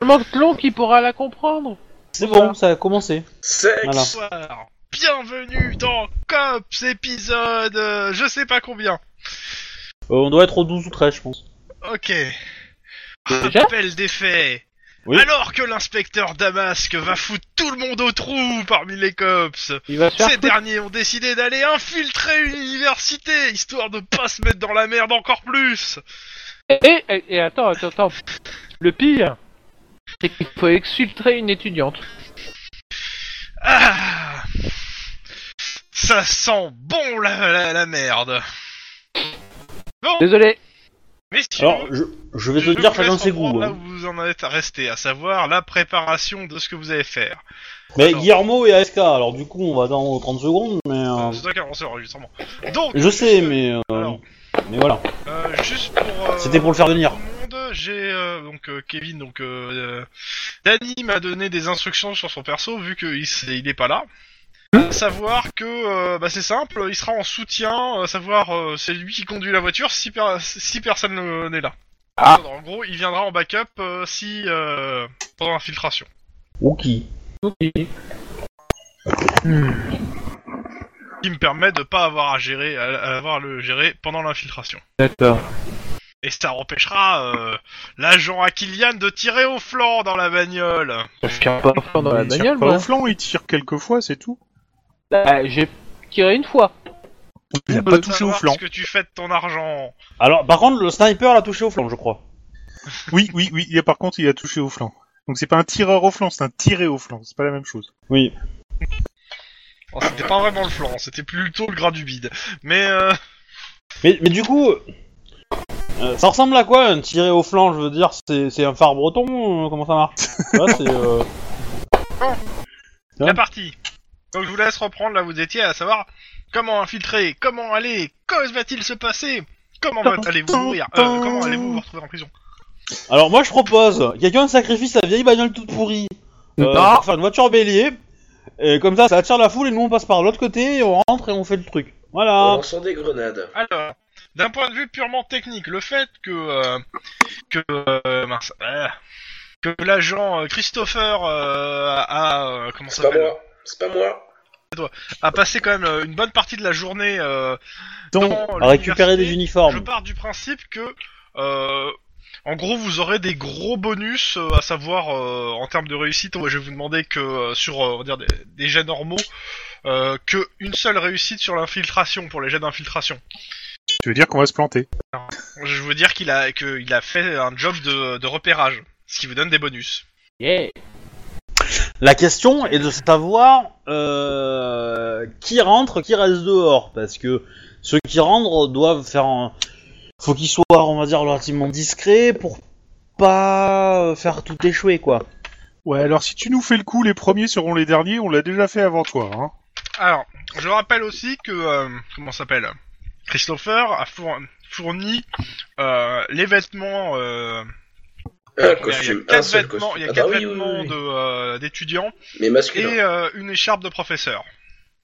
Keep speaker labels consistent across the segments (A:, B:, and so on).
A: Seulement Tlon qui pourra la comprendre.
B: C'est bon, ça a commencé.
C: Ah,
B: Euh,
D: Sex Bienvenue dans Cops épisode euh, je sais pas combien.
B: Euh, on doit être au 12 ou 13, je pense.
D: Ok.
A: Déjà
D: Rappel des faits.
B: Oui.
D: Alors que l'inspecteur Damasque va foutre tout le monde au trou parmi les cops,
A: Il va se faire
D: ces derniers ont décidé d'aller infiltrer une université histoire de pas se mettre dans la merde encore plus.
A: Et, et, et attends, attends, attends. Le pire, c'est qu'il faut exfiltrer une étudiante.
D: Ah Ça sent bon la, la, la merde. Bon,
A: Désolé.
D: messieurs.
B: Alors, je, je vais
D: Je
B: te dire
D: vous laisse
B: chacun ses
D: reprendre
B: goûts.
D: Là
B: hein.
D: où vous en êtes resté, à savoir la préparation de ce que vous allez faire.
B: Mais
D: Alors.
B: Guillermo et ASK, alors du coup, on va dans 30 secondes, mais... euh,
D: Ah, C'est toi qui avance l'enregistrement. Donc,
B: Je sais, mais... euh,
D: Alors.
B: Mais voilà,
D: euh, juste pour. euh,
B: c'était pour le faire venir.
D: tout le monde, j'ai euh, donc euh, Kevin, donc euh, euh, Danny m'a donné des instructions sur son perso vu qu'il s- il est pas là. À savoir que euh, bah, c'est simple, il sera en soutien, à savoir euh, c'est lui qui conduit la voiture si, per- si personne ne- n'est là.
B: Ah.
D: En gros, il viendra en backup euh, si euh, pendant l'infiltration.
B: Ok.
D: qui me permet de pas avoir à gérer, à à avoir le gérer pendant l'infiltration.
A: D'accord.
D: Et ça empêchera euh, l'agent Akilian de tirer au flanc dans la bagnole.
A: Je tire pas au flanc dans la
C: il tire
A: bagnole,
C: pas
A: moi.
C: au flanc, il tire quelques fois, c'est tout.
A: Bah, j'ai tiré une fois.
C: Il a
D: Faut
C: pas touché au
D: savoir
C: flanc.
D: Ce que tu fais de ton argent.
B: Alors, par contre, le sniper l'a touché au flanc, je crois.
C: Oui, oui, oui, il a, par contre, il a touché au flanc. Donc c'est pas un tireur au flanc, c'est un tiré au flanc, c'est pas la même chose.
B: Oui.
D: Oh, c'était pas vraiment le flanc, c'était plutôt le gras du bide. Mais euh,
B: Mais, mais du coup... euh, ça ressemble à quoi, un tiré au flanc, je veux dire C'est c'est un phare breton euh, Comment ça marche Là, c'est... euh,
D: la partie. Donc je vous laisse reprendre là où vous étiez, à savoir comment infiltrer, comment aller, que va-t-il se passer, comment va- allez-vous mourir, euh, comment allez-vous vous retrouver en prison.
B: Alors moi je propose, quelqu'un sacrifie sa vieille bagnole toute pourrie euh,
A: Non.
B: pour faire une voiture bélier, et comme ça ça attire la foule et nous on passe par l'autre côté et on rentre et on fait le truc. Voilà.
E: On sent des grenades.
D: Alors, d'un point de vue purement technique, le fait que euh, que euh, mince, euh, que l'agent euh, Christopher euh, a, a, euh, comment ça
E: C'est pas
D: s'appelle
E: moi. C'est pas moi.
D: a passé quand même euh, une bonne partie de la journée euh,
C: Donc,
D: dans
B: À récupérer des
D: l'université, Je
B: uniformes.
D: pars du principe que euh, en gros vous aurez des gros bonus euh, à savoir euh, en termes de réussite. Moi, je vais vous demander que euh, sur euh, on va dire des, des jets normaux euh, que une seule réussite sur l'infiltration pour les jets d'infiltration.
C: tu veux dire qu'on va se planter.
D: Je veux dire qu'il a, que, il a fait un job de, de repérage, ce qui vous donne des bonus.
A: Yeah.
B: La question est de savoir euh, qui rentre, qui reste dehors, parce que ceux qui rentrent doivent faire un... Faut qu'ils soient, on va dire, relativement discrets pour pas euh, faire tout échouer quoi.
C: Ouais, alors si tu nous fais le coup, les premiers seront les derniers, on l'a déjà fait avant toi, hein.
D: Alors, je rappelle aussi que, euh, comment ça s'appelle Christopher a four- fourni euh, les vêtements. euh,
E: Un
D: il y a-
E: Ah, costume.
D: il y a
E: Un
D: quatre
E: seul
D: vêtements,
E: costume.
D: il y a
E: Ah
D: quatre
E: bah oui, oui,
D: vêtements
E: oui.
D: de, euh, d'étudiants
E: Mais masculin.
D: et euh, une écharpe de professeur.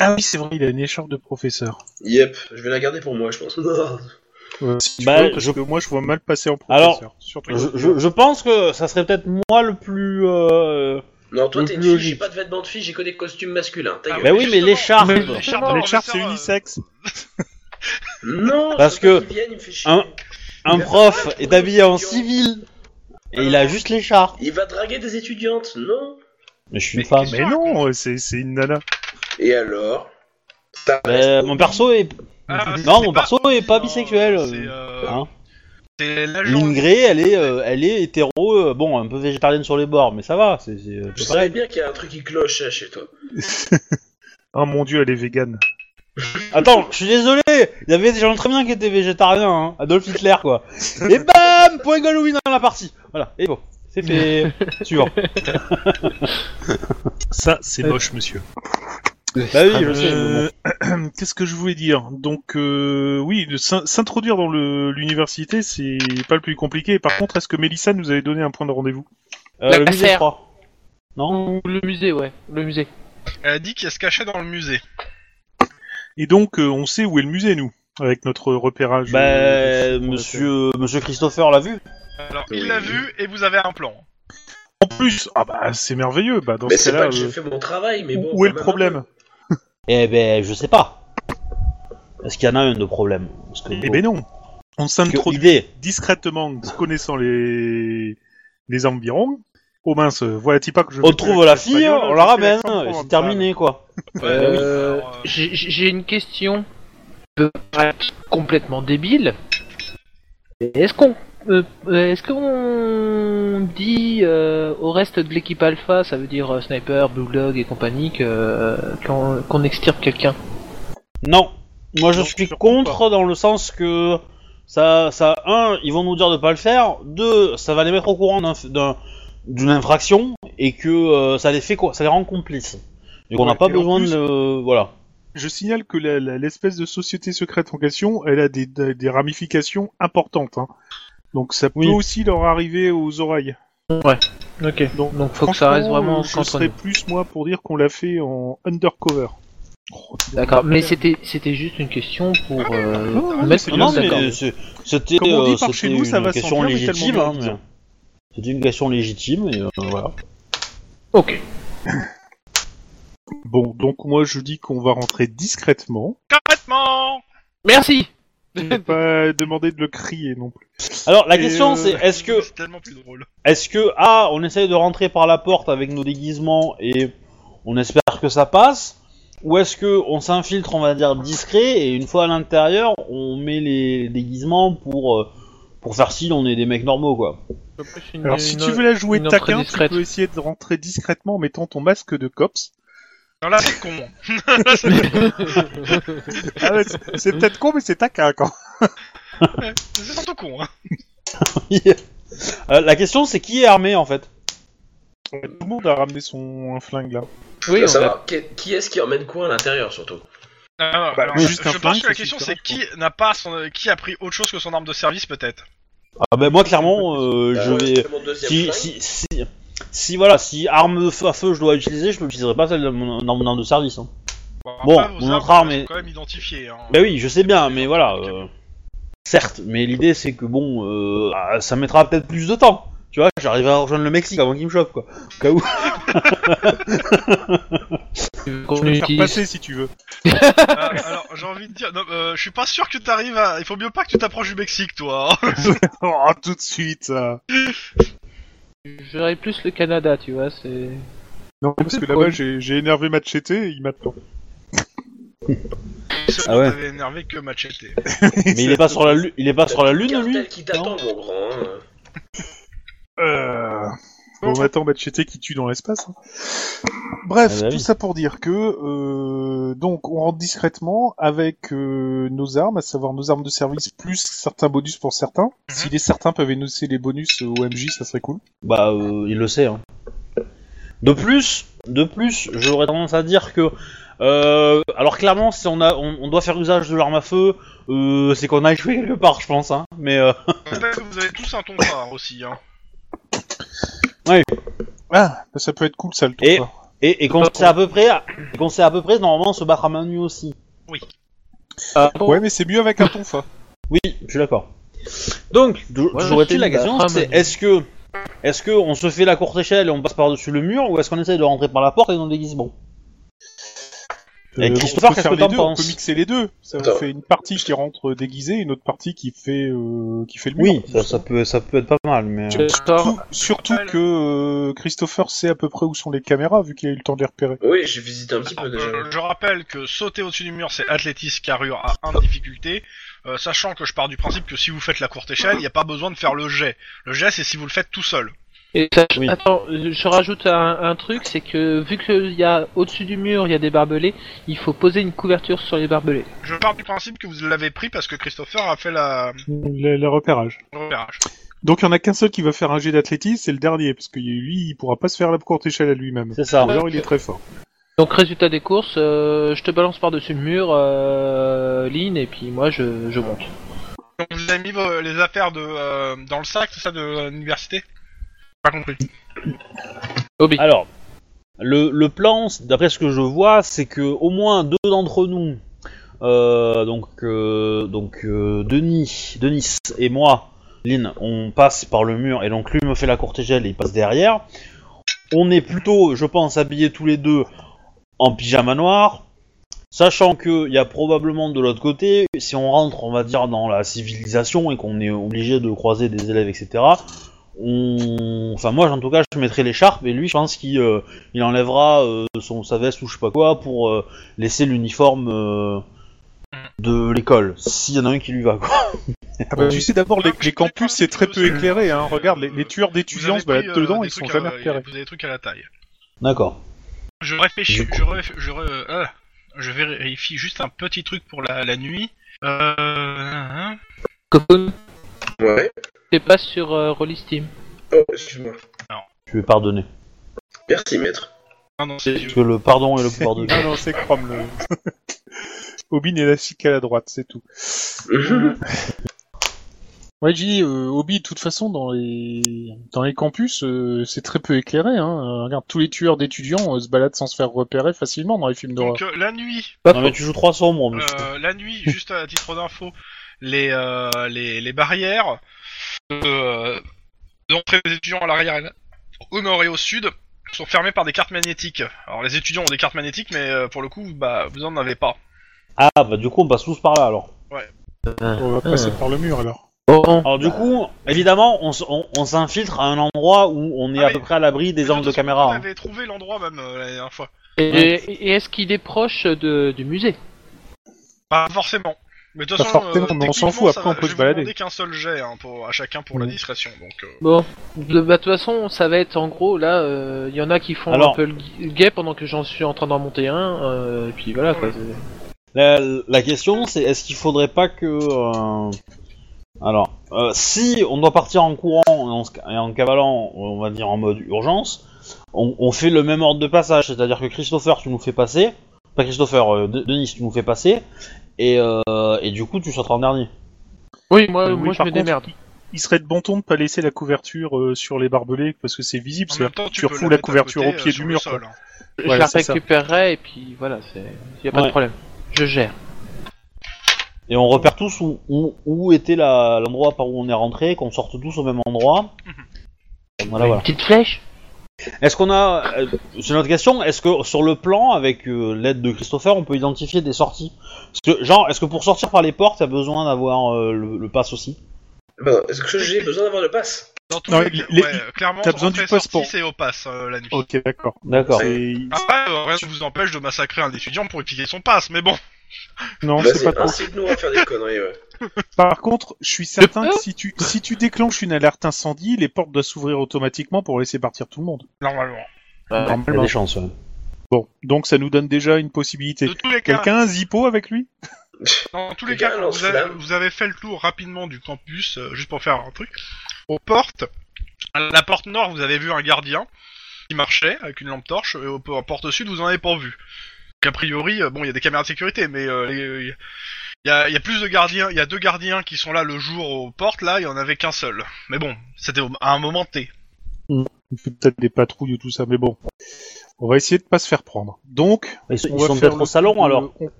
C: Ah oui, c'est vrai, il a une écharpe de professeur.
E: Yep. Je vais la garder pour moi, je pense.
C: Euh, si tu
B: Bah,
C: veux, parce
B: je-
C: que moi, je vois mal passer en
B: Alors,
C: professeur. surtout
B: Je, je- je pense que ça serait peut-être moi le plus... euh,
E: non, toi
B: Le
E: t'es une
B: plus
E: fille.
B: logique.
E: J'ai pas de vêtements de fille. J'ai que des costumes masculins. Ta
D: Ah
E: gueule.
B: Bah oui, mais
D: justement,
B: l'écharpe.
D: mais de
C: L'écharpe, c'est
D: professeur, euh,
C: unisexe.
E: Non.
B: Parce
E: je veux
B: que-
E: pas qu'il vienne, il me fait chier.
B: Un, un prof est habillé en civil et il a juste l'écharpe.
E: Il va draguer des étudiantes. Non.
B: Mais je suis une femme.
C: Mais non, c'est c'est une nana.
E: Et alors Ça reste
B: Mais Bah, mon perso est.
D: Ah,
B: non,
D: c'est
B: mon perso est pas
D: hein,
B: bisexuel.
D: C'est,
B: euh,
D: euh,
B: Hein.
D: c'est l'agent.
B: Lynn Grey, elle est, euh, elle est hétéro, euh, bon, un peu végétarienne sur les bords, mais ça va, c'est c'est, euh,
E: Je
B: c'est
E: savais
B: pareil.
E: bien qu'il y a un truc qui cloche hein, chez toi.
C: Ah mon dieu, elle est végane.
B: Attends, je suis désolé, il y avait des gens très bien qui étaient végétariens, hein, Adolf Hitler quoi. Et bam, point Golovin dans la partie. Voilà, et bon, c'est fait. Suivant.
C: Ça, c'est
A: Euh.
C: moche, monsieur.
B: Bah oui, je sais. mais bon.
C: Euh, Qu'est-ce que je voulais dire Donc, euh, oui, de s'in- s'introduire dans le- l'université, c'est pas le plus compliqué. Par contre, est-ce que Mélissa nous avait donné un point de rendez-vous
B: Euh, le musée,
A: l'affaire.
B: je crois. Non
A: Ou le musée, ouais. Le musée.
D: Elle a dit qu'elle se cachait dans le musée.
C: Et donc, euh, on sait où est le musée, nous, avec notre repérage.
B: Bah,
C: euh, qu'on a fait.
B: monsieur, monsieur Christopher l'a vu.
D: Alors,
E: Oui.
D: il l'a vu et vous avez un plan.
C: plus, ah bah c'est merveilleux. Bah dans
E: Mais
C: ce
E: c'est
C: cas-là,
E: pas que j'ai
C: euh,
E: fait mon travail, mais bon.
C: où est
E: quand
C: le
E: même. hein.
C: problème
B: Eh ben, je sais pas. Est-ce qu'il y en a un de problème Parce que,
C: Eh ben non. On s'introduit
B: l'idée.
C: discrètement, connaissant les les environs. Oh mince, voilà t'y pas que je.
B: On
C: fais
B: trouve
C: plus
B: la
C: avec
B: fille,
C: l'espagnol,
B: on
C: je
B: la
C: fais
B: ramène,
C: l'accent
B: et
C: provençal.
B: c'est terminé quoi.
A: Euh,
D: Alors, euh,
A: J'ai j'ai une question peut paraître complètement débile. mais Est-ce qu'on euh, euh, est-ce qu'on dit euh, au reste de l'équipe alpha, ça veut dire euh, sniper, blue dog et compagnie, que, euh, qu'on qu'on extirpe quelqu'un
B: Non, moi je
C: Non,
B: suis
C: surtout
B: contre dans le sens que ça, ça, un, ils vont nous dire de pas le faire, deux, ça va les mettre au courant d'un f- d'un- d'une infraction et que euh, ça les fait quoi, ça les rend complices. Donc on n'a
C: Ouais,
B: pas
C: et en
B: besoin
C: plus-
B: de, voilà.
C: Je signale que la- la- l'espèce de société secrète en question, elle a des, des- des ramifications importantes. hein. Donc ça peut
B: Oui.
C: aussi leur arriver aux oreilles.
A: Ok.
C: Donc,
A: Donc faut que ça reste
C: franchement,
A: vraiment
C: euh,
A: entre
C: Je
A: nous.
C: serais plus moi pour dire qu'on l'a fait en undercover. Oh, dis donc.
A: D'accord. Mais c'était c'était juste une question pour euh,
C: non, non,
A: mettre
C: Ah, c'est
A: tout le
C: bien,
B: Non,
A: monde
C: c'est
A: d'accord.
B: mais c'est- c'était
C: Comme on dit
B: euh,
C: par chez
B: c'était
C: nous, ça
B: une
C: va sans
B: question
C: bien, mais
B: légitime.
C: tellement
B: hein,
C: bien.
B: mais- C'était une question légitime et euh, voilà.
A: Ok.
C: Bon, donc moi je dis qu'on va rentrer discrètement.
D: Complètement
A: Merci.
C: Je vais pas demander de le crier non plus.
B: Alors la
C: Et,
B: question
C: euh,
B: c'est est-ce que
D: C'est tellement plus drôle.
B: Est-ce que A, on essaye de rentrer par la porte avec nos déguisements et on espère que ça passe Ou est-ce que on s'infiltre, on va dire, discret et une fois à l'intérieur, on met les déguisements pour, euh, pour faire si on est des mecs normaux quoi
C: Alors si tu veux la jouer
A: une entrée
C: taquin,
A: discrète.
C: tu peux essayer de rentrer discrètement en mettant ton masque de cops.
D: Non, là, c'est con.
C: Ah ouais, c'est- c'est peut-être con, mais c'est taquin quand.
D: C'est surtout con, hein.
B: Euh, La question c'est qui est armé en fait
C: Tout le monde a ramené son un flingue là.
A: Oui,
E: Faut
A: on a-
E: savoir qui- qui est-ce qui emmène quoi à l'intérieur surtout
D: Alors,
C: Bah,
D: alors,
C: oui,
D: Ah, je,
C: juste un
D: je
C: flingue,
D: pense que la
C: ça
D: question, c'est
C: suffira, je
D: qui n'a pas son, euh, qui a pris autre chose que son arme de service, peut-être.
B: Ah ben moi clairement, euh, je
E: Euh,
B: vais...
E: c'est mon deuxième
B: Si,
E: flingue.
B: si, si, si, voilà, si arme de feu à feu je dois utiliser, je n'utiliserai pas celle de mon dans mon arme de service. Hein. Bon,
D: après, vos
B: mon
D: armes,
B: autre arme
D: elles sont
B: est-
D: quand même identifiées. Hein.
B: Bah oui, je sais bien, mais voilà. euh, certes, mais l'idée c'est que bon, euh, ah, ça mettra peut-être plus de temps. Tu vois, j'arrive à rejoindre le Mexique avant qu'il me chope, quoi. Au cas où.
A: tu veux
C: Je
A: qu'on
C: peux le faire
A: utilise-
C: passer si tu veux.
D: Ah, alors, j'ai envie de dire, non, euh, je suis pas sûr que t'arrives à. Il faut mieux pas que tu t'approches du Mexique, toi. hein.
C: Oh, tout de suite. hein. ça.
A: Je verrais plus le Canada, tu vois. C'est
C: Non, parce que là-bas, j'ai j'ai énervé Machete et il m'attend.
B: Ah ouais.
D: T'avais énervé que Machete.
B: Mais il est pas sur la lune, il est pas sur la lune, lui.
E: Cartel qui t'attend, mon grand. hein.
C: Euh... Bon, on attend Machete qui tue dans l'espace. hein. Bref,
B: Ah bah oui.
C: tout ça pour dire que euh, donc on rentre discrètement avec euh, nos armes, à savoir nos armes de service plus certains bonus pour certains. Si les certains peuvent énoncer les bonus au MJ, ça serait cool.
B: Bah, euh, il le sait. Hein. De plus, de plus, j'aurais tendance à dire que, euh, alors clairement, si on a, on, on doit faire usage de l'arme à feu, euh, c'est qu'on a échoué quelque part, je pense. Hein. Mais euh,
D: Peut-être que vous avez tous un ton rare aussi, hein.
C: Ah, bah, ça peut être cool ça le tour.
B: Et-
C: quoi.
B: et, et qu'on sait à peu près, et qu'on sait à peu près, normalement, se battre à main nue aussi.
C: Ouais, mais c'est mieux avec un tonfa.
B: Oui, je suis d'accord. Donc, d-
A: Ouais,
B: j'aurais
A: c'est
B: dit bah, la
A: une
B: question,
A: batrame.
B: c'est est-ce que, est-ce que on se fait la courte échelle et on passe par-dessus le mur, ou est-ce qu'on essaie de rentrer par la porte et dans le déguisement Et
C: Euh, on
B: Christopher,
C: peut
B: qu'est-ce
C: faire
B: que t'en
C: les deux, On
B: penses
C: peut mixer les deux. Ça
E: Attends.
C: fait une partie qui rentre déguisée, une autre partie qui fait euh, qui fait le mur.
B: Oui, ça, ça peut, ça peut être pas mal, mais
A: Je sors-
C: Surtout, surtout que euh, Christopher sait à peu près où sont les caméras vu qu'il a eu le temps de les repérer.
E: Oui, j'ai visité un petit peu déjà.
D: Euh, je rappelle que sauter au-dessus du mur, c'est athlétisme carrure à 1 de difficulté, euh, sachant que je pars du principe que si vous faites la courte échelle, il n'y a pas besoin de faire le jet. Le jet, c'est si vous le faites tout seul.
A: Et ça-
B: Oui.
A: Attends, je rajoute un, un truc, c'est que vu que il y a au-dessus du mur, il y a des barbelés, il faut poser une couverture sur les barbelés.
D: Je pars du principe que vous l'avez pris parce que Christopher a fait la...
C: Le, le repérage.
D: le repérage.
C: Donc il y en a qu'un seul qui va faire un jet d'athlétisme, c'est le dernier parce que lui il pourra pas se faire la courte échelle à lui-même.
B: c'est ça.
C: Alors il est très fort.
A: Donc résultat des courses, euh, je te balance par-dessus le mur, euh, Lynn, et puis moi je, je monte.
D: Donc vous avez mis vos- les affaires de, euh, dans le sac, c'est ça, de euh, l'université Pas compris.
A: Obi.
B: Alors, le, le plan, c'est- d'après ce que je vois, c'est que au moins deux d'entre nous, euh, donc euh, donc euh, Denis, Denis et moi, Lynn, on passe par le mur et donc lui me fait la courte échelle et il passe derrière. on est plutôt, je pense, habillés tous les deux en pyjama noir, sachant qu'il y a probablement de l'autre côté, si on rentre, on va dire, dans la civilisation et qu'on est obligé de croiser des élèves, etc., on... Enfin, moi, en tout cas, je mettrai l'écharpe et lui, je pense qu'il euh, il enlèvera euh, son, sa veste ou je sais pas quoi pour euh, laisser l'uniforme euh, de l'école, s'il y en a un qui lui va, quoi.
C: Ah bah, tu sais d'abord, les, les campus, c'est très peu éclairé. Hein. Regarde, les, les tueurs d'étudiants se
D: Euh, Vous avez
C: baladent
D: pris, euh,
C: dedans,
D: des
C: ils sont
D: trucs à-
C: jamais repérés.
D: Vous avez des trucs à la taille.
B: D'accord.
D: Je réfléchis,
B: Du
D: je, réf- je, ré- ah, je vérifie juste un petit truc pour la, la nuit. Euh, hein.
A: Cocoon,
E: Ouais.
A: t'es pas sur euh, Rollisteam.
E: Oh, excuse-moi.
B: Tu es pardonné.
E: Merci, maître.
D: Ah non, c'est
B: Parce que le pardon et le pouvoir de Dieu.
C: Non, non, c'est Chrome. Le... Obin est la chic à la droite, c'est tout. Ouais, j'ai dit, euh, Obi, de toute façon, dans les, dans les campus, euh, c'est très peu éclairé. Hein. Euh, regarde, tous les tueurs d'étudiants euh, se baladent sans se faire repérer facilement dans les films d'horreur.
D: Donc euh, la nuit,
A: Pas
B: Non,
A: faux.
B: mais tu joues 3 sombres, mais
D: euh, la nuit, juste à titre d'info, les, euh, les les barrières de, euh, d'entrée des étudiants à l'arrière, et au nord et au sud, sont fermées par des cartes magnétiques. Alors les étudiants ont des cartes magnétiques, mais euh, pour le coup, bah vous en avez pas.
B: Ah, bah du coup, on passe tous par là alors.
C: On va passer par le mur alors.
A: Bon,
B: Alors, du coup, évidemment, on, s- on- on s'infiltre à un endroit où on est
D: Ah,
B: à
D: mais-
B: peu près à l'abri des angles de
D: On
B: caméra. hein.
D: avait trouvé l'endroit même euh, la dernière fois.
A: et,
B: Ouais.
A: et est-ce qu'il est proche de, du musée
D: Pas forcément. Mais de toute
C: Pas
D: façon,
C: forcément,
D: euh,
C: mais on s'en
D: techniquement,
C: fout,
D: ça
C: après, on
D: va-
C: peut
D: je
C: se
D: vais
C: balader.
D: vous demander qu'un seul jet hein, pour, à chacun pour la
C: Mhm.
D: discrétion. Donc, euh,
A: Bon, de bah, de toute façon, ça va être en gros, là, il y en a qui font
B: Alors.
A: un peu le gui- le guet pendant que j'en suis en train d'en monter un, euh, et puis voilà quoi.
D: Ouais.
A: c'est-
B: La, la question, c'est est-ce qu'il faudrait pas que. euh, Alors, euh, si on doit partir en courant et en, se- et en cavalant, on va dire en mode urgence, on, on fait le même ordre de passage, c'est-à-dire que Christopher, tu nous fais passer. Pas Christopher, euh, De- Denis, tu nous fais passer. Et, euh, et du coup, tu sortiras en dernier.
A: Oui, moi,
C: Euh, oui,
A: moi je
C: par
A: me
C: contre,
A: démerde.
C: Il serait de bon ton de pas laisser la couverture euh, sur les barbelés parce que c'est visible.
D: en
C: c'est
D: même temps, tu,
C: tu
D: peux
C: refous
D: la,
C: la
D: mettre à
C: couverture
D: côté,
C: au
D: euh,
C: pied
D: sur
C: du
D: le
C: mur,
D: sol, hein.
A: je la
C: Voilà, c'est ça.
A: récupérerai, et puis voilà, il y a pas
B: Ouais.
A: de problème. Je gère.
B: Et on repère tous où, où, où était la- l'endroit par où on est rentré, qu'on sorte tous au même endroit. Voilà, voilà.
A: Une petite flèche
B: Est-ce qu'on a. euh, C'est notre question, est-ce que sur le plan, avec euh, l'aide de Christopher, on peut identifier des sorties Parce que, Genre, est-ce que pour sortir par les portes, t'as besoin d'avoir euh, le, le pass aussi
E: Pardon, est-ce que j'ai besoin d'avoir le pass
D: Dans tous
C: Non,
D: les,
C: les-
D: cas,
C: les-
D: ouais, clairement,
C: t'as besoin
D: entrée,
C: du passeport.
D: sortie, C'est au pass euh, la nuit.
C: Ok, d'accord.
B: D'accord.
C: C'est-
D: Après, euh, rien ne vous empêche de massacrer un étudiant pour lui piquer son pass, mais bon.
C: Non, c'est
E: Vas-y,
C: pas trop.
E: incite-nous à faire des conneries, ouais.
C: Par contre, je suis certain que si tu, si tu déclenches une alerte incendie, les portes doivent s'ouvrir automatiquement pour laisser partir tout le monde.
D: Normalement.
B: Il
C: Ah,
B: y a
C: Normalement.
B: des chances, ouais.
C: Bon, donc ça nous donne déjà une possibilité.
D: De tous les cas,
C: Quelqu'un a un zippo avec lui
D: dans tous les
E: Quelqu'un
D: cas,
E: lance
D: vous avez,
E: flamme.
D: vous avez fait le tour rapidement du campus, euh, juste pour faire un truc. Aux portes, à la porte nord, vous avez vu un gardien qui marchait avec une lampe torche, et aux po- porte sud, vous en avez pas vu. Donc, a priori, euh, bon, il y a des caméras de sécurité, mais euh, les- il y, a, il y a plus de gardiens, il y a deux gardiens qui sont là le jour aux portes, là, il y en avait qu'un seul. Mais bon, c'était au- à un moment T.
C: Il fait peut-être des patrouilles ou tout ça, mais bon. On va essayer de pas se faire prendre. Donc,
B: Ils, sont-
C: on
B: ils
C: va
B: sont
C: faire
B: peut-être
C: le
B: au salon
C: coup de-
B: alors
C: on-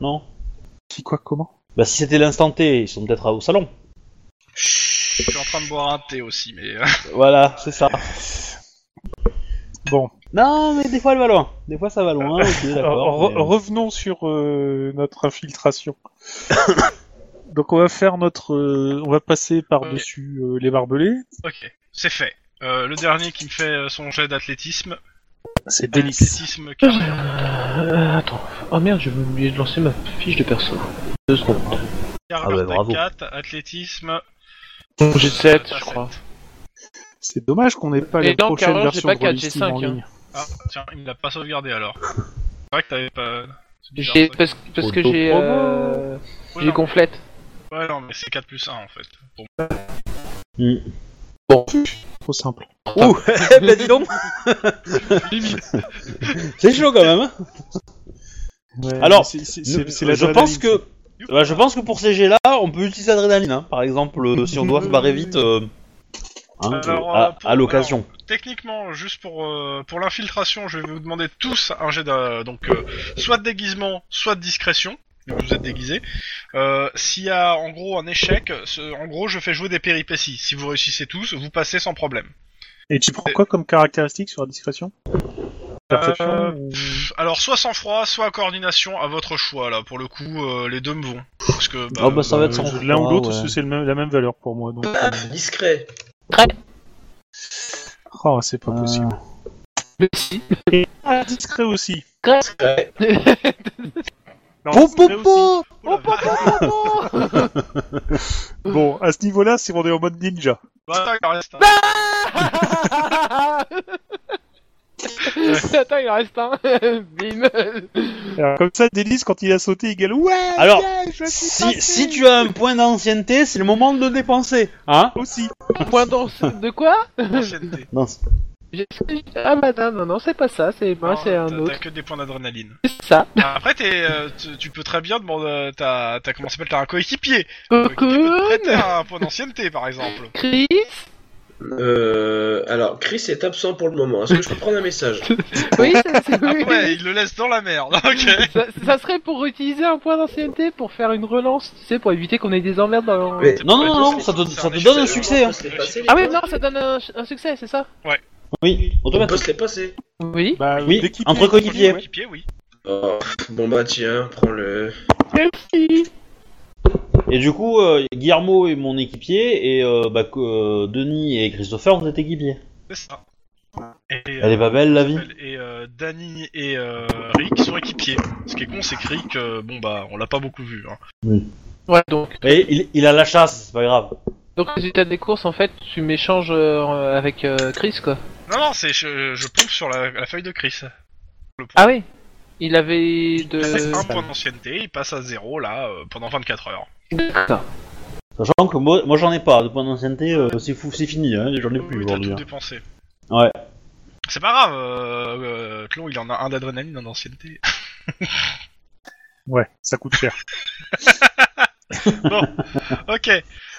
B: Non
C: Qui, quoi, comment
B: Bah, si c'était l'instant T, ils sont peut-être au salon.
D: Je suis en train de boire un thé aussi, mais... euh,
B: Voilà, c'est ça.
C: Bon,
B: Non, mais des fois, elle va loin. Des fois, ça va loin. ok, d'accord.
C: re-
B: mais-
C: revenons sur euh, notre infiltration. Donc on va faire notre, euh, on va passer par-dessus euh, les barbelés.
D: Ok, c'est fait. Euh, le dernier qui me fait euh, son jet d'athlétisme.
C: C'est délice.
D: Athlétisme carrière.
A: Euh, Attends. Oh merde, j'ai oublié de lancer ma fiche de perso. Deux secondes.
B: Ah bah, bravo.
D: 4, athlétisme. Euh,
A: J'ai 7, je crois.
C: C'est dommage qu'on n'ait pas
A: Et
C: la
A: non,
C: prochaine
A: Carole, j'ai
C: version
A: pas
C: de
A: quatre,
C: Rolling
A: j'ai
C: Steam en
A: cinq, hein.
C: ligne.
D: Ah, tiens, il me l'a pas sauvegardé alors. C'est vrai que t'avais pas. c'est bizarre,
A: J'ai-
D: ça.
A: Parce, parce que
B: Autopromo.
A: j'ai... Euh,
D: Ouais,
A: j'ai
D: non,
A: gonflette.
D: ouais, non, mais c'est 4 plus 1 en fait. Bon.
B: Hmm.
C: Trop simple.
B: Ouh, bah dis donc C'est chaud quand même. hein. Alors,
C: c'est- c'est- euh, c'est- c'est
B: Je pense
C: l'adrénaline.
B: que. bah, je pense que pour ces jets-là, on peut utiliser l'adrénaline, hein. par exemple, euh, si on doit se barrer vite euh, hein,
D: Alors,
B: euh, à,
D: euh, pour-
B: à l'occasion.
D: Techniquement, juste pour, euh, pour l'infiltration, je vais vous demander tous un jet d'a- donc euh, soit de déguisement, soit de discrétion. Donc vous êtes déguisé. Euh, S'il y a en gros un échec, ce- en gros je fais jouer des péripéties. Si vous réussissez tous, vous passez sans problème.
C: Et tu prends quoi comme caractéristique sur la discrétion Perception
D: Euh,
C: ou-
D: Pff, Alors, soit sang-froid, soit coordination, à votre choix, là. Pour le coup, euh, les deux me vont. Parce que, bah,
B: Ah bah, ça va être sans-
C: Euh, L'un ou l'autre,
B: ouais.
C: c'est- c'est le même- la même valeur pour moi. Donc,
E: Ah.
C: euh,
E: Discret.
C: oh, c'est
B: Ah.
C: pas possible.
B: Euh,
A: Merci.
C: Ah, discret aussi.
E: Discret.
C: Non,
B: Po, po,
C: discret aussi.
B: po
D: oh là là,
C: Bon, à ce niveau-là, c'est on est en mode ninja.
D: bah, il en reste un.
A: Attends, il en reste un. Bim.
C: Alors, comme ça, Delis, quand il a sauté, il gueule Ouais
B: Alors,
C: yeah, je suis
B: si,
C: passé
B: si tu as un point d'ancienneté, c'est le moment de le dépenser. Hein
C: Aussi.
A: Point dans... De quoi
D: Ancienneté.
B: Non,
A: J'ai- Ah bah non, non, non, c'est pas ça. C'est moi,
D: Non,
A: c'est
D: Oh, Hein, t'as-
A: un
D: T'as
A: autre.
D: que des points d'adrénaline.
A: C'est ça.
D: Après, t'es, euh, tu, tu peux très bien demander. euh, T'as, t'as comment ça s'appelle T'as un coéquipier. Tu
A: Cocoon,
D: peux te prêter un point d'ancienneté, par exemple.
A: Chris.
E: Euh, alors, Chris est absent pour le moment. Est-ce que je peux prendre un message
A: Oui, ça, c'est
D: Ah
A: oui.
D: ouais, il le laisse dans la merde. Ok.
A: Ça, ça serait pour utiliser un point d'ancienneté pour faire une relance, tu sais, pour éviter qu'on ait des emmerdes dans.
E: Mais-
B: non, non, non, ça te, ça te donne un succès. Hein.
E: On peut se les passer, les
A: Ah oui,
E: points
A: non, ça donne un, un succès, c'est ça
B: hein. Oui,
E: On peut
B: automatique.
E: se les passer.
A: Oui.
C: Bah,
B: Oui,
C: l'équipe-
B: entre coéquipiers.
C: Ouais.
D: Coéquipier, oui.
E: Oh, bon bah tiens, prends-le.
A: Merci.
B: Et du coup, euh, Guillermo est mon équipier et euh, bah, que, euh, Denis et Christopher ont été équipiers.
D: C'est ça. Et, euh,
B: Elle est pas belle la vie
D: Et euh, Danny et euh, Rick sont équipiers. Ce qui est con, c'est que Rick, euh, bon bah, on l'a pas beaucoup vu. Hein.
A: Ouais, donc,
B: Et il, il a la chasse, c'est pas grave.
A: donc résultat des courses, en fait, tu m'échanges euh, avec euh, Chris, quoi.
D: Non, non, c'est je, je pompe sur la, la feuille de Chris. Le point.
A: Ah oui Il avait
D: Il fait
A: de.
D: un point d'ancienneté, il passe à zéro là euh, pendant 24 heures.
A: D'accord.
B: Sachant que moi, moi j'en ai pas, de point d'ancienneté, euh, c'est fou, c'est fini, hein, j'en ai
D: Oui,
B: plus
D: t'as
B: aujourd'hui.
D: tout
B: hein.
D: dépensé.
B: Ouais.
D: C'est pas grave, euh, euh, Clon il en a un d'adrénaline, un d'ancienneté.
C: Ouais, ça coûte cher.
D: ok.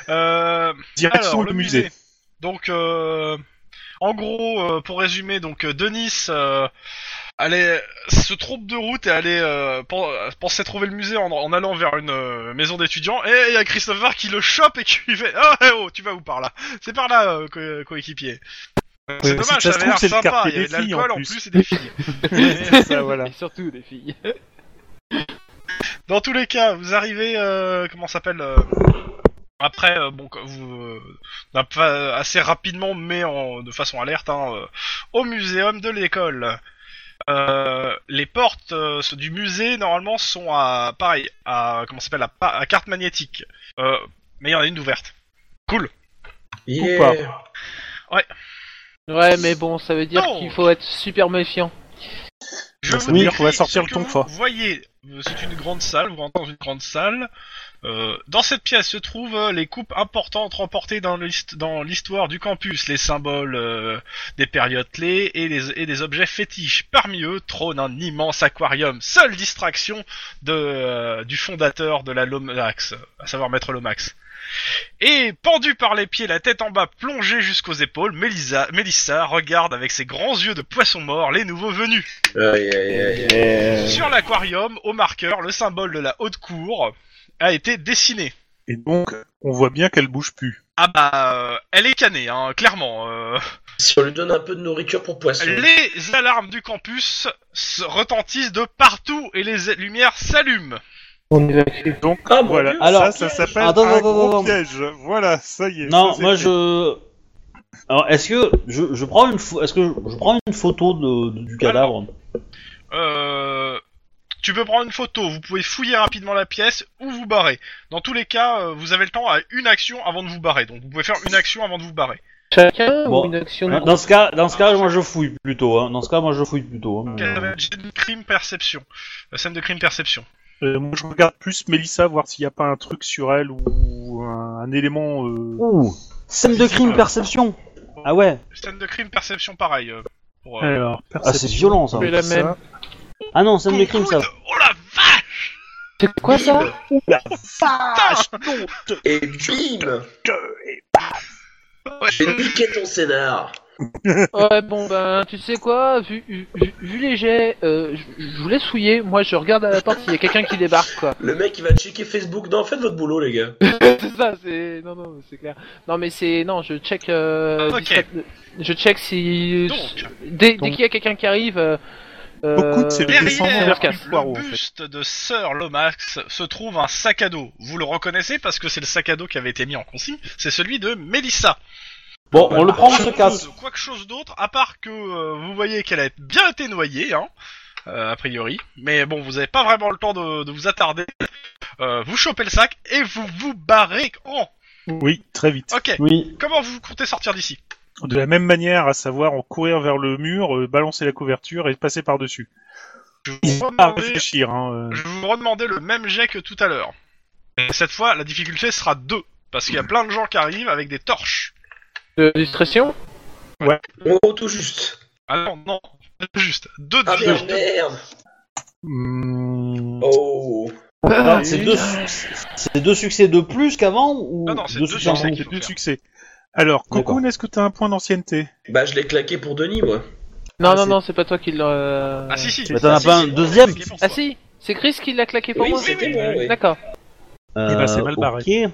D: Euh,
C: Direction
D: alors,
C: le, musée.
D: Donc, euh, en gros, euh, pour résumer, donc euh, Denis euh, allait se trompe de route et allait euh, pen- pensait trouver le musée en, en allant vers une euh, maison d'étudiants. Et il y a Christopher qui le chope et qui lui fait oh, eh oh, tu vas où par là C'est par là, euh, co- coéquipier. Euh,
C: Ouais,
D: C'est
C: si ça
D: dommage,
C: se
D: ça avait
C: trouve,
D: l'air
C: c'est le
D: sympa.
C: quartier
D: Il y avait de
C: des filles, en
D: l'alcool en
C: plus.
D: plus et des filles.
C: C'est ça, voilà.
A: Et surtout des filles.
D: Dans tous les cas, vous arrivez, euh, comment ça s'appelle euh, Après, euh, bon, quand vous euh, d'un pas- assez rapidement, mais en, de façon alerte, hein, euh, au muséum de l'école. Euh, les portes euh, ce- du musée normalement sont à pareil, à comment ça s'appelle, à, pa- à carte magnétique. Euh, mais il y en a une ouverte.
E: Yeah.
C: pas.
A: Ouais, mais bon, ça veut dire
D: Non.
A: qu'il faut être super méfiant.
D: Je
C: Bah, ça veut dire qu'on va sortir le
D: ce que
C: tonfa.
D: Vous voyez, euh, c'est une grande salle, vous rentrez dans une grande salle. Euh, dans cette pièce se trouvent euh, les coupes importantes remportées dans l'hist- dans l'histoire du campus, les symboles euh, des périodes clés et, les, et des objets fétiches. Parmi eux trône un immense aquarium, seule distraction de, euh, du fondateur de la Lomax, à savoir Maître Lomax. Et pendu par les pieds, la tête en bas, plongée jusqu'aux épaules, Mélissa, Mélissa regarde avec ses grands yeux de poisson mort les nouveaux venus.
E: Aïe, aïe, aïe, aïe.
D: Sur l'aquarium, au marqueur, le symbole de la haute cour a été dessiné.
C: Et donc, on voit bien qu'elle bouge plus.
D: Ah bah, euh, elle est canée, hein, clairement. euh.
E: Si on lui donne un peu de nourriture pour poisson.
D: Les alarmes du campus se retentissent de partout et les lumières s'allument.
A: On évacue.
C: Donc,
E: Ah, mon
C: voilà.
E: Dieu,
C: Alors,
B: Alors-
C: ça, ça s'appelle
B: Attends,
C: un
B: attends,
C: gros
B: attends.
C: piège. Voilà, ça y est.
B: Non,
C: ça,
B: moi
C: c'est
B: je. Alors, est-ce que je, je prends une pho- est-ce que je, je prends une photo de, de- du cadavre
D: Euh, tu peux prendre une photo, vous pouvez fouiller rapidement la pièce ou vous barrer. Dans tous les cas, euh, vous avez le temps à une action avant de vous barrer. Donc vous pouvez faire une action avant de vous barrer.
A: Chacun
B: Bon.
A: ou
B: Hein
A: une action de
B: Dans- Dans ce cas, dans ce cas, moi je fouille plutôt. Hein. Dans ce cas, moi je fouille plutôt. hein.
D: Quel est le jet de crime perception La scène de crime perception.
C: fait. Euh, moi, je regarde plus Mélissa, voir s'il n'y a pas un truc sur elle ou un, un élément. euh,
B: Ouh, scène de crime, perception. Ah ouais,
D: Scène de crime perception pareil. euh, pour, euh,
C: Alors,
B: ah c'est violent ça.
A: C'est la
C: ça.
A: même.
B: Ah non, scène de crime ça.
D: Oh la vache
A: C'est quoi ça
C: Vache, non,
E: Et bim
C: te- et-
E: Euh, J'ai niqué ton scénar
A: Ouais, bon, ben, tu sais quoi, vu, vu, vu les jets, euh, je- je voulais souiller, moi je regarde à la porte s'il y a quelqu'un qui débarque, quoi.
E: Le mec, il va checker Facebook. Non, faites votre boulot, les gars.
A: c'est ça, c'est. Non, non, c'est clair. Non, mais c'est. Non, je check. Euh,
D: Ok.
A: distrait- Je check si.
D: Donc.
A: Dès, dès
C: Donc.
A: qu'il y a quelqu'un qui arrive. Euh...
C: Beaucoup de ces
A: euh,
C: descendants
D: Derrière
A: vers
C: de
A: quatre.
C: Pierre Poirot, en
D: le
C: fait.
D: buste de Sir Lomax se trouve un sac à dos. Vous le reconnaissez parce que c'est le sac à dos qui avait été mis en consigne. C'est celui de Mélissa.
B: Bon, on le prend, on
D: Quelque
B: se
D: chose-
B: casse.
D: Quelque chose d'autre, à part que euh, vous voyez qu'elle a bien été noyée, hein, euh, a priori. Mais bon, vous n'avez pas vraiment le temps de, de vous attarder. Euh, vous chopez le sac et vous vous barrez. Oh,
C: Oui, très vite.
D: ok.
B: Oui.
D: Comment vous comptez sortir d'ici
C: De la même manière, à savoir en courir vers le mur, euh, balancer la couverture et passer par-dessus.
D: Je vais vous
C: Pas à
D: redemander-
C: réfléchir, hein. euh.
D: je vais vous redemander le même jet que tout à l'heure. Cette fois, la difficulté sera 2, parce qu'il y a plein de gens qui arrivent avec des torches.
A: De distraction
E: En gros, tout juste.
D: Ah non, non, juste. Deux
E: Ah
D: deux-
E: merde, merde.
C: Hmm.
E: Oh.
C: Ah,
B: Non,
A: Ah,
B: c'est deux, suc- c'est deux succès de plus qu'avant ou
D: Non, non, c'est deux
B: en
D: succès
B: moins
D: qu'il faut
C: Deux
D: faire.
C: succès. Alors,
B: D'accord.
C: Cocoon, est-ce que t'as un point d'ancienneté
E: Bah, je l'ai claqué pour Denis, moi.
A: Non, non,
C: Ah, c'est-
A: non, c'est pas toi qui l'as. euh,
D: Ah si, si.
B: Mais t'en as
D: Ah, si,
B: pas
D: si.
B: un deuxième
D: C'est pour
A: Ah
D: toi.
A: si C'est Chris qui l'a claqué pour
E: Oui,
A: moi
E: c'était moi, oui.
A: D'accord.
B: Euh,
C: ben, c'est mal barré.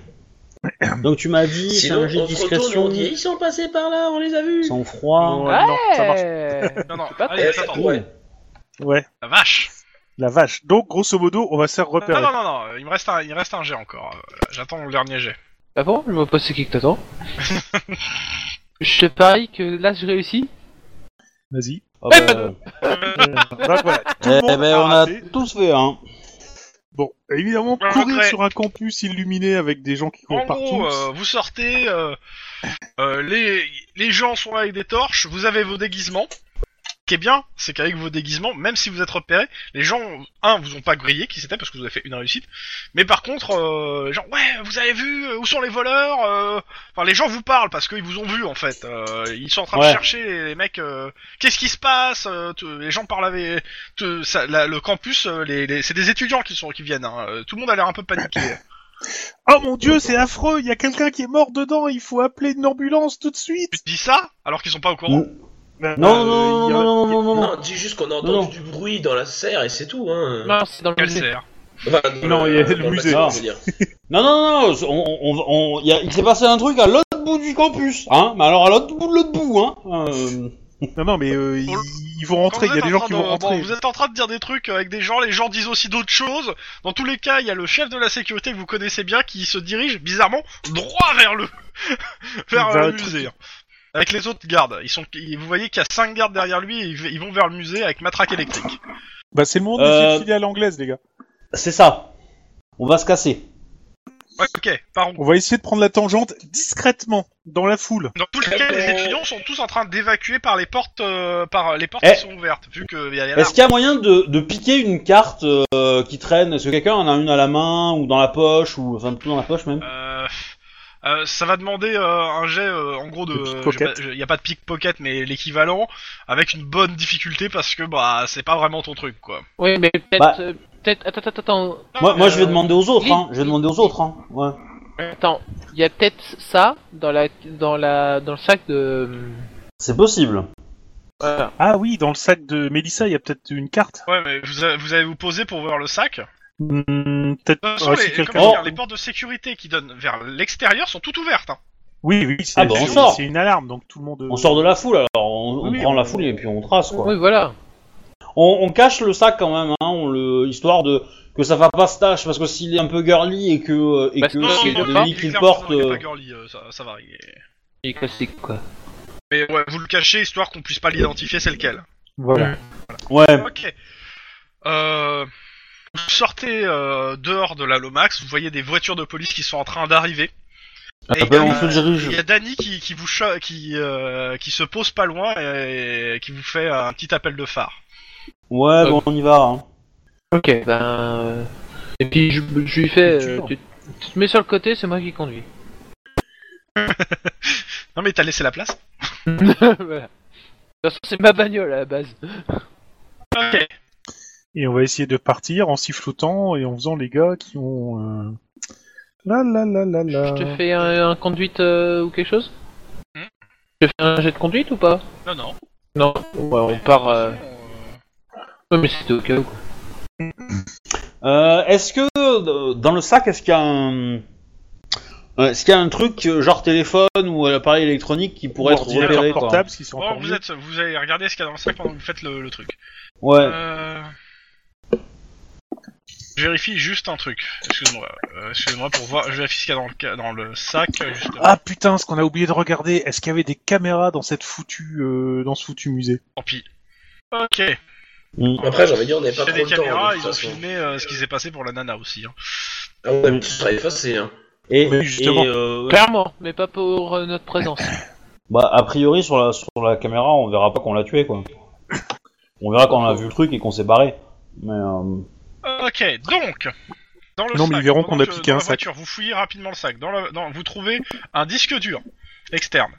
B: ok. Donc tu m'as dit, c'est
E: Sinon,
B: un
E: on
B: jeu de
E: se retourne, on
B: discrétion,
E: dit, ils sont passés par là, on les a vus.
B: sans
D: Ah,
B: froid.
C: Ouais, non, ça marche.
A: Ouais.
D: Non, non,
A: C'est pas
D: allez,
E: Eh,
D: attends.
E: ouais.
C: Ouais,
D: La vache.
C: la vache. Donc, grosso modo, on va se faire
D: Non,
C: repérer.
D: non, non, non, il me reste un, il me reste un jet encore. Euh, J'attends le dernier jet.
A: Ah bon Je me pose c'est qui que t'attends Je te parie que là je réussis.
C: Vas-y.
B: Ah
A: Eh
B: bah,
A: ben,
C: Euh, donc, voilà.
B: eh
C: Tout le monde
B: ben,
C: a
B: on a
C: raté.
B: tous fait un.
C: Bon, évidemment,
D: Un
C: courir
D: regret.
C: sur un campus illuminé avec des gens qui
D: En
C: courent partout.
D: gros, euh, vous sortez, euh, euh, les, les gens sont là avec des torches, vous avez vos déguisements. Ce qui est bien, c'est qu'avec vos déguisements, même si vous êtes repérés, les gens, un, vous ont pas grillé qui c'était parce que vous avez fait une réussite, mais par contre, euh, les gens, ouais, vous avez vu, euh, où sont les voleurs Euh, Enfin, les gens vous parlent parce qu'ils vous ont vu en fait. Euh, ils sont en train de
B: Ouais.
D: chercher les, les mecs, euh, qu'est-ce qui se passe Euh, tout- Les gens parlent avec. tout- ça- la- le campus, euh, les, les- c'est des étudiants qui, sont, qui viennent, hein. Euh, tout le monde a l'air un peu paniqué.
C: Oh mon dieu, c'est affreux, il y a quelqu'un qui est mort dedans, il faut appeler une ambulance tout de suite. Ben, euh,
D: tu te dis ça alors qu'ils sont pas au courant
B: Mm. Non, non, non, non, non, non, non, non.
E: Non, dis juste qu'on a
B: Non,
E: entendu
B: non.
E: du bruit dans la serre et c'est tout, hein.
A: Non, c'est dans le
D: Quelle
A: musée.
D: serre
E: Enfin, dans
C: Non, il y a le
E: dans
C: musée.
B: Ah.
E: bâtiment, je veux dire.
B: Non, non, non, non, on, on, on- y a- il s'est passé un truc à l'autre bout du campus, hein, mais alors à l'autre bout de l'autre bout, hein. euh,
C: Non, non, mais euh,
D: Pour le-
C: ils, ils vont
D: Quand
C: rentrer,
D: vous
C: il y a
D: êtes
C: des
D: en
C: gens
D: train
C: qui
D: de-
C: vont rentrer.
D: bon, vous êtes en train de dire des trucs euh, avec des gens, les gens disent aussi d'autres choses. Dans tous les cas, il y a le chef de la sécurité que vous connaissez bien qui se dirige bizarrement droit vers le vers
C: Vers
D: euh, le
C: le truc.
D: musée. hein. Avec les autres gardes, ils sont, ils- vous voyez qu'il y a cinq gardes derrière lui et ils v- ils vont vers le musée avec matraque électrique.
C: Bah, c'est le moment
B: Euh,
C: de filer à l'anglaise, les gars.
B: c'est ça. On va se casser.
D: Ouais, ok, par où
C: On va essayer de prendre la tangente discrètement, dans la foule.
D: Dans tous les cas, les étudiants sont tous en train d'évacuer par les portes, euh, par les portes
B: Eh.
D: qui sont ouvertes, vu qu'il
C: Eh,
D: y a l'alarme.
B: Est-ce qu'il y a moyen de, de piquer une carte euh, qui traîne Est-ce que quelqu'un en a une à la main ou dans la poche ou enfin plutôt dans la poche même
D: Euh, euh, ça va demander euh, un jet euh, en gros de.
C: De pickpocket.
D: Il n'y a pas de pickpocket, mais l'équivalent, avec une bonne difficulté parce que bah c'est pas vraiment ton truc quoi.
A: Oui, mais peut-être.
B: Bah.
A: euh, peut-être... Attends, attends, attends.
B: Moi, moi, je vais
A: euh,
B: demander aux autres. Hein. Je vais demander aux autres. Hein. Ouais.
A: Attends, il y a peut-être ça dans la dans la dans le sac de.
B: C'est possible.
C: Ah oui, dans le sac de Mélissa, il y a peut-être une carte.
D: Ouais, mais vous, a- vous allez vous poser pour voir le sac.
C: Hmm, peut-être
D: De toute façon,
C: ouais, si
D: les,
C: quelqu'un-
D: comme je
B: Oh.
D: dis, les portes de sécurité qui donnent vers l'extérieur sont toutes ouvertes. Hein.
C: Oui, oui, c'est
B: Ah bah, on
C: c'est-
B: sort.
C: c'est une alarme, donc tout le monde... euh,
B: On sort de la foule alors. On, on
C: Oui,
B: prend
C: on-
B: la foule et puis on trace quoi.
A: Oui, voilà.
B: On, on cache le sac quand même. Hein. On le histoire de que ça va pas se tâche parce que s'il est un peu girly et que euh, et
A: Bah,
B: que
A: sinon,
B: c'est
A: il est
B: le
A: pas-
B: délit qu'il
D: clairement,
B: porte.
D: non, il est
B: euh,
D: pas girly, euh, ça, ça va. il est-
A: C'est classique quoi.
D: Mais ouais, vous le cachez histoire qu'on puisse pas l'identifier, c'est lequel.
C: Voilà.
B: Ouais.
D: Ok. Euh, vous sortez euh, dehors de la Lomax, vous voyez des voitures de police qui sont en train d'arriver. Et
B: Ah
D: il y
B: ben,
D: a-
B: on se dirige.
D: Il y a Dany qui, qui vous cho- qui, euh, qui se pose pas loin et qui vous fait un petit appel de phare.
B: Ouais,
A: Euh.
B: bon, on y va. Hein.
A: Ok, ben. euh, Et puis je, je lui fais. euh,
C: Culture.
A: tu, tu te mets sur le côté, c'est moi qui conduis.
D: Non mais t'as laissé la place
A: voilà. De toute façon, c'est ma bagnole à la base.
D: Ok.
C: Et on va essayer de partir en sifflotant et en faisant les gars qui ont... euh, La la la la la...
A: Je te fais un, un conduite euh, ou quelque chose Tu veux faire un jet de conduite ou pas
D: Hmm Non, non.
A: Non, Bon, bah, on part. Euh... Ouais, mais c'était au cas où. quoi.
B: Euh, est-ce que euh, dans le sac, est-ce qu'il y a un, euh, est-ce qu'il y a un truc euh, genre téléphone ou un appareil électronique qui pourrait être
C: ordinateur
B: repéré quoi
C: portable, ce qui sont
D: Bon,
C: encore
D: vous
C: mieux.
D: êtes, vous allez regarder ce qu'il y a dans le sac pendant que vous faites le, le truc.
B: Ouais.
D: Euh... Je vérifie juste un truc. Excuse-moi. Euh, Excuse-moi pour voir. Je vérifie ce qu'il y a dans le, ca- dans le sac. euh, Justement.
C: Ah putain, ce qu'on a oublié de regarder, est-ce qu'il y avait des caméras dans cette foutue, euh, dans ce foutu musée
D: Tant pis. Ok.
E: Après, j'ai envie de dire, on n'est
D: Il y
E: pas
D: a
E: trop
D: des
E: le temps.
D: caméras,
E: de toute
D: ils ont
E: façon.
D: filmé euh, ce qui s'est passé pour la nana aussi. hein.
E: Ah, on a un petit travail facile. Hein.
B: Et,
C: Oui, justement.
B: et, euh,
A: Clairement, mais pas pour euh, notre présence.
B: bah, a priori, sur la, sur la caméra, on verra pas qu'on l'a tué, quoi. On verra qu'on a vu le truc et qu'on s'est barré. Mais, euh,
D: Ok, donc. Dans le
C: Non,
D: sac,
C: mais ils verront
D: pendant
C: qu'on a
D: que-
C: piqué
D: dans
C: un
D: la
C: sac.
D: voiture, vous fouillez rapidement le sac. Dans la- dans- vous trouvez un disque dur externe.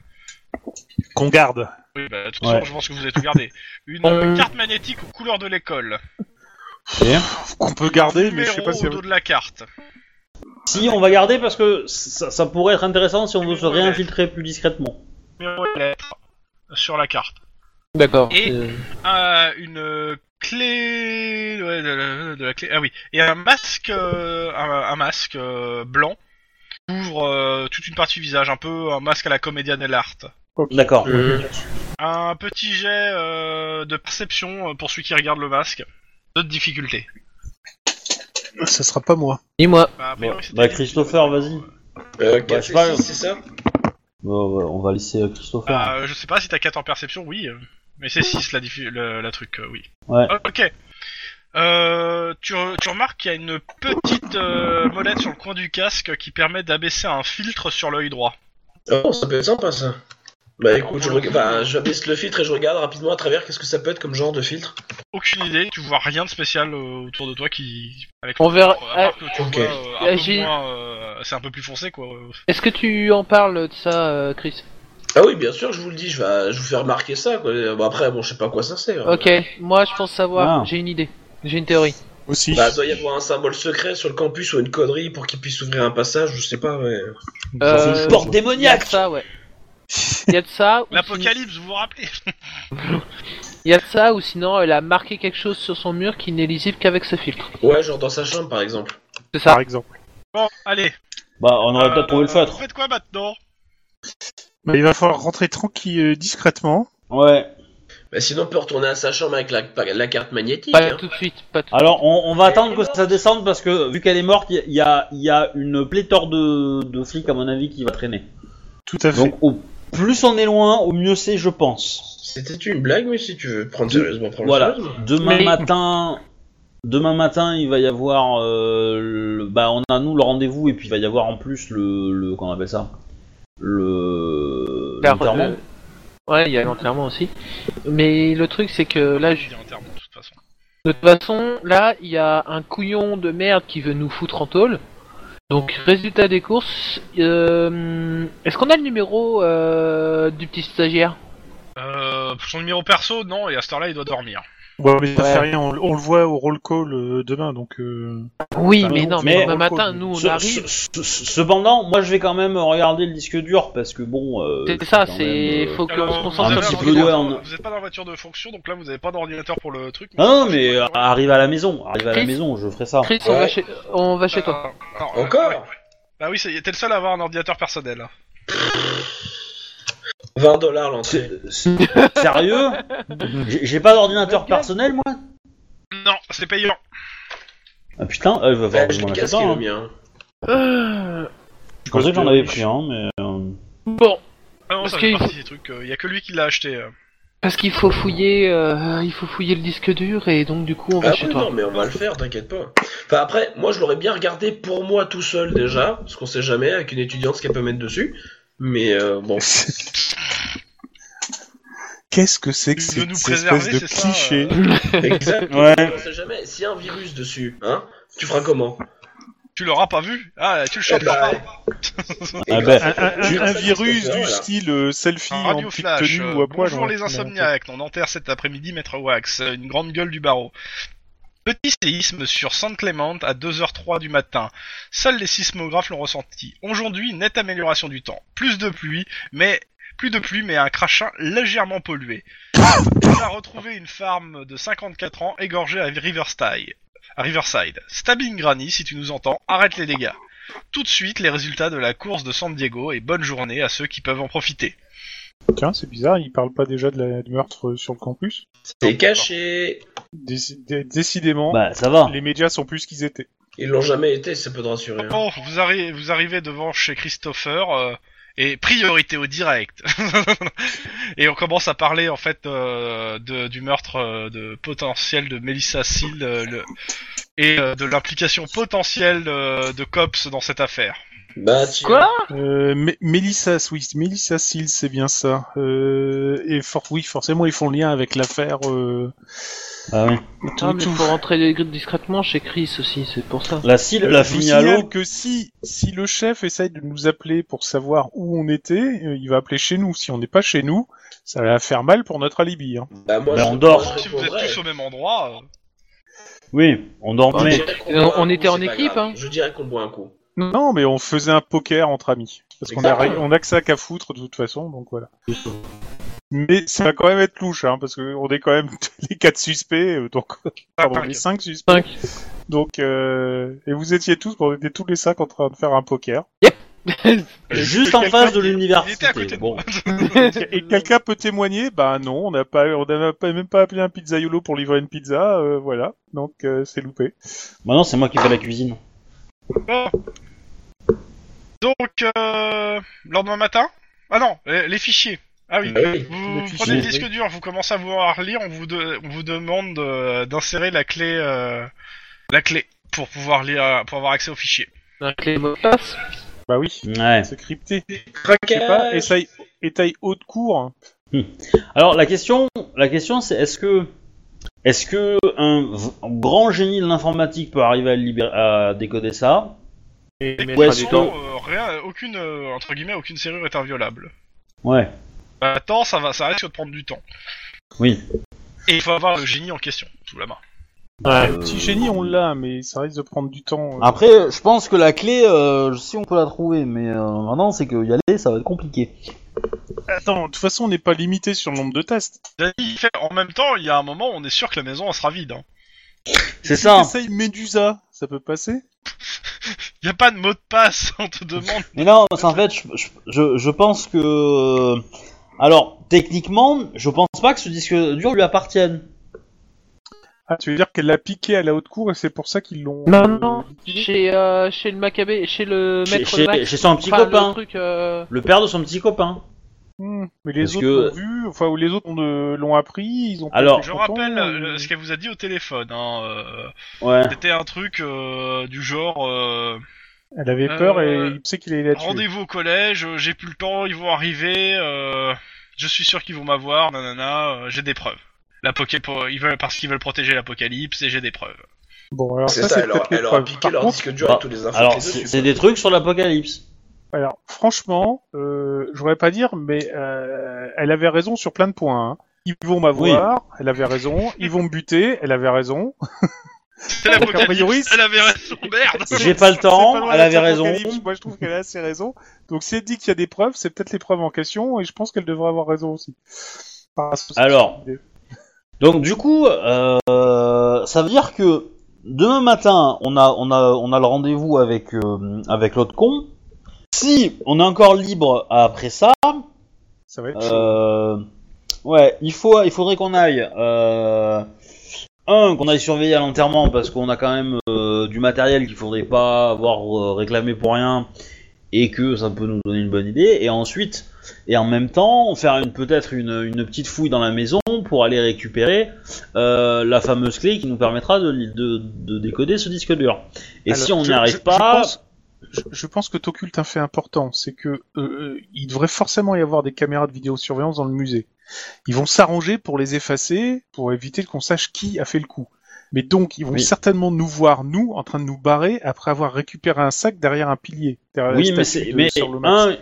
C: Qu'on garde.
D: Oui, bah, de toute
B: Ouais.
D: façon, je pense que vous avez tout gardé. Une
A: Euh.
D: euh, carte magnétique aux couleurs de l'école.
B: et-
C: Qu'on peut garder, mais je sais
D: Numéro
C: pas si...
D: au dos de la carte.
B: Si, on va garder parce que ça, ça pourrait être intéressant si on veut se réinfiltrer plus discrètement.
D: Numéro et lettre sur la carte.
A: D'accord.
D: Et-
A: euh,
D: Euh, une euh, clé ouais, de, la- de la clé ah oui et un masque euh, un, un masque euh, blanc qui couvre euh, toute une partie du visage un peu un masque à la comédienne dell'arte
B: D'accord.
E: Mmh.
D: un petit jet euh, de perception euh, pour celui qui regarde le masque d'autres difficultés
C: Ça sera pas moi.
A: Dis-moi.
D: bah,
B: Bah,
D: a priori, c'était-
B: bah, Christopher, vas-y.
E: Euh,
B: Bah, je sais pas,
E: 4, c'est ça
B: Bah, ouais, on va laisser euh, Christopher.
D: Bah, euh, je sais pas si t'as 4 en perception oui euh, mais c'est 6 la, diffi- le- la truc euh, oui
B: Ouais.
D: ok Euh, tu, re- tu remarques qu'il y a une petite euh, molette sur le coin du casque qui permet d'abaisser un filtre sur l'œil droit.
E: Oh, ça peut être sympa ça. Bah écoute, je,
D: Pour Ah, le
E: reg-
D: coup,
E: bah, j'abaisse le filtre et je regarde rapidement à travers qu'est-ce que ça peut être comme genre de filtre.
D: Aucune idée, tu vois rien de spécial euh, autour de toi qui. Avec euh,
A: On verra-
D: À part que tu
E: ok.
D: vois, euh, un
A: Ah,
D: peu
A: j'ai-
D: moins, euh, c'est un peu plus foncé quoi.
A: Est-ce que tu en parles de ça, euh, Chris
E: Ah oui, bien sûr, je vous le dis, je vais je vous faire remarquer ça. Quoi. Bon, après, bon, je sais pas à quoi ça sert. hein.
A: Ok, moi je pense savoir.
B: Ah.
A: J'ai une idée. J'ai une théorie.
C: Aussi.
E: Bah, doit y avoir un symbole secret sur le campus ou une connerie pour qu'ils puissent ouvrir un passage, je sais pas, ouais.
A: Euh,
B: C'est une
A: Il y a
B: porte
A: de
B: démoniaque
A: ça, ouais. Il y a de ça. ou
D: L'apocalypse, vous vous rappelez
A: sinon- Il y a de ça, ou sinon elle a marqué quelque chose sur son mur qui n'est lisible qu'avec ce filtre.
E: Ouais, genre dans sa chambre par exemple.
A: C'est ça.
C: Par exemple.
D: Bon, allez.
B: Bah, on aurait
D: Euh,
B: peut-être trouvé le
D: Vous
B: feutre.
D: faites quoi maintenant
C: Mais Bah, il va falloir rentrer tranquille, euh, discrètement.
B: Ouais.
E: Bah, sinon, on peut retourner à sa chambre avec la, la carte magnétique.
A: Pas
E: hein.
A: tout de suite. Pas tout...
B: Alors, on, on va
E: Elle
B: attendre
E: est
B: que ça descende parce que, vu qu'elle est morte, il y, a- il y a une pléthore de, de flics, à mon avis, qui va traîner.
C: Tout à fait.
B: Donc, au plus on est loin, au mieux c'est, je pense.
E: C'était une blague, mais si tu veux prendre
B: De-
E: sérieusement, prends
B: Voilà.
E: sérieusement.
B: Demain
A: Mais-
B: matin, demain matin, il va y avoir, euh, le- bah, on a nous le rendez-vous et puis il va y avoir en plus le, le comment on appelle ça, le
A: Car-
B: l'enterrement.
A: euh, Ouais, il y a l'enterrement aussi. Mais le truc, c'est que là, je-
D: Il y a un terme, de toute façon.
A: de toute façon, là, il y a un couillon de merde qui veut nous foutre en tôle. Donc, résultat des courses, euh, est-ce qu'on a le numéro euh, du petit stagiaire
D: Euh, son numéro perso, non, et à cette heure-là, il doit dormir.
C: Ouais, mais ça
A: Ouais.
C: fait rien, on, on le voit au roll call euh, demain, donc... euh,
A: Oui,
C: Bah,
A: Ah, mais
C: non,
A: non,
B: mais-
A: mais demain matin, nous, on
B: Ce-
A: arrive.
B: ce- ce- ce- Cependant, moi je vais quand même regarder le disque dur parce que bon. euh,
A: C'est ça,
B: quand
A: c'est
B: même, euh,
A: faut qu'on se
D: Alors, vous
A: concentre
B: un
A: sur
D: avez
B: petit
A: ce
B: peu
A: qu'il y a.
B: ouais, on-
D: Vous êtes pas dans la voiture de fonction, donc là, vous avez pas d'ordinateur pour le truc.
B: Non, non, mais euh, arrive à la maison, arrive à la
A: Chris
B: maison, je ferai ça.
A: Chris, on va
E: Ouais.
A: chez, on va chez toi.
D: Euh, alors, euh,
E: Encore
D: ouais, ouais. Bah oui, c'est- t'es le seul à avoir un ordinateur personnel.
E: 20 dollars l'entrée.
B: C'est- c'est- Sérieux J'ai j'ai pas d'ordinateur personnel, moi
D: Non, c'est payant.
B: Ah putain, euh, va
E: Bah,
B: falloir que
E: j'ai
B: je m'en
E: le
B: achète
E: casque
B: un,
E: et le
B: hein.
E: mien. Ah
A: Euh,
B: Je pensais que j'en avais pris un, mais... euh,
A: Bon,
D: Ah non,
A: Parce
D: ça
A: qu'il
D: fait
A: faut-
D: partie des trucs. euh, Il y a que lui qui l'a acheté. euh.
A: parce qu'il faut fouiller, euh, il faut fouiller le disque dur et donc du coup on va
E: Ah
A: chez
E: oui,
A: toi.
E: non, mais on va le faire, t'inquiète pas. Enfin, après, moi, je l'aurais bien regardé pour moi tout seul déjà, parce qu'on sait jamais avec une étudiante ce qu'elle peut mettre dessus. Mais euh, bon,
C: Qu'est-ce que c'est que
D: Tu veux
C: cette
D: nous
C: cette espèce
D: préserver,
C: de
D: c'est ça,
C: cliché
D: euh,
E: exact.
B: Ouais.
E: On sait jamais. S'il y a un virus dessus, hein, tu feras comment
D: Tu l'auras pas vu Ah, tu le chopes
E: Eh
C: ben,
E: bah,
D: pas.
B: Ah
E: Et
B: bah,
C: Un,
E: grâce à-
C: un- un-
E: grâce à
C: un virus
E: Christopher,
C: du
E: voilà.
C: style euh, selfie
D: Un
C: en
D: Radio
C: petite
D: Flash.
C: tenue
D: euh,
C: ou à poil. hein.
D: bonjour
C: ouais,
D: les
C: ouais,
D: insomniaques, on enterre cet après-midi Maître Wax, euh, une grande gueule du barreau. Petit séisme sur Sainte Clément à 2h03 du matin. Seuls les sismographes l'ont ressenti. Aujourd'hui, nette amélioration du temps. Plus de pluie, mais Plus de pluie, mais un crachin légèrement pollué. On a retrouvé une femme de 54 ans égorgée à Riverside. À Riverside. Stabbing Granny, si tu nous entends, arrête les dégâts. Tout de suite, les résultats de la course de San Diego et bonne journée à ceux qui peuvent en profiter.
C: Tiens, c'est bizarre, il parle pas déjà de la, du meurtre euh, sur le campus.
E: C'est caché.
C: Déci- dé- décidément,
B: Bah, ça va.
C: les médias sont plus ce qu'ils étaient.
E: Ils l'ont jamais été, ça peut te rassurer. hein.
D: Bon, vous, arri- vous arrivez devant chez Christopher euh, et priorité au direct. et on commence à parler en fait euh, de- du meurtre euh, de potentiel de Melissa Seal euh, le- et euh, de l'implication potentielle euh, de Cops dans cette affaire.
E: Bah, tiens.
A: Quoi
C: Euh, Mé- Mélissa, oui, Mélissa Seal, c'est bien ça. Euh, et for- oui, forcément, ils font lien avec l'affaire. euh,
B: Ah oui.
C: tout-
A: Ah, mais
C: tout.
A: faut rentrer discrètement chez Chris aussi, c'est pour ça.
B: La cile, la
C: Je vous
B: fille à
C: signale
B: l'eau.
C: euh, que si, si le chef essaye de nous appeler pour savoir où on était, euh, il va appeler chez nous. Si on n'est pas chez nous, ça va faire mal pour notre alibi. hein.
E: Bah, moi,
B: Bah,
E: je-
B: on dort.
E: moi, je
D: Si vous êtes
E: répondrais.
D: tous au même endroit, euh,
B: Oui, on
E: Je
D: Bah,
B: dormait.
E: dirais qu'on
A: Euh,
E: boit un
A: on
E: coup,
A: était en
E: c'est pas
A: équipe,
E: grave.
A: hein.
E: Je dirais qu'on boit un coup.
C: Non, mais on faisait un poker entre amis. Parce qu'on a, ri-
E: Exactement.
C: on a que ça qu'à foutre de toute façon, donc voilà. Mais ça va quand même être louche, hein, parce qu'on est quand même les quatre suspects, euh, donc pardon,
D: cinq.
C: les cinq suspects. Donc euh, et vous étiez tous, on était tous les cinq en train de faire un poker.
B: Juste en
C: Quelqu'un
B: face de
D: qui- il était à
B: l'université.
D: côté de
B: Ah, Bon.
C: Et quelqu'un peut témoigner Bah non, on n'a pas, on n'a pas- même pas appelé un pizzaiolo pour livrer une pizza, euh, voilà. Donc euh, c'est loupé.
B: Maintenant, c'est moi qui fais la cuisine.
D: Bon. Donc, euh, lendemain matin Ah non, les, les fichiers. Ah oui.
E: Bah oui.
D: Vous
C: Les
D: prenez le
B: fichiers,
D: disque dur, vous commencez à vouloir lire, on vous, de- on vous demande euh, d'insérer la clé, euh, la clé pour pouvoir lire, euh, pour avoir accès aux fichiers.
A: Un clé mot de passe.
C: Bah oui,
B: Ouais.
C: c'est crypté. Je sais pas,
E: Craquage.
C: essaye, essaye haut de cours.
B: Alors la question, la question, c'est est-ce que, est-ce que un v- grand génie de l'informatique peut arriver à, libérer, à décoder ça
A: Et il
B: ouais,
A: mettra du
B: sinon-
A: temps.
D: Euh, rien, aucune, euh, entre guillemets, aucune serrure est inviolable. Bah,
B: Ouais.
D: Attends, ça va, ça risque de prendre du temps.
B: Oui.
D: Et il faut avoir le génie en question sous la main.
C: Le petit
B: Euh,
C: génie, on l'a, mais ça risque de prendre du temps.
E: Ah.
C: euh.
B: Après, je pense que la clé, euh, si on peut la trouver, mais euh, maintenant, c'est que y aller, ça va être compliqué.
C: Attends, de toute façon, on n'est pas limité sur le nombre de tests.
D: Danny, il fait- en même temps, il y a un moment, on est sûr que la maison elle sera vide. Hein.
B: C'est
C: Si
B: ça.
C: t'essayes Medusa, ça peut passer
D: Il y a pas de mot de passe, on te demande.
B: Mais non, c'est en fait, je, je, je- je pense que, euh, alors techniquement, je pense pas que ce disque dur lui appartienne.
C: Ah, tu veux dire qu'elle l'a piqué à la haute cour et c'est pour ça qu'ils l'ont.
A: Non,
C: euh,
A: non. Chez, euh, chez le Maccabée, chez le
B: Chez,
A: maître
B: chez-
A: Max.
B: chez son petit
A: Enfin, le
B: copain,
A: truc, euh,
B: le père de son petit copain.
C: hmm, Mais les
B: Parce
C: autres
B: que-
C: l'ont vu, enfin, ou les autres ont, euh, l'ont appris, ils ont. pas
B: Alors-
C: été
D: Je
C: contents,
D: rappelle
C: euh,
D: euh, ce qu'elle vous a dit au téléphone. Hein, euh,
B: Ouais.
D: C'était un truc euh, du genre euh,
C: Elle avait peur
D: Euh,
C: et il sait qu'il est là-dessus.
D: rendez-vous au collège, euh, j'ai plus le temps, ils vont arriver, euh, je suis sûr qu'ils vont m'avoir, nanana, euh, j'ai des preuves. La poké- pour- ils veulent parce qu'ils veulent protéger l'apocalypse et j'ai des preuves.
C: Bon, alors
E: C'est
C: ça,
E: ça,
C: c'est
E: elle aura,
C: peut-être les
E: elle aura
C: preuves.
E: piqué
C: Par
E: leur
C: contre,
E: disque dur
B: bah,
E: et tous les infos qui
B: Alors,
E: étaient
B: c'est
E: dessus,
B: c'est
E: quoi.
B: des trucs sur l'apocalypse.
C: Alors, franchement, euh, j'aurais pas dire, mais euh, elle avait raison sur plein de points. hein. Ils vont m'avoir, elle avait raison. Ils vont me buter, elle avait raison.
D: C'est
C: Donc, a
D: l'apocalypse,
C: priori,
D: elle avait raison, merde
B: J'ai pas le
C: C'est pas
B: temps,
C: loin
B: elle
C: d'être
B: avait raison.
C: apocalypse. Moi, je trouve qu'elle a assez raison. Donc, si elle dit qu'il y a des preuves, c'est peut-être les preuves en question, et je pense qu'elle devrait avoir raison aussi. Par association
B: Alors.
C: d'idées.
B: Donc du coup, euh, ça veut dire que demain matin, on a, on a, on a le rendez-vous avec, euh, avec l'autre con. Si on est encore libre après ça,
C: ça va être chaud.
B: euh, ouais, il, faut, il faudrait qu'on aille. Euh, un, qu'on aille surveiller à l'enterrement parce qu'on a quand même euh, du matériel qu'il faudrait pas avoir euh, réclamé pour rien et que ça peut nous donner une bonne idée. Et ensuite, et en même temps, faire une peut-être une, une petite fouille dans la maison pour aller récupérer euh, la fameuse clé qui nous permettra de, de, de décoder ce disque dur. Et
C: Alors,
B: si on
C: je-
B: n'y
C: je-
B: arrive
C: je
B: pas,
C: pense- Je, je pense que t'occultes un fait important, c'est que euh, euh, il devrait forcément y avoir des caméras de vidéosurveillance dans le musée. Ils vont s'arranger pour les effacer, pour éviter qu'on sache qui a fait le coup. Mais donc, ils vont
B: Oui.
C: certainement nous voir, nous, en train de nous barrer après avoir récupéré un sac derrière un pilier. derrière la
B: oui, mais
C: statue
B: c'est
C: euh, de
B: mais
C: Sir Lomax.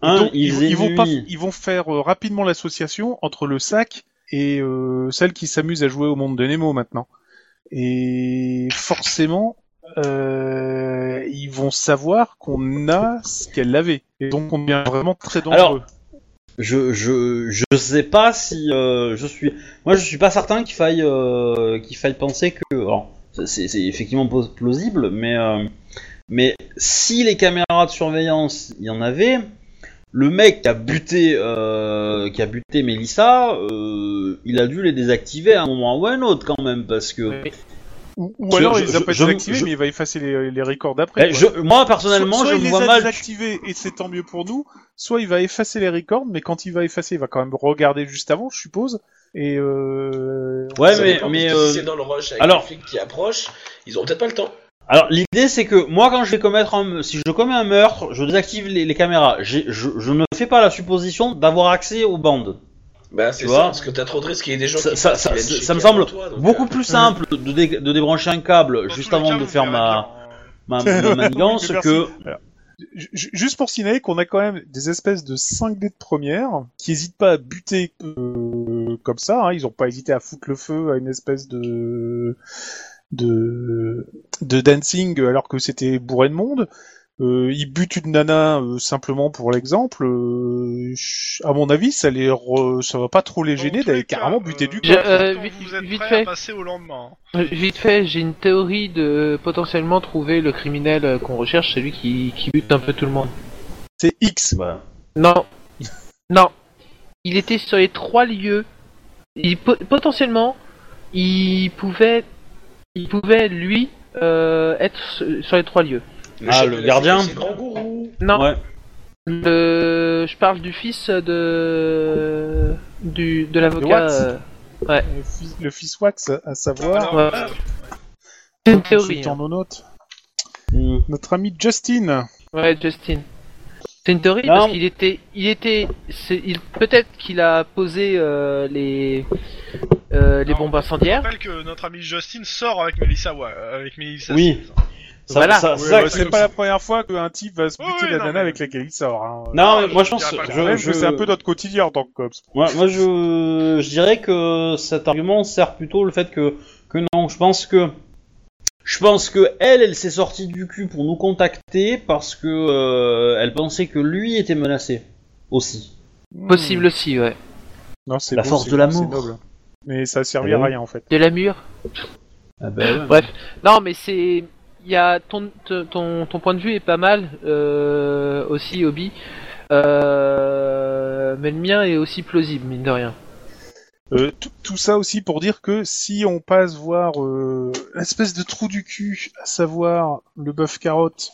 B: un, un,
C: Donc,
B: il
C: ils,
B: faisait
C: ils vont pas-
B: nuit.
C: ils vont faire euh, rapidement l'association entre le sac et euh, celle qui s'amuse à jouer au monde de Nemo maintenant. Et forcément, euh, ils vont savoir qu'on a ce qu'elle avait. Et donc on devient vraiment très dangereux.
B: Alors, je, je, je sais pas si euh, je suis. Moi, je suis pas certain qu'il faille, euh, qu'il faille penser que. Alors, c'est c'est effectivement pos- plausible, mais, euh, mais si les caméras de surveillance, il y en avait, le mec qui a buté, euh, qui a buté Mélissa, euh, il a dû les désactiver à un moment ou à un autre quand même, parce que.
A: Oui.
C: Ou,
B: Je-
C: ou alors il
B: je-
C: les a pas
B: je-
C: désactivés,
B: je-
C: mais il va effacer les, les records
B: Eh,
C: d'après. quoi.
B: je, moi, personnellement,
C: soit, soit
B: je
C: il
B: me
C: les
B: vois
C: a
B: mal.
C: désactivés et c'est tant mieux pour nous, soit il va effacer les records, mais quand il va effacer, il va quand même regarder juste avant, je suppose. Et euh...
B: Ouais,
E: Ça
B: mais,
E: dépend,
B: mais
E: parce que
B: euh,
E: si c'est dans le rush avec
B: alors-
E: les flics qui approchent, ils ont peut-être pas le temps.
B: Alors l'idée c'est que moi quand je vais commettre un, si je commets un meurtre, je désactive les, les caméras. J'ai- Je, je ne fais pas la supposition d'avoir accès aux bandes.
E: Bah c'est
B: Tu
E: ça,
B: vois
E: parce que t'as trop de risques, il y a des gens
B: Ça-
E: qui...
B: ça-
E: passent,
B: ça-
E: ils viennent
B: ça-
E: checker
B: ça me semble
E: avant toi, donc,
B: Beaucoup
E: euh,
B: plus simple de, dé- de débrancher un câble
D: Dans
B: juste
D: tous les
B: avant
D: cas,
B: de
D: vous
B: faire
D: verrez
B: ma,
D: bien, hein.
B: ma, ma manigance
C: Oui, merci.
B: que
C: ju- ju- juste pour signaler qu'on a quand même des espèces de 5 dés de première qui hésitent pas à buter euh, comme ça. hein. Ils ont pas hésité à foutre le feu à une espèce de de, de dancing alors que c'était bourré de monde. Euh, ils butent une nana euh, simplement pour l'exemple. Euh, ch- à mon avis, ça les re- ça va pas trop les
D: Dans
C: gêner
D: tous les
C: d'aller
D: cas,
C: carrément buter du
D: euh,
C: cul.
A: Je- euh,
D: quand
A: vite-
D: vous êtes
A: vite
D: prêt
A: fait.
D: à passer au lendemain. hein.
A: Euh, Vite fait, j'ai une théorie de potentiellement trouver le criminel euh, qu'on recherche, celui qui, qui bute un peu tout le monde.
C: C'est X.
B: bah,
A: Non. non. Il était sur les trois lieux. Il, po- potentiellement, il pouvait, il pouvait lui euh, être sur- sur les trois lieux.
B: Ah,
E: chef
B: le
E: de la
B: gardien.
E: sécurité, C'est grand gourou.
A: Non.
B: ouais.
A: Le... Je parle du fils de du de
C: De Watts
A: l'avocat. euh,
C: Le fils, le fils Wax, à savoir.
D: Alors,
A: ouais.
D: euh,
A: C'est une théorie. hein.
C: Consultant nonote.
B: Hmm.
C: Notre ami Justin.
A: Ouais, Justin. C'est une théorie
B: Non.
A: parce qu'il était, il était, c'est- il peut-être qu'il a posé euh, les euh, les
D: Alors,
A: bombes
D: Je
A: incendiaires.
D: rappelle que notre ami Justin sort avec Melissa. Wa- avec Melissa
B: Oui.
D: Sims.
B: Ça,
A: Voilà.
B: ça-
C: Ouais,
B: ça-
C: bah,
B: c'est-
C: c'est pas la première fois qu'un type va se
D: Oui,
C: buter
D: oui,
C: la
D: non,
C: nana
D: mais-
C: avec laquelle il sort. Hein.
B: Non, mais moi je pense,
D: Il y a pas de
B: je,
C: Même
B: je-
C: que c'est un peu notre quotidien dans Cops.
B: moi, moi, je, je dirais que cet argument sert plutôt le fait que, que non, je pense que, je pense que elle, elle s'est sortie du cul pour nous contacter parce que euh, elle pensait que lui était menacé aussi.
A: Mmh. Possible aussi, ouais.
C: Non, c'est
B: La
C: beau,
B: force
C: c'est-
B: de l'amour.
C: c'est noble. Mais ça a servi à
B: Allô
C: rien en fait.
A: De la mûre.
B: Ah ben,
A: Bref. Non, mais c'est, il y a ton, ton- ton ton point de vue est pas mal euh, aussi, Obi. Euh, mais le mien est aussi plausible, mine de rien.
C: Euh, tout, tout ça aussi pour dire que si on passe voir euh, l'espèce de trou du cul, à savoir le bœuf carotte.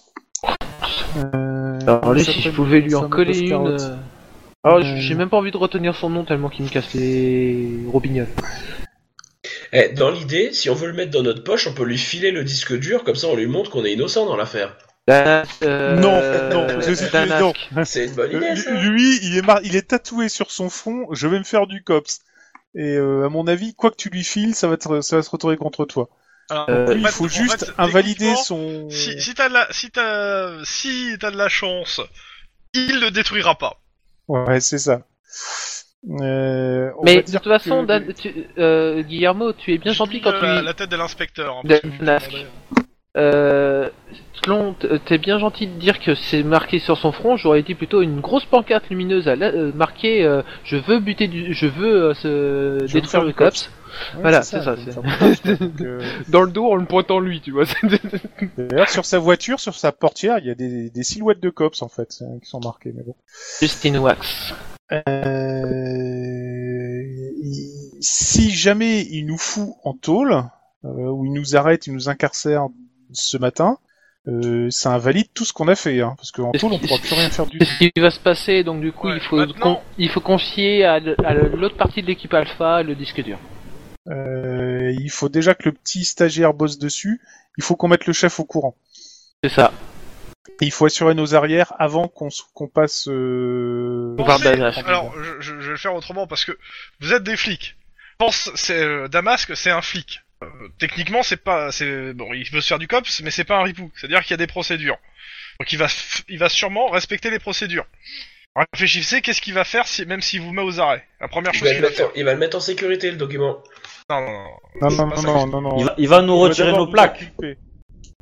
C: euh,
A: Alors là,
C: ça
A: si je
C: s'appelle
A: pouvais lui
C: le
A: en
C: fameux
A: coller
C: bœuf
A: une.
C: carotte.
A: euh, Alors,
C: Euh.
A: j'ai même pas envie de retenir son nom tellement qu'il me casse les robignoles.
E: Eh, dans l'idée, si on veut le mettre dans notre poche, on peut lui filer le disque dur, comme ça on lui montre qu'on est innocent dans l'affaire.
A: Danas, euh,
C: Non, non, je suis
A: Danas.
C: non.
E: C'est une bonne idée, ça.
C: Euh, lui, lui, il est, mar- il est tatoué sur son front, je vais me faire du cops. Et euh, à mon avis, quoi que tu lui files, ça va, te- ça va se retourner contre toi.
D: Alors,
A: Euh,
D: en
C: Lui, il
D: fait,
C: faut
D: en
C: juste
D: fait,
C: invalider
D: techniquement,
C: son...
D: Si, si t'as de la, si t'as, si t'as de la chance, il le détruira pas.
C: Ouais, c'est ça. Euh, on
A: Mais
C: va
A: de
C: dire
A: toute façon,
C: que-
A: Dan- tu- euh, Guillermo, tu es bien
D: Je
A: gentil
D: dis,
A: quand
D: euh,
A: tu.
D: la, la tête de l'inspecteur. hein,
A: De-
D: parce que je suis
A: Nask.
D: demandé.
A: Euh, Tlon, t- euh, t'es bien gentil de dire que c'est marqué sur son front. J'aurais dit plutôt une grosse pancarte lumineuse à la- euh, marquer. euh, je veux buter du, je veux euh, se
C: Je veux
A: détruire
C: faire
A: le
C: du cops.
A: cops.
C: Ouais,
A: voilà, c'est ça,
C: il
A: c'est-
C: faut me faire du cops, donc, euh,
A: Dans le dos en le pointant lui, tu vois.
C: D'ailleurs, sur sa voiture, sur sa portière, il y a des, des silhouettes de cops, en fait, euh, qui sont marquées. Mais bon.
A: Justin Wax.
C: Euh, il- si jamais il nous fout en tôle, euh, ou il nous arrête, il nous incarcère ce matin, euh, ça invalide tout ce qu'on a fait, hein, parce qu'en tôle on pourra plus rien faire du
A: C'est
C: tout.
A: ce qui va se passer. Donc du coup,
D: Ouais,
A: il faut
D: maintenant-
A: con- il faut confier à, l- à l'autre partie de l'équipe Alpha le disque dur.
C: Euh, il faut déjà que le petit stagiaire bosse dessus, il faut qu'on mette le chef au courant.
A: C'est ça.
C: Et il faut assurer nos arrières avant qu'on s- qu'on passe... euh,
A: On parle
D: Pensez-
A: d'Adamas.
D: Alors, je, je- je vais le faire autrement parce que vous êtes des flics. Pense, c'est euh, Damasque, c'est un flic. Euh, techniquement, c'est pas, c'est bon, il veut se faire du cops, mais c'est pas un ripou. C'est-à-dire qu'il y a des procédures. Donc il va, f- il va sûrement respecter les procédures. Réfléchissez, qu'est-ce qu'il va faire si, même s'il vous met aux arrêts La première
E: Il
D: chose
E: va, le
D: qu'il va
E: mettre
D: faire.
E: en, il va le mettre en sécurité, le document.
D: Non, non,
C: Non,
D: non.
C: non,
D: pas
C: non,
D: ça.
C: non, non, non.
B: il va, il va nous
C: On va
B: retirer
C: d'abord
B: nos
C: nous
B: plaques.
C: occuper.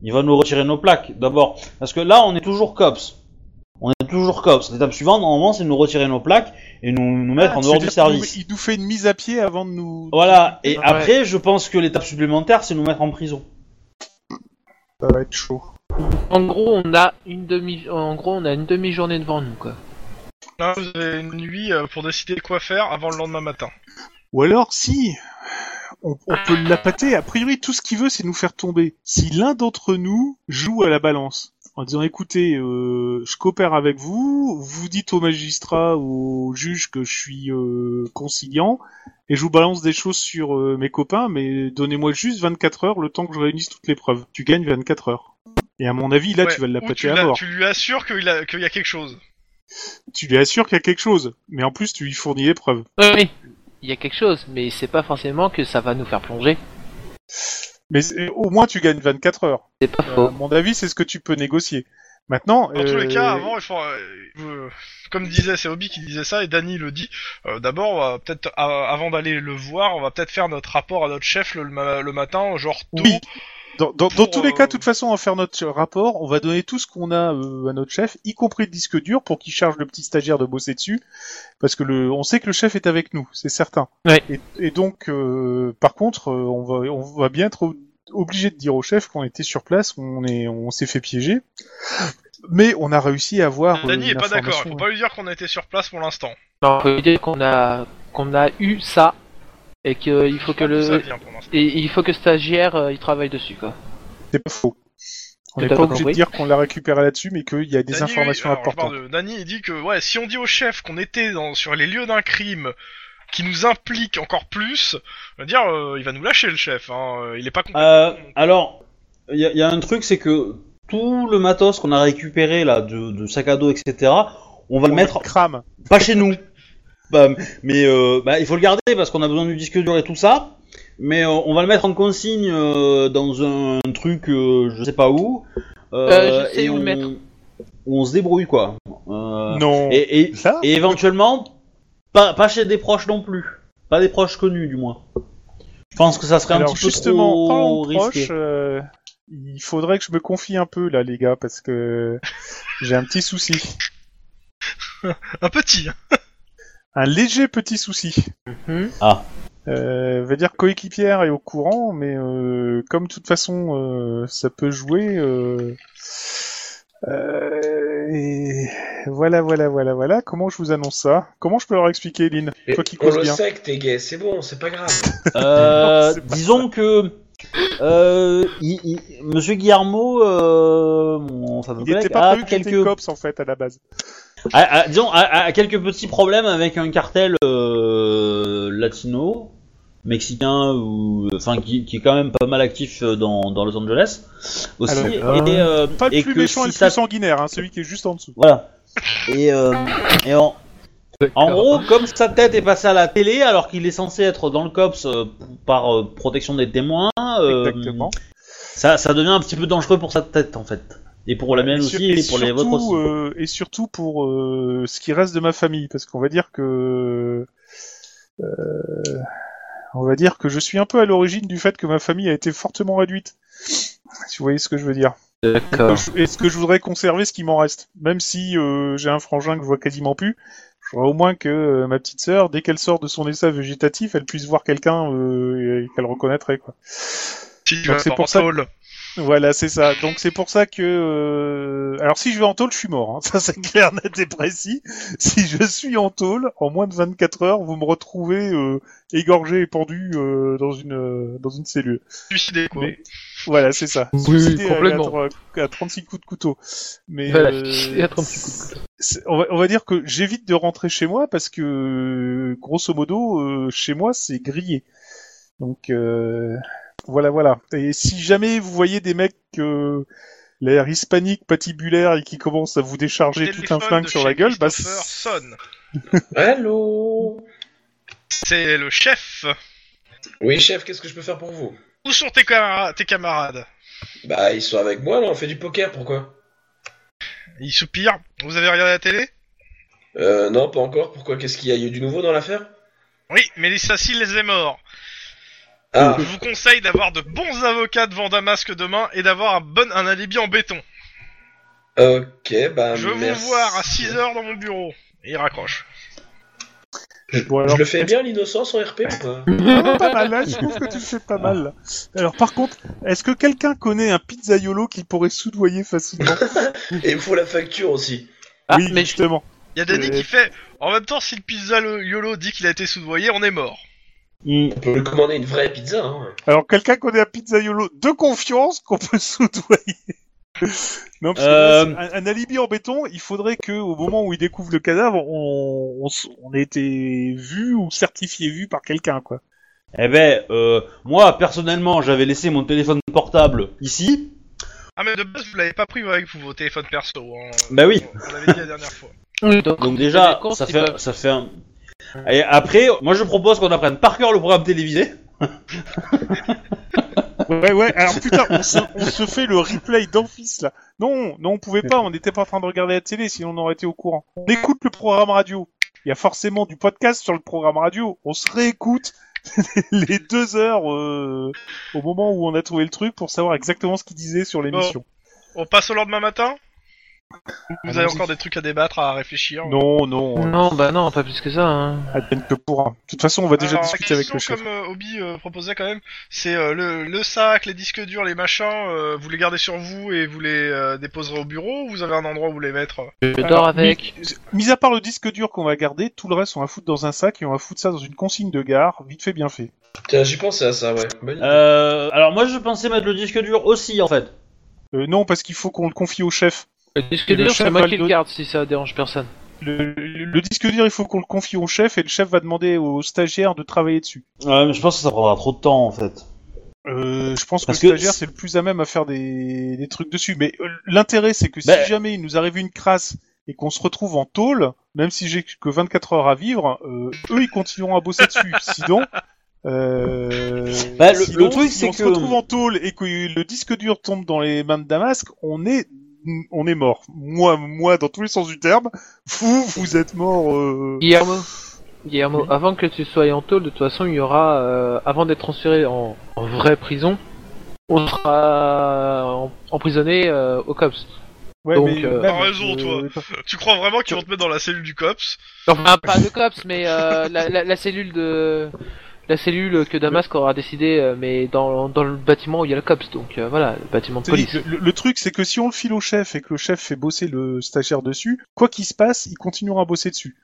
B: Il va nous retirer nos plaques d'abord, parce que là on est toujours cops. On est C'est toujours COPS. L'étape suivante, normalement, c'est de nous retirer nos plaques et nous, nous mettre en dehors du
C: C'est-à-dire qu'il nous-
B: service.
C: Il nous fait une mise à pied avant de nous.
B: Voilà, et
C: Ouais.
B: après, je pense que l'étape supplémentaire, c'est nous mettre en prison.
C: Ça va euh, être chaud.
A: En gros, on a une demi, en gros, on a une demi-journée devant nous, quoi.
D: Là, vous avez une nuit euh, pour décider quoi faire avant le lendemain matin.
C: Ou alors, si, on, on peut l'appâter. A priori, tout ce qu'il veut, c'est nous faire tomber. Si l'un d'entre nous joue à la balance, en disant, écoutez, euh, je coopère avec vous, vous dites au magistrat ou au juge que je suis euh, conciliant, et je vous balance des choses sur euh, mes copains, mais donnez-moi juste 24 heures, le temps que je réunisse toutes les preuves. Tu gagnes 24 heures. Et à mon avis, là,
D: Ouais,
C: tu vas
D: ou tu,
C: l'appâter à
D: l'as-
C: mort.
D: tu lui assures qu'il a- qu'il y a quelque chose.
C: Tu lui assures qu'il y a quelque chose, mais en plus, tu lui fournis les preuves.
A: Oui, oui. Il y a quelque chose, mais c'est pas forcément que ça va nous faire plonger.
C: Mais c'est- au moins, tu gagnes 24 heures.
A: C'est pas
C: Euh, à
A: faux.
C: mon avis, c'est ce que tu peux négocier. Maintenant,
D: Dans tous les
C: euh,
D: cas, avant, il faut, euh, euh, comme disait, c'est Obi qui disait ça et Danny le dit. euh, D'abord, on va peut-être euh, avant d'aller le voir, on va peut-être faire notre rapport à notre chef le, le ma- le matin, genre tôt.
C: Oui. dans, dans- dans
D: pour,
C: tous les cas,
D: euh,
C: de toute façon, on va faire notre rapport, on va donner tout ce qu'on a euh, à notre chef, y compris le disque dur, pour qu'il charge le petit stagiaire de bosser dessus, parce que le, on sait que le chef est avec nous, c'est certain.
A: Ouais.
C: Et, et donc, euh, par contre, euh, on va, on va bien être ob- obligé de dire au chef qu'on était sur place, on est, on s'est fait piéger, mais on a réussi à avoir. euh,
D: Danny est
C: une
D: pas d'accord. Il faut
C: information.
D: pas lui dire qu'on a été sur place pour l'instant.
A: Non, faut lui dire qu'on a, qu'on a eu ça, et
C: Euh,
A: qu'il faut que
D: Ça
A: le,
D: vient pour l'instant.
A: et il faut que le stagiaire, euh, il travaille dessus, quoi.
C: C'est pas faux. On
A: Tout
C: n'est
A: à
C: pas
A: fait
C: obligé de
A: compris.
C: dire qu'on l'a récupéré là-dessus, mais qu'il y a des
D: Dany, lui,
C: informations
D: alors, euh, je
C: importantes.
D: parle de- Dany, il dit que ouais, si on dit au chef qu'on était dans, sur les lieux d'un crime qui nous implique encore plus, on va dire euh, il va nous lâcher le chef. Hein, euh, il est pas content.
B: Euh, alors, il y, a- il y a un truc, c'est que tout le matos qu'on a récupéré, là, de, de sac à dos, etc., on va le mettre
C: crame.
B: pas chez nous. Bah, mais euh, bah, il faut le garder parce qu'on a besoin du disque dur et tout ça. Mais euh, on va le mettre en consigne euh, dans un, truc, euh, je sais pas où.
A: Euh, je sais
B: et
A: où le
B: on-
A: mettre.
B: On se débrouille quoi. Euh,
C: Non.
B: Et, et-
C: Ça
B: et éventuellement, pas, pas chez des proches non plus. Pas des proches connus du moins. Je pense que ça serait un
C: Alors
B: petit peu
C: justement,
B: trop
C: parlant de proches,
B: risqué.
C: euh, il faudrait que je me confie un peu là, les gars, parce que j'ai un petit souci, Ah.
D: Un petit. hein,
C: un léger petit souci.
A: Mhm.
B: Ah.
C: Euh, veut dire coéquipière est au courant, mais euh, comme de toute façon euh, ça peut jouer. euh, euh, et voilà, voilà, voilà, voilà. Comment je vous annonce ça Comment je peux leur expliquer, Lynn
E: Et
C: Toi qui
E: on
C: cause
E: le
C: bien.
E: sait que t'es gay, c'est bon, c'est pas grave.
B: Euh,
C: Non, c'est pas
B: disons que euh, il- il- Monsieur Guillermo, euh, mon fameux
C: Il n'était
B: collègue,
C: pas
B: a
C: prévu qu'il était
B: quelques,
C: cops en fait à la base.
B: a- a- disons, a, a quelques petits problèmes avec un cartel euh, latino, mexicain, ou enfin qui, qui est quand même pas mal actif euh, dans, dans Los Angeles aussi.
C: Alors,
B: et, euh,
C: Pas le
B: et
C: plus
B: que
C: méchant
B: si
C: et le plus
B: ça-
C: sanguinaire, hein, celui qui est juste en dessous.
B: voilà. Et, euh, et en, En gros, comme sa tête est passée à la télé alors qu'il est censé être dans le COPS euh, p- par euh, protection des témoins, euh,
C: Exactement.
B: ça, ça devient un petit peu dangereux pour sa tête en fait. Et pour la mienne
C: Et sur-
B: aussi, et, pour les vôtres aussi.
C: euh, et surtout pour euh, ce qui reste de ma famille, parce qu'on va dire que. euh, on va dire que je suis un peu à l'origine du fait que ma famille a été fortement réduite. Si vous voyez ce que je veux dire.
A: D'accord.
C: Je- Est-ce que je voudrais conserver ce qui m'en reste Même si euh, j'ai un frangin que je vois quasiment plus, je voudrais au moins que euh, ma petite sœur, dès qu'elle sort de son essai végétatif, elle puisse voir quelqu'un euh, et qu'elle reconnaîtrait. quoi.
D: Si tu
C: Donc
D: vas
C: c'est
D: dans
C: pour ça
D: Saul.
C: Voilà, c'est ça. Donc c'est pour ça que... euh, Alors si je vais en tôle, je suis mort. hein. Ça c'est clair, net et précis. Si je suis en tôle, en moins de 24 heures, vous me retrouvez euh, égorgé et pendu euh, dans, une, euh, dans une cellule.
D: suicider quoi.
C: Mais- Voilà, c'est ça.
A: Oui,
C: Suicidé à-
A: complètement.
C: À, tro- à 36 coups de couteau. Mais
A: Voilà,
C: euh,
A: suicidé à 36 coups de
C: c'est- On va, on va dire que j'évite de rentrer chez moi parce que, euh, grosso modo, euh, chez moi, c'est grillé. Donc, euh, voilà, voilà. Et si jamais vous voyez des mecs euh, l'air hispanique, patibulaire et qui commencent à vous décharger tout un
D: Téléphone
C: flingue
D: de
C: sur
D: chez
C: la gueule, bah,
D: Christopher sonne.
E: Allô
D: C'est le chef.
E: Oui, chef, qu'est-ce que je peux faire pour vous
D: Où sont tes, camara- tes camarades
E: Bah, ils sont avec moi, là, on fait du poker, pourquoi
D: Il soupire. Vous avez regardé la télé
E: Euh, non, pas encore, pourquoi Qu'est-ce qu'il y a eu du nouveau dans l'affaire
D: Oui, mais Sassil les est morts.
E: Ah,
D: Je vous conseille d'avoir de bons avocats devant Damasque demain et d'avoir un bon un alibi en béton.
E: Ok, bah
D: je veux
E: merci.
D: vous voir à 6h dans mon bureau. Et il raccroche.
C: Bon,
E: Je
C: alors,
E: le fais bien l'innocence en RP ou pas
C: Ah, pas mal, là, je trouve que tu le fais pas mal. là. Alors, par contre, est-ce que quelqu'un connaît un pizzaiolo qui pourrait soudoyer facilement
E: Et il me faut la facture aussi.
A: Ah,
C: Oui,
A: mais je-
C: justement.
D: Il y a Danny
C: Euh.
D: qui fait En même temps, si le pizza le YOLO dit qu'il a été soudoyé, on est mort.
C: Hmm.
E: On peut lui commander une vraie pizza. Hein.
C: Alors, quelqu'un connaît un pizzaiolo de confiance qu'on peut soudoyer Non, parce que
B: Euh.
C: là, c'est un, un alibi en béton, il faudrait que au moment où il découvre le cadavre, on, on, s- on ait été vu ou certifié vu par quelqu'un, quoi.
B: Eh ben, euh, moi, personnellement, j'avais laissé mon téléphone portable ici.
D: Ah, mais de base, vous l'avez pas pris avec vous, vos téléphones perso. hein.
B: Bah oui.
D: On l'avait dit la dernière fois.
A: Oui, donc,
B: Donc déjà,
A: courses,
B: ça
A: ils
B: fait,
A: peuvent-
B: ça fait un... Et après, moi, je propose qu'on apprenne par cœur le programme télévisé.
C: Ouais, ouais, alors putain, on se, on se fait le replay d'office là. Non, non, on pouvait pas, on n'était pas en train de regarder la télé, sinon on aurait été au courant. On écoute le programme radio. Il y a forcément du podcast sur le programme radio. On se réécoute les deux heures euh, au moment où on a trouvé le truc pour savoir exactement ce qu'il disait sur l'émission.
D: On passe au lendemain matin Vous avez
C: Allons-y.
D: encore des trucs à débattre, à réfléchir
C: Non, non,
A: Non, bah non, pas plus que ça. hein.
C: advienne que pourra. De toute façon, on va déjà
D: Alors,
C: discuter
D: la
C: avec
D: question,
C: le chef.
D: comme euh, Obi euh, proposait quand même, c'est euh, le, le sac, les disques durs, les machins, euh, vous les gardez sur vous et vous les euh, déposerez au bureau ou vous avez un endroit où vous les mettre
A: Je dors
C: Alors,
A: avec.
C: Mis, mis à part le disque dur qu'on va garder, tout le reste on va foutre dans un sac et on va foutre ça dans une consigne de gare, vite fait, bien fait.
E: Tiens, j'y pensais à ça, ouais. Bonne idée.
B: Euh, alors moi, je pensais mettre le disque dur aussi, en fait.
C: Euh, non, parce qu'il faut qu'on le confie au chef.
A: Le disque
C: Et le
A: dur,
C: chef
A: c'est
C: va
A: moi
C: le
A: qui le
C: don-
A: garde si ça dérange personne.
C: Le, le- le disque dur, il faut qu'on le confie au chef et le chef va demander au stagiaire de travailler dessus.
B: Ouais, mais je pense que ça prendra trop de temps, en fait.
C: Euh, je pense que
B: Parce
C: le
B: que
C: stagiaire,
B: c'est-
C: c'est le plus à même à faire des, des trucs dessus. Mais euh, l'intérêt, c'est que si
B: Ben-
C: jamais il nous arrive une crasse et qu'on se retrouve en tôle, même si j'ai que 24 heures à vivre, euh, eux, ils continueront à bosser dessus. Sinon... Euh,
B: Bah, le-
C: sinon,
B: le truc,
C: si
B: c'est
C: on se
B: que-
C: retrouve en tôle et que le disque dur tombe dans les mains de Damasque, on est on est mort. Moi, moi, dans tous les sens du terme, vous, vous êtes mort. euh,
A: Guillermo, Guillermo, avant que tu sois en tôle, de toute façon, il y aura, euh, avant d'être transféré en, en vraie prison, on sera en- emprisonné euh, au COPS.
C: Ouais,
A: Donc,
C: mais
A: euh,
C: même,
D: T'as raison,
C: euh,
D: Tu crois vraiment qu'ils vont te mettre dans la cellule du COPS
A: Enfin, Ah, pas le COPS, mais euh, la, la- la cellule de... La cellule que Damasque aura décidé, euh, mais dans, dans le bâtiment où il y a le COPS, donc euh, voilà, le bâtiment de
C: c'est-
A: police.
C: Le, le truc, c'est que si on le file au chef et que le chef fait bosser le stagiaire dessus, quoi qu'il se passe, il continuera à bosser dessus.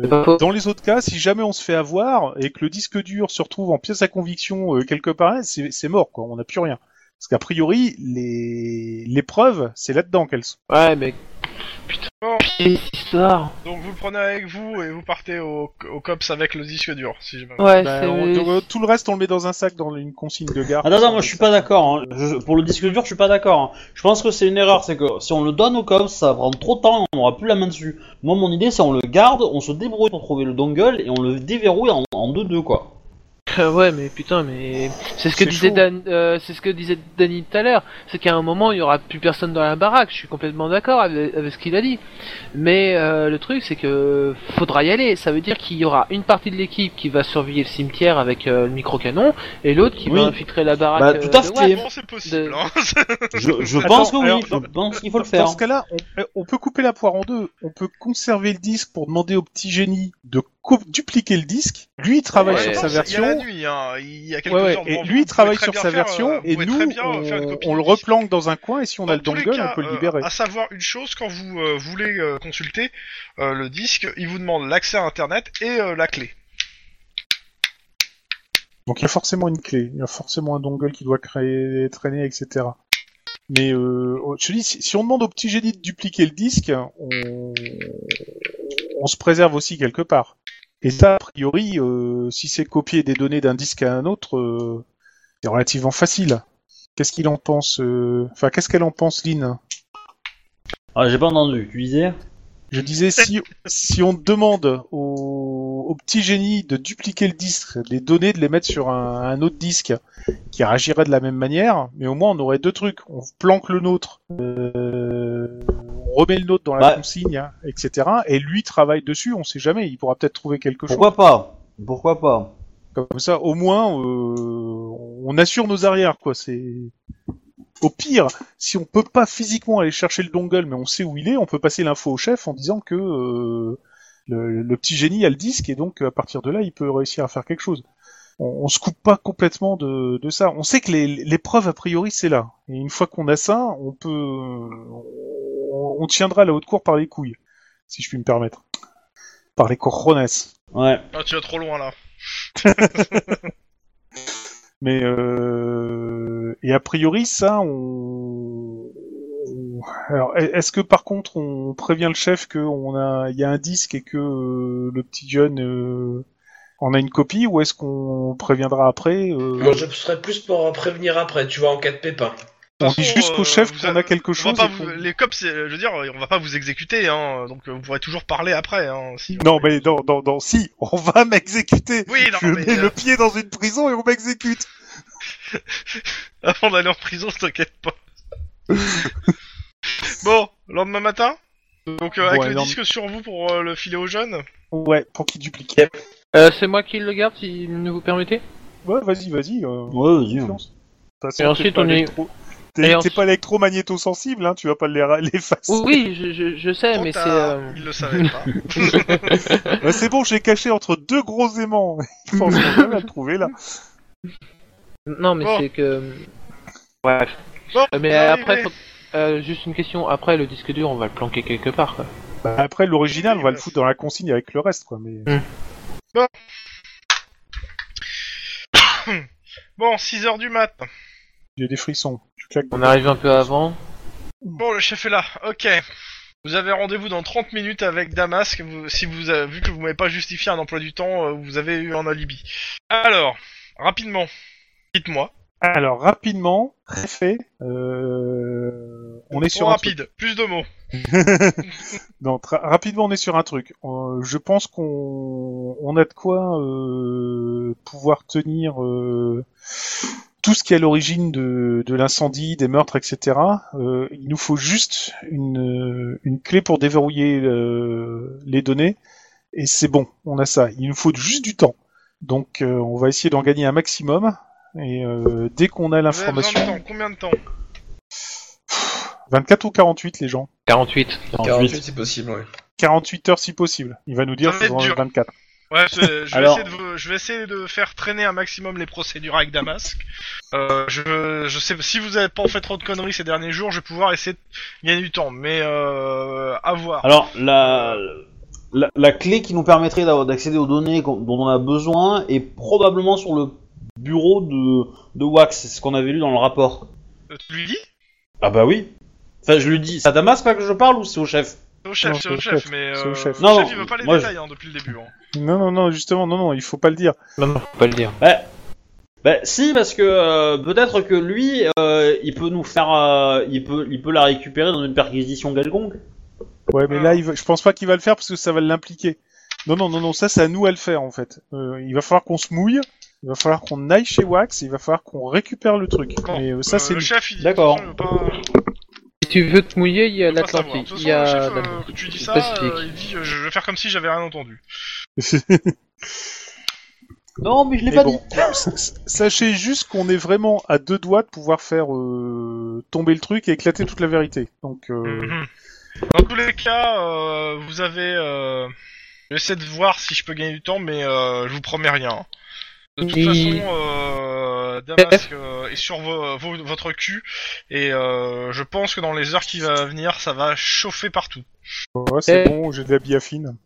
A: C'est pas faux.
C: Dans les autres cas, si jamais on se fait avoir et que le disque dur se retrouve en pièce à conviction euh, quelque part, c'est c'est mort, quoi. On n'a plus rien. Parce qu'a priori, les, les preuves, c'est là-dedans qu'elles sont.
A: Ouais, mais
D: Bon,
A: quelle histoire
D: donc vous le prenez avec vous et vous partez au, au COPS avec le disque dur, si j'ai pas
A: Ouais,
C: Bah,
A: c'est...
C: on- de- tout le reste, on le met dans un sac, dans une consigne de gare.
B: Ah non, non, moi, je suis pas d'accord. hein. Je- Pour le disque dur, je suis pas d'accord. hein. Je pense que c'est une erreur, c'est que si on le donne au COPS, ça va prendre trop de temps et on aura plus la main dessus. Moi, mon idée, c'est on le garde, on se débrouille pour trouver le dongle et on le déverrouille en- en deux-deux, quoi.
A: Euh, ouais, mais putain, mais c'est ce que
C: C'est
A: disait
C: chaud.
A: Dan, euh, c'est ce que disait Danny tout à l'heure. C'est qu'à un moment, il y aura plus personne dans la baraque. Je suis complètement d'accord avec, avec ce qu'il a dit. Mais euh, le truc, c'est que faudra y aller. Ça veut dire qu'il y aura une partie de l'équipe qui va surveiller le cimetière avec euh, le micro canon et l'autre qui
B: Oui.
A: va infiltrer la baraque.
B: Bah,
A: euh,
B: tout à
A: de
B: fait.
A: Watt.
D: Bon, c'est possible,
A: De-
D: hein
B: Je, je
C: Attends,
B: pense que oui,
C: alors,
B: je pense qu'il faut le faire.
C: Dans ce cas-là, on, on peut couper la poire en deux. On peut conserver le disque pour demander au petit génie de co- dupliquer le disque. Lui, il travaille
A: Ouais,
C: sur sa
A: attends,
D: Il y a la
C: version.
D: nuit, hein. il y a quelques
C: Ouais, ouais.
D: heures devant
C: Et
D: vous,
C: lui,
D: vous
C: il travaille
D: pouvez
C: sur
D: très
C: sa
D: bien faire,
C: version.
D: euh, vous
C: et
D: pouvez
C: nous,
D: très bien, euh, faire une
C: on,
D: copie
C: on
D: du
C: le
D: disque.
C: replanque dans un coin. Et si on a
D: Dans
C: le
D: tous les
C: dongle,
D: cas,
C: on peut le
D: euh,
C: libérer.
D: à savoir une chose, quand vous euh, voulez euh, consulter euh, le disque, il vous demande l'accès à Internet et euh, la clé.
C: Donc il y a forcément une clé. Il y a forcément un dongle qui doit créer, traîner, etc. Mais euh, je te dis, si, si on demande au petit génie de dupliquer le disque, on, on se préserve aussi quelque part. Et ça, a priori, euh, si c'est copier des données d'un disque à un autre, euh, c'est relativement facile. Qu'est-ce qu'il en pense euh, Enfin, qu'est-ce qu'elle en pense, Lynn
B: Ah, j'ai pas entendu, tu disais
C: Je disais, si, si on demande au, au petit génie de dupliquer le disque, les données, de les mettre sur un, un autre disque qui réagirait de la même manière, mais au moins on aurait deux trucs. On planque le nôtre, euh, on remet le nôtre dans la
B: Bah.
C: consigne, hein, etc. Et lui travaille dessus, on sait jamais, il pourra peut-être trouver quelque chose.
B: Pourquoi pas Pourquoi pas
C: Comme ça, au moins, euh, on assure nos arrières, quoi. C'est Au pire, si on peut pas physiquement aller chercher le dongle, mais on sait où il est, on peut passer l'info au chef en disant que euh, le, le petit génie a le disque et donc à partir de là, il peut réussir à faire quelque chose. On, on se coupe pas complètement de, de ça. On sait que les, les preuves a priori c'est là. Et une fois qu'on a ça, on peut, on, on tiendra la haute cour par les couilles, si je puis me permettre, par les coronas.
B: Ouais.
D: Ah, tu vas trop loin là.
C: Mais euh... et a priori ça on alors e- est-ce que par contre on prévient le chef que on a il y a un disque et que euh, le petit jeune euh, en a une copie ou est-ce qu'on préviendra après euh,
E: Moi, je serais plus pour en prévenir après, tu vois, en cas de pépin.
C: On
D: façon,
C: dit juste
D: euh,
C: au chef
D: vous
C: qu'on
D: avez-
C: a quelque
D: On
C: chose.
D: va pas
C: et
D: vous-
C: qu'on-
D: Les cops, c'est- je veux dire, on va pas vous exécuter, hein, donc euh, vous pourrez toujours parler après. Hein, si...
C: Non mais non non non si on va m'exécuter.
D: Oui, non,
C: je
D: mais,
C: mets
D: euh,
C: le pied dans une prison et on m'exécute.
D: avant d'aller en prison, t'inquiète pas. bon, lendemain matin Donc euh, avec
C: Ouais,
D: le
C: non,
D: disque sur vous pour euh, le filer aux jeunes
C: Ouais pour qu'il duplique.
A: Euh, c'est moi qui le garde, si vous permettez
C: Ouais vas-y vas-y. euh,
B: Ouais, vas-y. hein.
C: confiance. De toute
A: Et
C: façon, t'es
A: ensuite,
C: pas
A: on est-
C: électro- T'es,
A: Et
C: t'es
A: ensuite-
C: pas électromagnéto-sensible, hein, tu vas pas les- l'effacer.
A: Oui, oui, je, je, je sais,
D: Trop
A: mais c'est...
D: tard,
A: euh,
D: Ils le savaient pas.
C: Bah, c'est bon, je l'ai caché entre deux gros aimants. Je pense qu'on va la trouver là.
A: Non, mais
D: Bon.
A: c'est que...
D: Bon,
A: Euh, Mais après,
D: vous arrivez.
A: faut- euh, juste une question, après le disque dur, on va le planquer quelque part, quoi.
C: Bah, après, l'original, on va le foutre dans la consigne avec le reste, quoi. Mais...
D: Bon, 6h du mat.
C: J'ai des frissons. Tu claques.
A: On arrive un peu avant.
D: Bon, le chef est là, ok. Vous avez rendez-vous dans 30 minutes avec Damas, que vous- si vous avez, vu que vous m'avez pas justifié un emploi du temps, euh, vous avez eu un alibi. Alors, rapidement, dites-moi.
C: Alors, rapidement, très fait. euh, On est
D: Trop
C: sur un truc.
D: rapide, plus de mots.
C: Non, tra- rapidement, on est sur un truc. Euh, je pense qu'on on a de quoi euh, pouvoir tenir euh, tout ce qui est à l'origine de, de l'incendie, des meurtres, etc. Euh, il nous faut juste une, euh, une clé pour déverrouiller euh, les données. Et c'est bon, on a ça. Il nous faut juste du temps. Donc, euh, on va essayer d'en gagner un maximum. Et euh, dès qu'on a
D: Vous avez besoin de
C: l'information,
D: temps, combien de temps
C: 24 ou 48 les gens.
A: 48.
E: 48, c'est possible, ouais.
C: 48 heures si possible. Il va nous dire
D: Ça va être
C: faudra
D: dur.
C: 24.
D: Ouais, c'est- je vais,
B: Alors-
D: essayer de, vous- je vais essayer de faire traîner un maximum les procédures avec Damas. Euh, je, je sais, si vous avez pas fait trop de conneries ces derniers jours, je vais pouvoir essayer de gagner du temps, mais euh, à voir.
B: Alors, la, la, la clé qui nous permettrait d'avoir- d'accéder aux données qu'on- dont on a besoin est probablement sur le bureau de, de Wax, c'est ce qu'on avait lu dans le rapport.
D: Euh, tu lui dis
B: Ah bah oui. Enfin, je lui dis, c'est à Damas pas que je parle ou c'est au chef
D: C'est au chef,
C: Non,
D: c'est au chef, mais
C: c'est
D: euh,
C: au
D: le
C: chef.
D: chef,
B: Non,
D: il veut pas les
B: moi, je-
D: détails hein, depuis le début. hein.
C: Non, non, non, justement, non, non, il faut pas le dire.
A: Non, non, faut pas le dire.
B: Bah si, parce que euh, peut-être que lui, euh, il peut nous faire, euh, il peut, il peut la récupérer dans une perquisition quelconque.
C: Ouais, mais là, il va- je pense pas qu'il va le faire parce que ça va l'impliquer. Non, non, non, non, ça, c'est à nous à le faire, en fait. Euh, il va falloir qu'on se mouille, il va falloir qu'on aille chez Wax, il va falloir qu'on récupère le truc.
D: Bon,
C: mais euh, ça,
D: Euh,
C: c'est
D: le
C: nous.
D: chef, il dit
B: D'accord.
D: de toute façon, il veut pas-
A: Si tu veux te mouiller, il y a
D: il veut pas savoir. De
A: l'Atlantique.
D: toute
A: Il
D: façon,
A: y
D: le
A: a...
D: chef, euh, quand tu dis ça,
A: Pacifique.
D: euh, il dit euh, je vais faire comme si j'avais rien entendu.
B: Non, mais je l'ai
C: Mais
B: pas
C: bon,
B: dit.
C: s- sachez juste qu'on est vraiment à deux doigts de pouvoir faire euh, tomber le truc et éclater toute la vérité. Donc, euh,
D: Mhm. Dans tous les cas, euh, vous avez. Euh... J'essaie de voir si je peux gagner du temps, mais euh, je vous promets rien. De toute
A: Il-
D: façon, euh, Damask euh, est sur vo- vo- votre cul, et euh, je pense que dans les heures qui va venir, ça va chauffer partout.
C: ouais, c'est
A: Eh.
C: bon, j'ai de la biafine.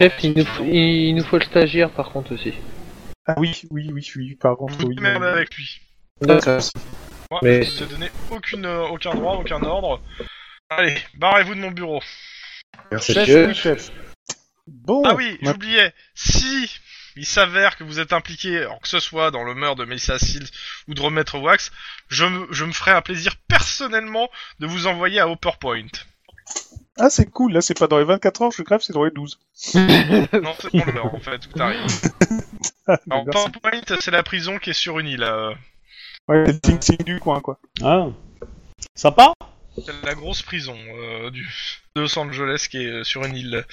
A: Chef, il nous, il nous faut le stagiaire, par contre, aussi.
C: Ah oui, oui, oui, oui, par contre,
D: Vous
C: Oh, oui.
D: démerdez avec lui.
A: D'accord.
D: Moi,
A: Mais-
D: je ne te donnais aucune, euh, aucun droit, aucun ordre. Allez, barrez-vous de mon bureau.
E: Merci.
C: Chef,
A: Monsieur.
C: oui, chef. Bon,
D: Ah oui,
C: Oh, ma-
D: j'oubliais. Si il s'avère que vous êtes impliqué, alors que ce soit dans le meurtre de Melissa Seals ou de remettre Wax, je me, je me ferai un plaisir personnellement de vous envoyer à Hopperpoint.
C: ah, c'est cool, là, c'est pas dans les 24 heures, je crève, c'est dans les 12.
D: Non, c'est pour l'heure en fait, où t'arrives.
C: Ah,
D: Alors,
C: merci.
D: Hopperpoint, c'est la prison qui est sur une île. euh,
C: Ouais, c'est le Ting Ting du coin, quoi.
B: Ah. Sympa.
D: C'est la grosse prison euh, du, de Los Angeles qui est euh, sur une île.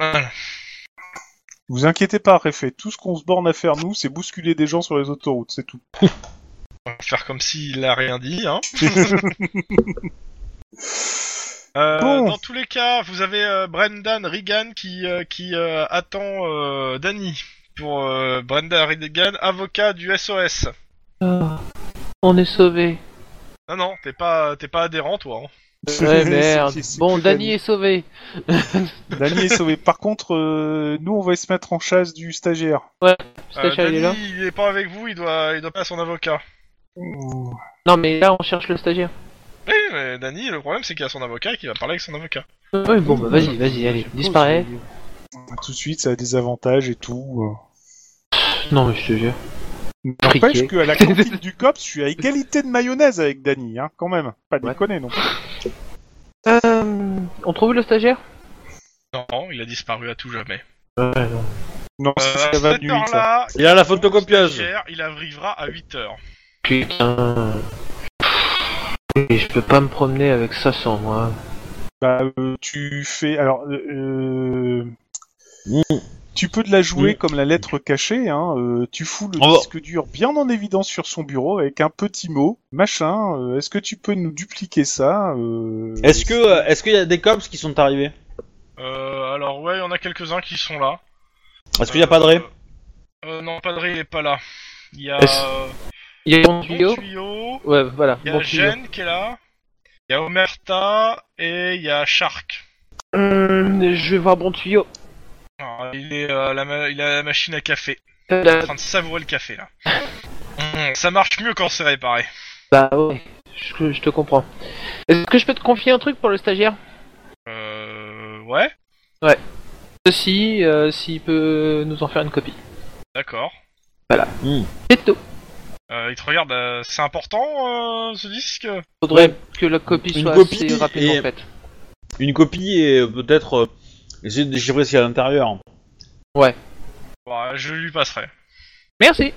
D: Voilà.
C: Vous inquiétez pas, Réfé, tout ce qu'on se borne à faire, nous, c'est bousculer des gens sur les autoroutes, c'est tout.
D: On va faire comme s'il a rien dit, hein. Euh,
C: Bon.
D: Dans tous les cas, vous avez euh, Brendan Regan qui, euh, qui euh, attend euh, Danny. Pour euh, Brendan Regan, avocat du SOS.
A: Ah, on est sauvé.
D: Non, non, t'es pas, t'es pas adhérent, toi. hein.
A: Ouais,
C: C'est-
A: merde.
C: c'est- c'est
A: Bon,
C: plus
A: Danny est sauvé.
C: Dany est sauvé. Par contre, euh, nous, on va se mettre en chasse du stagiaire.
D: Euh,
A: Stagiaire, il est là
D: Danny, il est pas avec vous, il doit, il doit pas à son avocat.
A: Non, mais là, on cherche le stagiaire.
D: Oui, mais Danny, le problème c'est qu'il a son avocat et qu'il va parler avec son avocat.
A: Oui, bon, bah, vas-y, vas-y, allez, disparaît.
C: Tout de suite, ça a des avantages et tout.
A: Non, mais je te jure.
C: euh.
A: Friqué.
C: N'empêche qu'à la cantine du COPS, je suis à égalité de mayonnaise avec Dany, hein, quand même. Pas
A: Ouais.
C: déconner, non. plus.
A: Euh, on trouve le stagiaire
D: Non, il a disparu à tout jamais.
A: Ouais, non.
C: Non,
D: Euh,
C: c'est
D: à
C: la vanne
D: cette
C: du huit, ça.
D: heure-là,
B: Il a la photocopieuse.
D: stagiaire, il arrivera à 8h.
A: Putain. Et je peux pas me promener avec ça sans moi.
C: Bah, euh, tu fais. Alors, euh, euh,
B: Mm.
C: tu peux de la jouer
B: Mm.
C: comme la lettre cachée. Hein, euh, tu fous le
B: On va-
C: disque dur bien en évidence sur son bureau avec un petit mot, machin. euh, Est-ce que tu peux nous dupliquer ça euh,
B: Est-ce que euh, est-ce qu'il y a des cops qui sont arrivés
D: Euh, alors ouais, il y en a quelques-uns qui sont là.
B: Est-ce qu'il y a pas de ré
D: Euh, euh, Non, Padré il est pas là. Il y a
A: Est-ce-
D: euh,
A: Il y a bon tuyau
D: Bon Tuyau,
A: Ouais, voilà,
D: il y a
A: bon tuyau.
D: Jen qui est là, il y a Omerta et il y a Shark.
A: Hum, je vais voir bon tuyau.
D: Alors, il, est, euh, à la ma- il est à la machine à café, en
A: Tada.
D: train de savourer le café là. Mm, Ça marche mieux quand c'est réparé.
A: Bah ouais, je, je te comprends. Est-ce que je peux te confier un truc pour le stagiaire
D: Euh... Ouais,
A: Ceci, euh, s'il peut nous en faire une copie.
D: d'accord.
A: C'est tout.
D: Euh, il te regarde, euh, c'est important euh, ce disque
A: Faudrait que la copie
B: Une
A: soit
B: copie
A: assez rapidement
B: et-
A: faite.
B: Une copie et euh, peut-être euh, essayer de déchiffrer ce qu'il y a à l'intérieur.
D: Bah, Je lui passerai.
A: Merci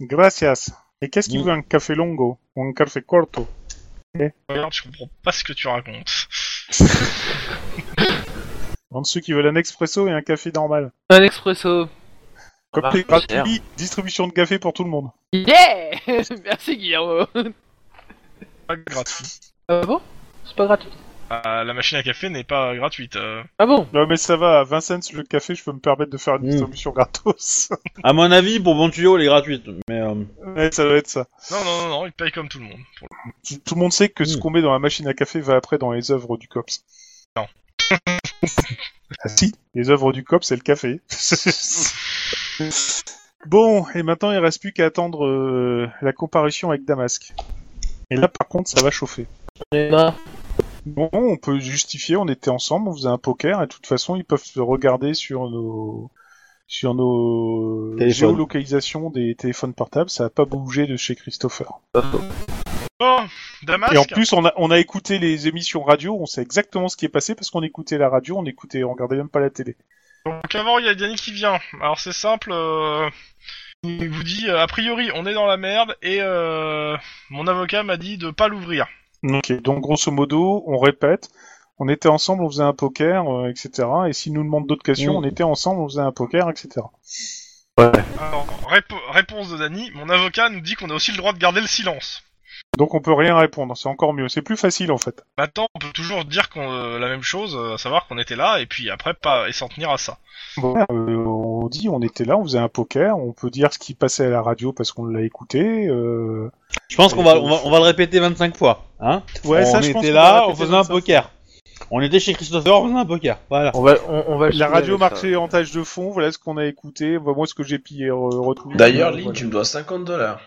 C: Gracias. Et qu'est-ce qu'il
B: Mm.
C: veut un café longo ou un café corto
D: Regarde, je comprends pas ce que tu racontes.
C: Entre ceux qui veulent un expresso et un café normal.
A: Un expresso.
C: Cocktail
A: Ah,
C: gratuit, distribution de café pour tout le monde.
A: Yeah Merci Guillermo
D: Pas gratuit.
A: Ah bon C'est pas gratuit
D: Euh, la machine à café n'est pas gratuite. euh.
A: Ah bon
C: Non mais ça va, à Vincennes le café, je peux me permettre de faire une
B: Mm.
C: distribution gratos.
B: À mon avis, pour bon tuyau, elle est gratuite. Mais euh,
C: ouais, ça doit être ça.
D: Non, non, non, non, il paye comme tout le monde. pour le-
C: Tout tout le monde sait que ce
B: Mm.
C: qu'on met dans la machine à café va après dans les œuvres du COPS.
D: Non.
C: ah si, les œuvres du COPS, c'est le café. bon, et maintenant il reste plus qu'à attendre euh, la comparution avec Damasque. Et là par contre, ça va chauffer.
A: J'en ai marre.
C: Bon, on peut justifier, on était ensemble, on faisait un poker, et de toute façon, ils peuvent se regarder sur nos sur nos
B: Téléphone.
C: géolocalisations des téléphones portables, ça n'a pas bougé de chez Christopher.
D: Bon, Damasque,
C: Et en plus, on a, on a écouté les émissions radio, on sait exactement ce qui est passé parce qu'on écoutait la radio, on écoutait, on regardait même pas la télé.
D: donc avant, il y a Danny qui vient. Alors c'est simple, euh, il vous dit, euh, a priori, on est dans la merde et euh, mon avocat m'a dit de pas l'ouvrir.
C: Ok, donc grosso modo, on répète, on était ensemble, on faisait un poker, euh, etc. Et s'ils nous demandent d'autres questions,
B: Mm.
C: on était ensemble, on faisait un poker, etc.
D: Alors, répo- réponse de Danny, mon avocat nous dit qu'on a aussi le droit de garder le silence.
C: Donc on peut rien répondre, c'est encore mieux, c'est plus facile en fait.
D: Maintenant, on peut toujours dire qu'on, euh, la même chose, euh, à savoir qu'on était là et puis après pas et s'en tenir à ça.
C: Voilà, euh, on dit on était là, on faisait un poker, on peut dire ce qui passait à la radio parce qu'on l'a écouté. euh,
B: je pense qu'on va, on va on va le répéter 25 fois. Hein
C: Ouais,
B: on
C: ça, je
B: était
C: pense qu'on va
B: là, on
C: répéter
B: faisait un
C: 25
B: poker. On était chez Christopher, on faisait un poker. Voilà.
A: On va, on, on va le
C: La
A: saouler
C: radio
A: avec ça.
C: marquée en tâche de fond, voilà ce qu'on a écouté, voilà, moi ce que j'ai pillé euh, retrouvé.
E: D'ailleurs, Lynn,
C: Voilà.
E: tu me dois 50 dollars.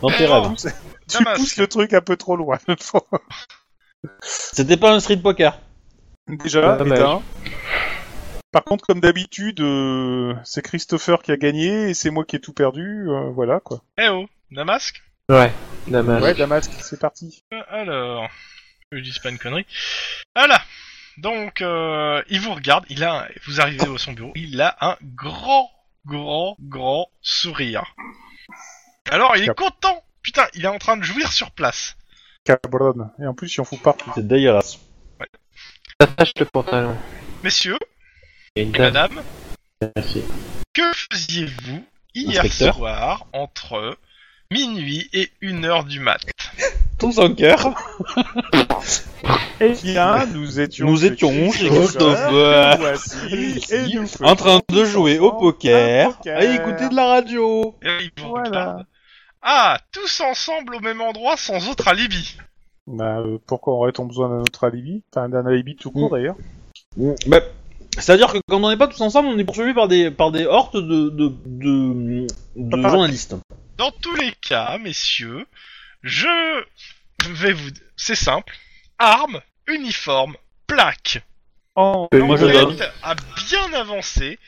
B: Dans tes
C: Oh.
D: Alors,
B: rêves.
C: Hein. tu
D: Damasque.
C: pousses le truc un peu trop loin.
B: C'était pas un street poker.
C: Déjà,
A: Dommage.
C: et d'un. Par contre, comme d'habitude, euh, c'est Christopher qui a gagné et c'est moi qui ai tout perdu, euh, voilà quoi.
D: Eh oh, Damasque
A: Ouais, dommage.
C: Ouais, Damasque, c'est parti.
D: Euh, Alors, je dis pas une connerie. Voilà. Donc, euh, il vous regarde. Il a, un- vous arrivez à son bureau. Il a un grand, grand, grand sourire. Alors, il est
C: Cap.
D: content. Putain, il est en train de jouir sur place.
C: Cabron. Et en plus, il en fout partout.
B: C'est dégueulasse.
A: T'attaches le pantalon.
D: Messieurs,
A: Et une
D: madame,
A: Merci.
D: que faisiez-vous hier
F: Inspecteur.
D: soir entre minuit et 1h du mat.
F: Tous en cœur.
C: Eh bien, nous étions...
F: Nous étions
C: chez
F: chez
C: Christopher, Ah,
F: Christopher.
C: voici, et nous
F: En train de
C: faisions
F: jouer
C: ensemble
F: au poker,
C: un
F: et écouter de la radio.
D: Et oui, bon,
C: Voilà.
D: donc là- Ah, tous ensemble au même endroit sans autre alibi.
C: Bah, euh, pourquoi aurait-on besoin d'un autre alibi Enfin, d'un alibi tout
A: Mm.
C: court, d'ailleurs.
B: Bah,
F: C'est-à-dire que quand on n'est pas tous ensemble, on est poursuivi par des, par des hortes de, de, de, de
C: Papa.
F: journalistes.
D: Dans tous les cas, messieurs, je vais vous... C'est simple. Arme, uniforme, plaque.
C: En...
F: Moi, je
D: Vous
F: donne.
D: êtes à bien avancé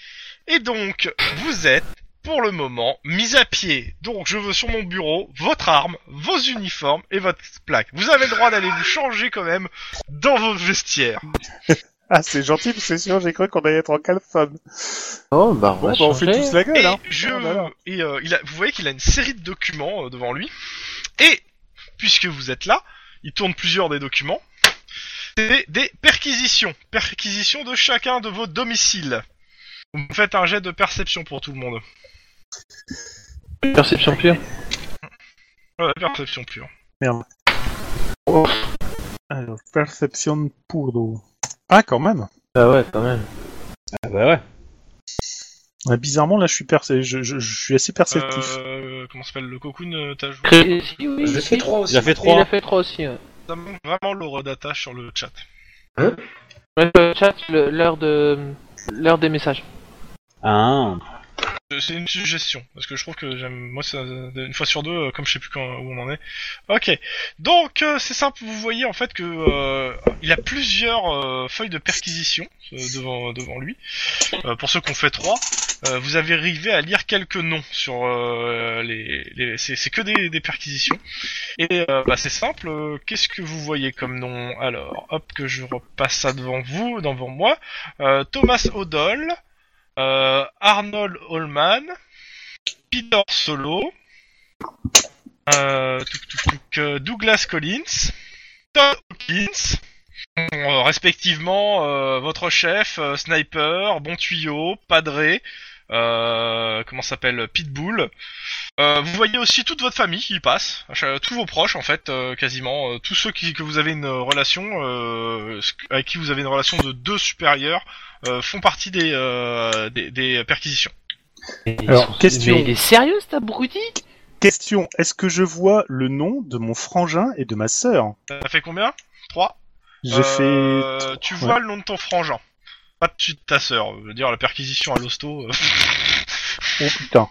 D: et donc vous êtes pour le moment mis à pied. Donc je veux sur mon bureau votre arme, vos uniformes et votre plaque. Vous avez le droit d'aller vous changer quand même dans vos vestiaires.
C: Ah, c'est gentil, parce que sinon j'ai cru qu'on allait être en calfone.
A: Oh, bah, on
C: Bon,
A: va
C: bah, on fait
A: changer.
C: tous la gueule,
D: Et
C: hein
D: je
C: Ah, bah, là.
D: et euh, il a, vous voyez qu'il a une série de documents euh, devant lui et puisque vous êtes là, il tourne plusieurs des documents. C'est des perquisitions, perquisitions de chacun de vos domiciles. Vous me faites un jet de perception pour tout le monde.
A: Perception pure.
D: Ouais, Euh, perception pure.
C: Alors, perception puro. Ah, quand même
A: Ah ouais, quand même.
F: Ah bah ouais.
C: Ah, Bizarrement, là, je suis, percé... je, je- je suis assez perceptif.
D: Euh, comment s'appelle le cocoon euh, T'as joué
A: Cré- si, oui,
E: J'ai
A: si.
E: fait 3 aussi.
F: Il a fait
A: Il
F: 3.
A: a fait 3 aussi. ouais.
D: Ça manque vraiment le redata sur le chat.
A: Ouais, le chat, le- l'heure de... L'heure des messages.
F: Ah.
D: Euh, C'est une suggestion parce que je trouve que j'aime moi ça, une fois sur deux euh, comme je sais plus quand, où on en est. Ok donc euh, c'est simple vous voyez en fait que euh, il a plusieurs euh, feuilles de perquisition euh, devant devant lui. Euh, pour ceux qu'on fait trois euh, vous avez arrivé à lire quelques noms sur euh, les, les- c'est c'est que des, des perquisitions et euh, bah, c'est simple euh, qu'est-ce que vous voyez comme nom alors hop que je repasse ça devant vous devant moi Euh, Thomas Odol euh, Arnold Holman, Peter Solo, euh, touc, touc, touc, euh, Douglas Collins, Todd Hawkins, euh, respectivement euh, votre chef, euh, Sniper, Bon Tuyau, Padré, euh, comment s'appelle, Pitbull. Euh, vous voyez aussi toute votre famille qui y passe, ch- tous vos proches en fait, euh, quasiment, euh, tous ceux qui, que vous avez une relation, euh, avec qui vous avez une relation de deux supérieurs euh, font partie des, euh, des, des perquisitions.
C: Alors, question.
A: Mais il est sérieux cet abruti
C: Question, est-ce que je vois le nom de mon frangin et de ma sœur
D: Ça fait combien Trois
C: J'ai
D: Euh,
C: fait...
D: Tu
C: ouais.
D: vois le nom de ton frangin. Pas de suite ta sœur. Je veux dire, la perquisition à l'hosto. euh,
C: Oh putain.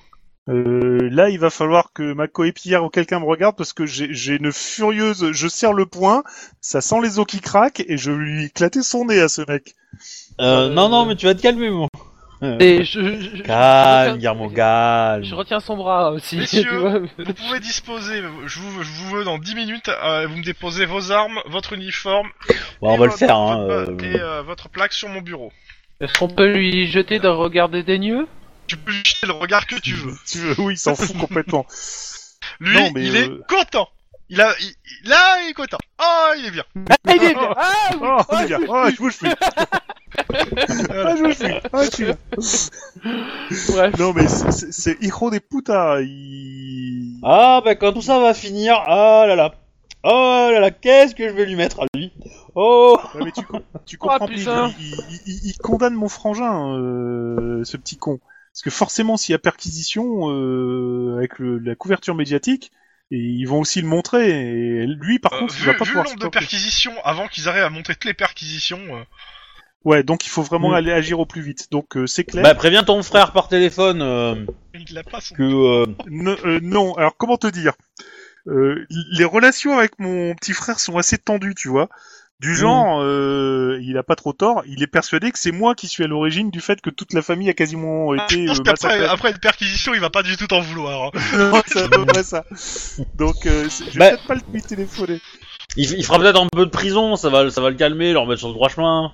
C: Euh, là, il va falloir que ma coépière ou quelqu'un me regarde parce que j'ai j'ai une furieuse. Je serre le poing, ça sent les os qui craquent et je vais lui éclater son nez à ce mec.
F: Euh,
A: Euh,
F: Non, non, mais tu vas te calmer, mon.
A: Et je, je- je-
F: Calme,
A: je-
F: Guillermo,
A: Je
F: calme.
A: retiens son bras aussi.
D: Messieurs.
A: tu vois.
D: Vous pouvez disposer, je vous, je vous veux dans 10 minutes, euh, vous me déposez vos armes, votre uniforme,
F: Bon, on
D: et
F: va le
D: votre-
F: faire, hein.
D: votre- et
F: euh.
D: euh, votre plaque sur mon bureau.
A: Est-ce qu'on peut lui jeter d'un regard dédaigneux
D: Tu peux jeter le regard que tu veux.
C: Tu veux Oui, il s'en fout complètement.
D: Lui,
C: Non, mais,
D: il
C: euh,
D: est content. Il a, il- il- là, il est content. Oh, il est bien.
A: Ah, il est bien Ah, oui.
C: Oh,
A: Ah,
C: les gars, oh, je vous le suis. Ah, je vous le suis. Ah, je suis là.
A: Bref.
C: Non, mais c'est- c'est c'est hijo de puta. Il...
F: Ah, bah quand tout ça va finir, oh là là. Oh là là, qu'est-ce que je vais lui mettre à lui Oh
C: Ouais, mais tu, com- tu comprends
A: Oh,
C: plus.
A: putain.
C: Il, il- il- il condamne mon frangin, euh, ce petit con. Parce que forcément, s'il y a perquisition euh, avec le- la couverture médiatique, et ils vont aussi le montrer. Et lui, par
D: Euh,
C: contre, il
D: vu
C: va pas
D: vu le
C: pouvoir.
D: nombre
C: se
D: de
C: planter.
D: perquisitions, avant qu'ils arrivent à monter toutes les perquisitions, euh,
C: Ouais, donc il faut vraiment
F: Mm.
C: aller agir au plus vite. Donc euh, c'est clair.
F: Bah préviens ton frère par téléphone euh,
D: il l'a pas son-
F: que... euh,
C: Ne- euh, non, alors comment te dire Euh, Les relations avec mon petit frère sont assez tendues, tu vois. Du genre, euh, il a pas trop tort. Il est persuadé que c'est moi qui suis à l'origine du fait que toute la famille a quasiment
D: Ah, je
C: été
D: pense
C: euh,
D: qu'après-
C: massacrée.
D: après une perquisition, il va pas du tout t'en vouloir. hein.
C: Non, c'est à peu près ça. Donc, euh, c'est- je vais
F: Bah-
C: peut-être pas lui téléphoner.
F: il, il fera peut-être un peu de prison, ça va, ça va le calmer, le remettre sur le droit chemin.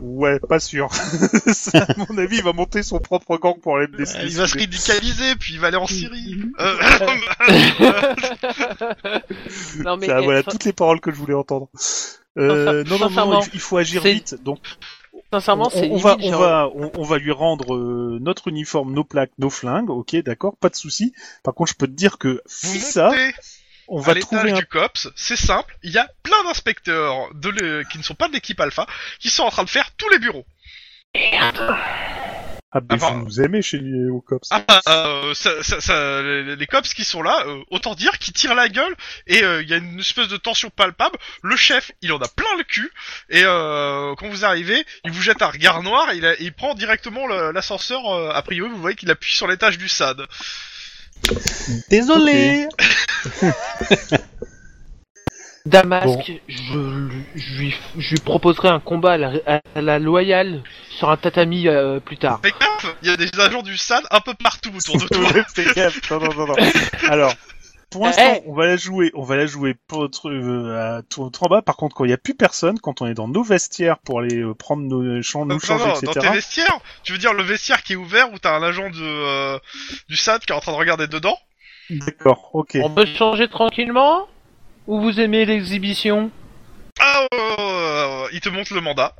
C: Ouais, pas sûr. Ça, à mon avis, il va monter son propre gang pour aller me décider.
D: Il va se radicaliser, puis il va aller en Syrie. Euh,
A: Non, mais
C: Ça,
A: eh,
C: voilà
A: fin-
C: toutes les paroles que je voulais entendre.
A: Sincère-
C: Euh, non, non, non,
A: sincèrement,
C: il- il faut agir
A: c'est-
C: vite. Donc,
A: Sincèrement,
C: on,
A: c'est
C: on va,
A: limite,
C: on,
A: genre-
C: va, on, on va lui rendre euh, notre uniforme, nos plaques, nos flingues, ok, d'accord, pas de souci. Par contre, je peux te dire que, si
D: Vous
C: ça,
D: montez
C: on
D: à
C: va trouver
D: l'étage
C: un...
D: du COPS, c'est simple, il y a plein d'inspecteurs de l'e- qui ne sont pas de l'équipe Alpha, qui sont en train de faire tous les bureaux.
C: Ah, mais
D: Enfin-
C: vous nous aimez chez les au COPS.
D: Ah, euh, ça- ça- ça- les, les cops qui sont là, euh, autant dire qu'ils tirent la gueule et euh, il y a une espèce de tension palpable. Le chef, il en a plein le cul et euh, quand vous arrivez, il vous jette un regard noir et il, a- il prend directement le- l'ascenseur. euh, a priori, vous voyez qu'il appuie sur l'étage du SAD.
F: Désolé
A: Damasque, je, lui- je, lui, je lui proposerai un combat à la, à la loyale sur un tatami euh, plus tard.
D: Fais gaffe, il y a des agents du SAD un peu partout autour de toi.
C: Ouais, fais gaffe. Non, non, non, non. Alors, pour l'instant,
A: Hey.
C: on va la jouer, on va la jouer pour, euh, à tout en bas. Par contre, quand il n'y a plus personne, quand on est dans nos vestiaires pour aller euh, prendre nos champs, nous
D: Non, non,
C: changer,
D: non, dans tes
C: etc.
D: vestiaires, tu veux dire le vestiaire qui est ouvert où t'as un agent de, euh, du SAD qui est en train de regarder dedans
C: D'accord, ok.
A: On peut changer tranquillement Ou vous aimez l'exhibition
D: Ah, euh, il te montre le mandat.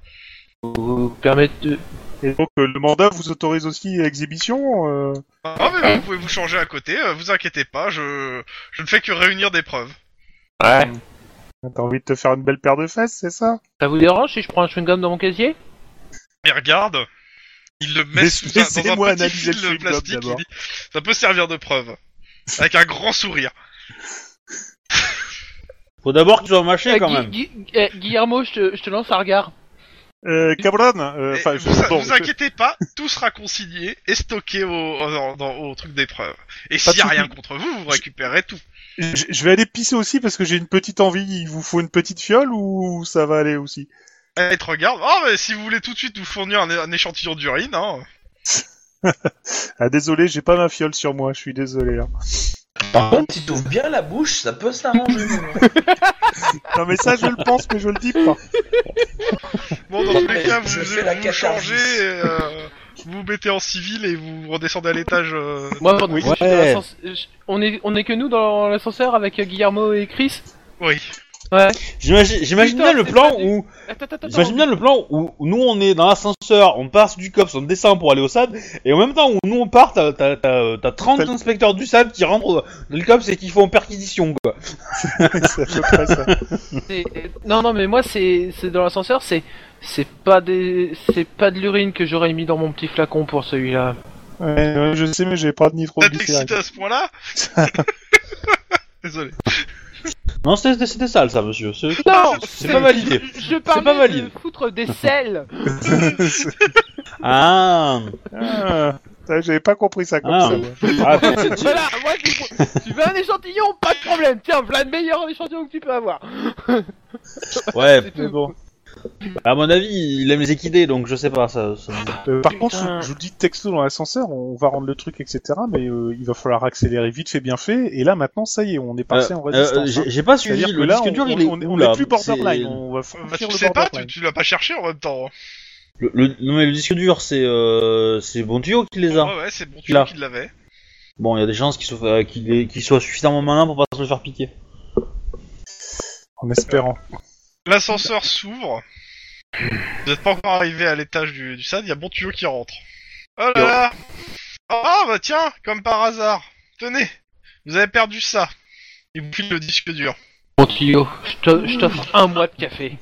A: Vous permettez de...
C: Et donc, euh, le mandat vous autorise aussi l'exhibition. euh,
D: Ah mais vous pouvez vous changer à côté, euh, vous inquiétez pas, je, je ne fais que réunir des preuves.
A: Ouais.
C: T'as envie de te faire une belle paire de fesses, c'est ça
A: Ça vous dérange si je prends un chewing-gum dans mon casier
D: Et regarde, il le met
C: Laisse-
D: sous un- dans
C: laissez-moi
D: un petit
C: analyser le
D: fil de
C: film, Bob,
D: plastique, il
C: d'abord.
D: dit, ça peut servir de preuve. Avec un grand sourire.
B: Faut d'abord qu'il soit mâché
A: Eh,
B: quand
A: Gui-
B: même.
A: Gui- eh, Guillermo, je te, je te lance un regard.
C: euh, Cabron, euh,
D: Et
C: enfin, je-
D: vous,
C: bon,
D: vous inquiétez pas, tout sera concilié et stocké au, au- dans- dans- au truc des preuves. Et
C: Pas
D: s'il y a
C: de soucis.
D: rien contre vous, vous récupérez tout.
C: je, je vais aller pisser aussi parce que j'ai une petite envie. Il vous faut une petite fiole ou ça va aller aussi
D: Et te regarde, ah mais si vous voulez tout de suite vous fournir un, un échantillon d'urine, hein.
C: Ah désolé, j'ai pas ma fiole sur moi. Je suis désolé. hein.
E: Par contre, si t'ouvres bien la bouche, ça peut s'arranger.
C: Non mais ça, je le pense, mais je le dis pas.
D: Bon, dans tous les cas, vous
E: Je
D: vous,
E: fais la
D: vous
E: catharsis.
D: changez, et, euh, vous vous mettez en civil et vous redescendez à l'étage. euh,
A: Moi, pendant-
C: Oui.
A: je suis dans
F: Ouais.
A: l'ascense- je- on, est, on est que nous dans l'ascenseur avec euh, Guillermo et Chris
D: Oui.
A: Ouais.
B: J'imagine j'imagine
A: Putain,
B: bien le
A: c'est
B: plan
A: pas du-
B: où
A: Attends, attends, attends.
B: J'imagine bien le plan où nous on est dans l'ascenseur, on passe du COPS, on descend pour aller au SAD, et en même temps où nous on part, t'as- t'as t'as- t'as 30
C: T'as-
B: inspecteurs du SAD qui rentrent dans le COPS et qui font perquisition quoi.
C: C'est à peu près ça.
A: C'est- Non, non, mais moi, c'est c'est dans l'ascenseur, c'est c'est pas des c'est pas de l'urine que j'aurais mis dans mon petit flacon pour celui-là.
C: Ouais, ouais, je sais, mais j'ai pas de
D: T'as été
C: nitroglycérine.
D: excité à ce point-là Désolé.
B: Non, c'était c'était sale ça monsieur, c'est
A: Non,
B: c'est pas validé.
A: Je parlais
B: pas valide.
A: de foutre des selles.
B: Ah,
C: Ah, ça, j'avais pas compris ça comme
B: Ah.
C: ça. moi.
B: Ah, c'est- c'est- c'est-
A: voilà, moi tu, tu veux un échantillon, pas de problème. Tiens, voilà le meilleur échantillon que tu peux avoir.
B: ouais,
A: C'est
C: Mais
A: tout.
C: bon.
B: à mon avis il aime les équidés donc je sais pas ça. ça-
C: Euh, par
A: Putain.
C: contre, je, je vous dis texto dans l'ascenseur, on va rendre le truc, etc. Mais euh, il va falloir accélérer vite fait, bien fait. Et là, maintenant, ça y est, on est passé en
B: Euh,
C: résistance.
B: euh,
C: hein.
B: J'ai j'ai pas suivi
C: C'est-à-dire que
B: le
C: là,
B: disque dur,
C: on,
B: il est
C: on-
B: où,
C: on
B: là
C: plus borderline,
B: C'est-
C: on va
D: Bah,
C: franchir
D: tu
C: le
D: sais pas,
C: borderline.
D: tu, tu l'as pas cherché en même temps. hein.
B: Le, le- non mais le disque dur c'est euh, c'est bon tuyau qui les a.
D: Ouais, ouais, c'est bon, tu
B: Là.
D: qui l'avait.
B: Bon, il y a des chances qu'il soit, euh, qu'il est- qu'il soit suffisamment malin pour pas se le faire piquer.
C: En espérant.
D: L'ascenseur s'ouvre. Vous n'êtes pas encore arrivé à l'étage du, du SAD, il y a bon tuyau qui rentre. Oh là là Ah bah tiens, comme par hasard. Tenez, vous avez perdu ça. Il vous file le disque dur.
A: Bon Tio, je te- je t'offre un mois de café.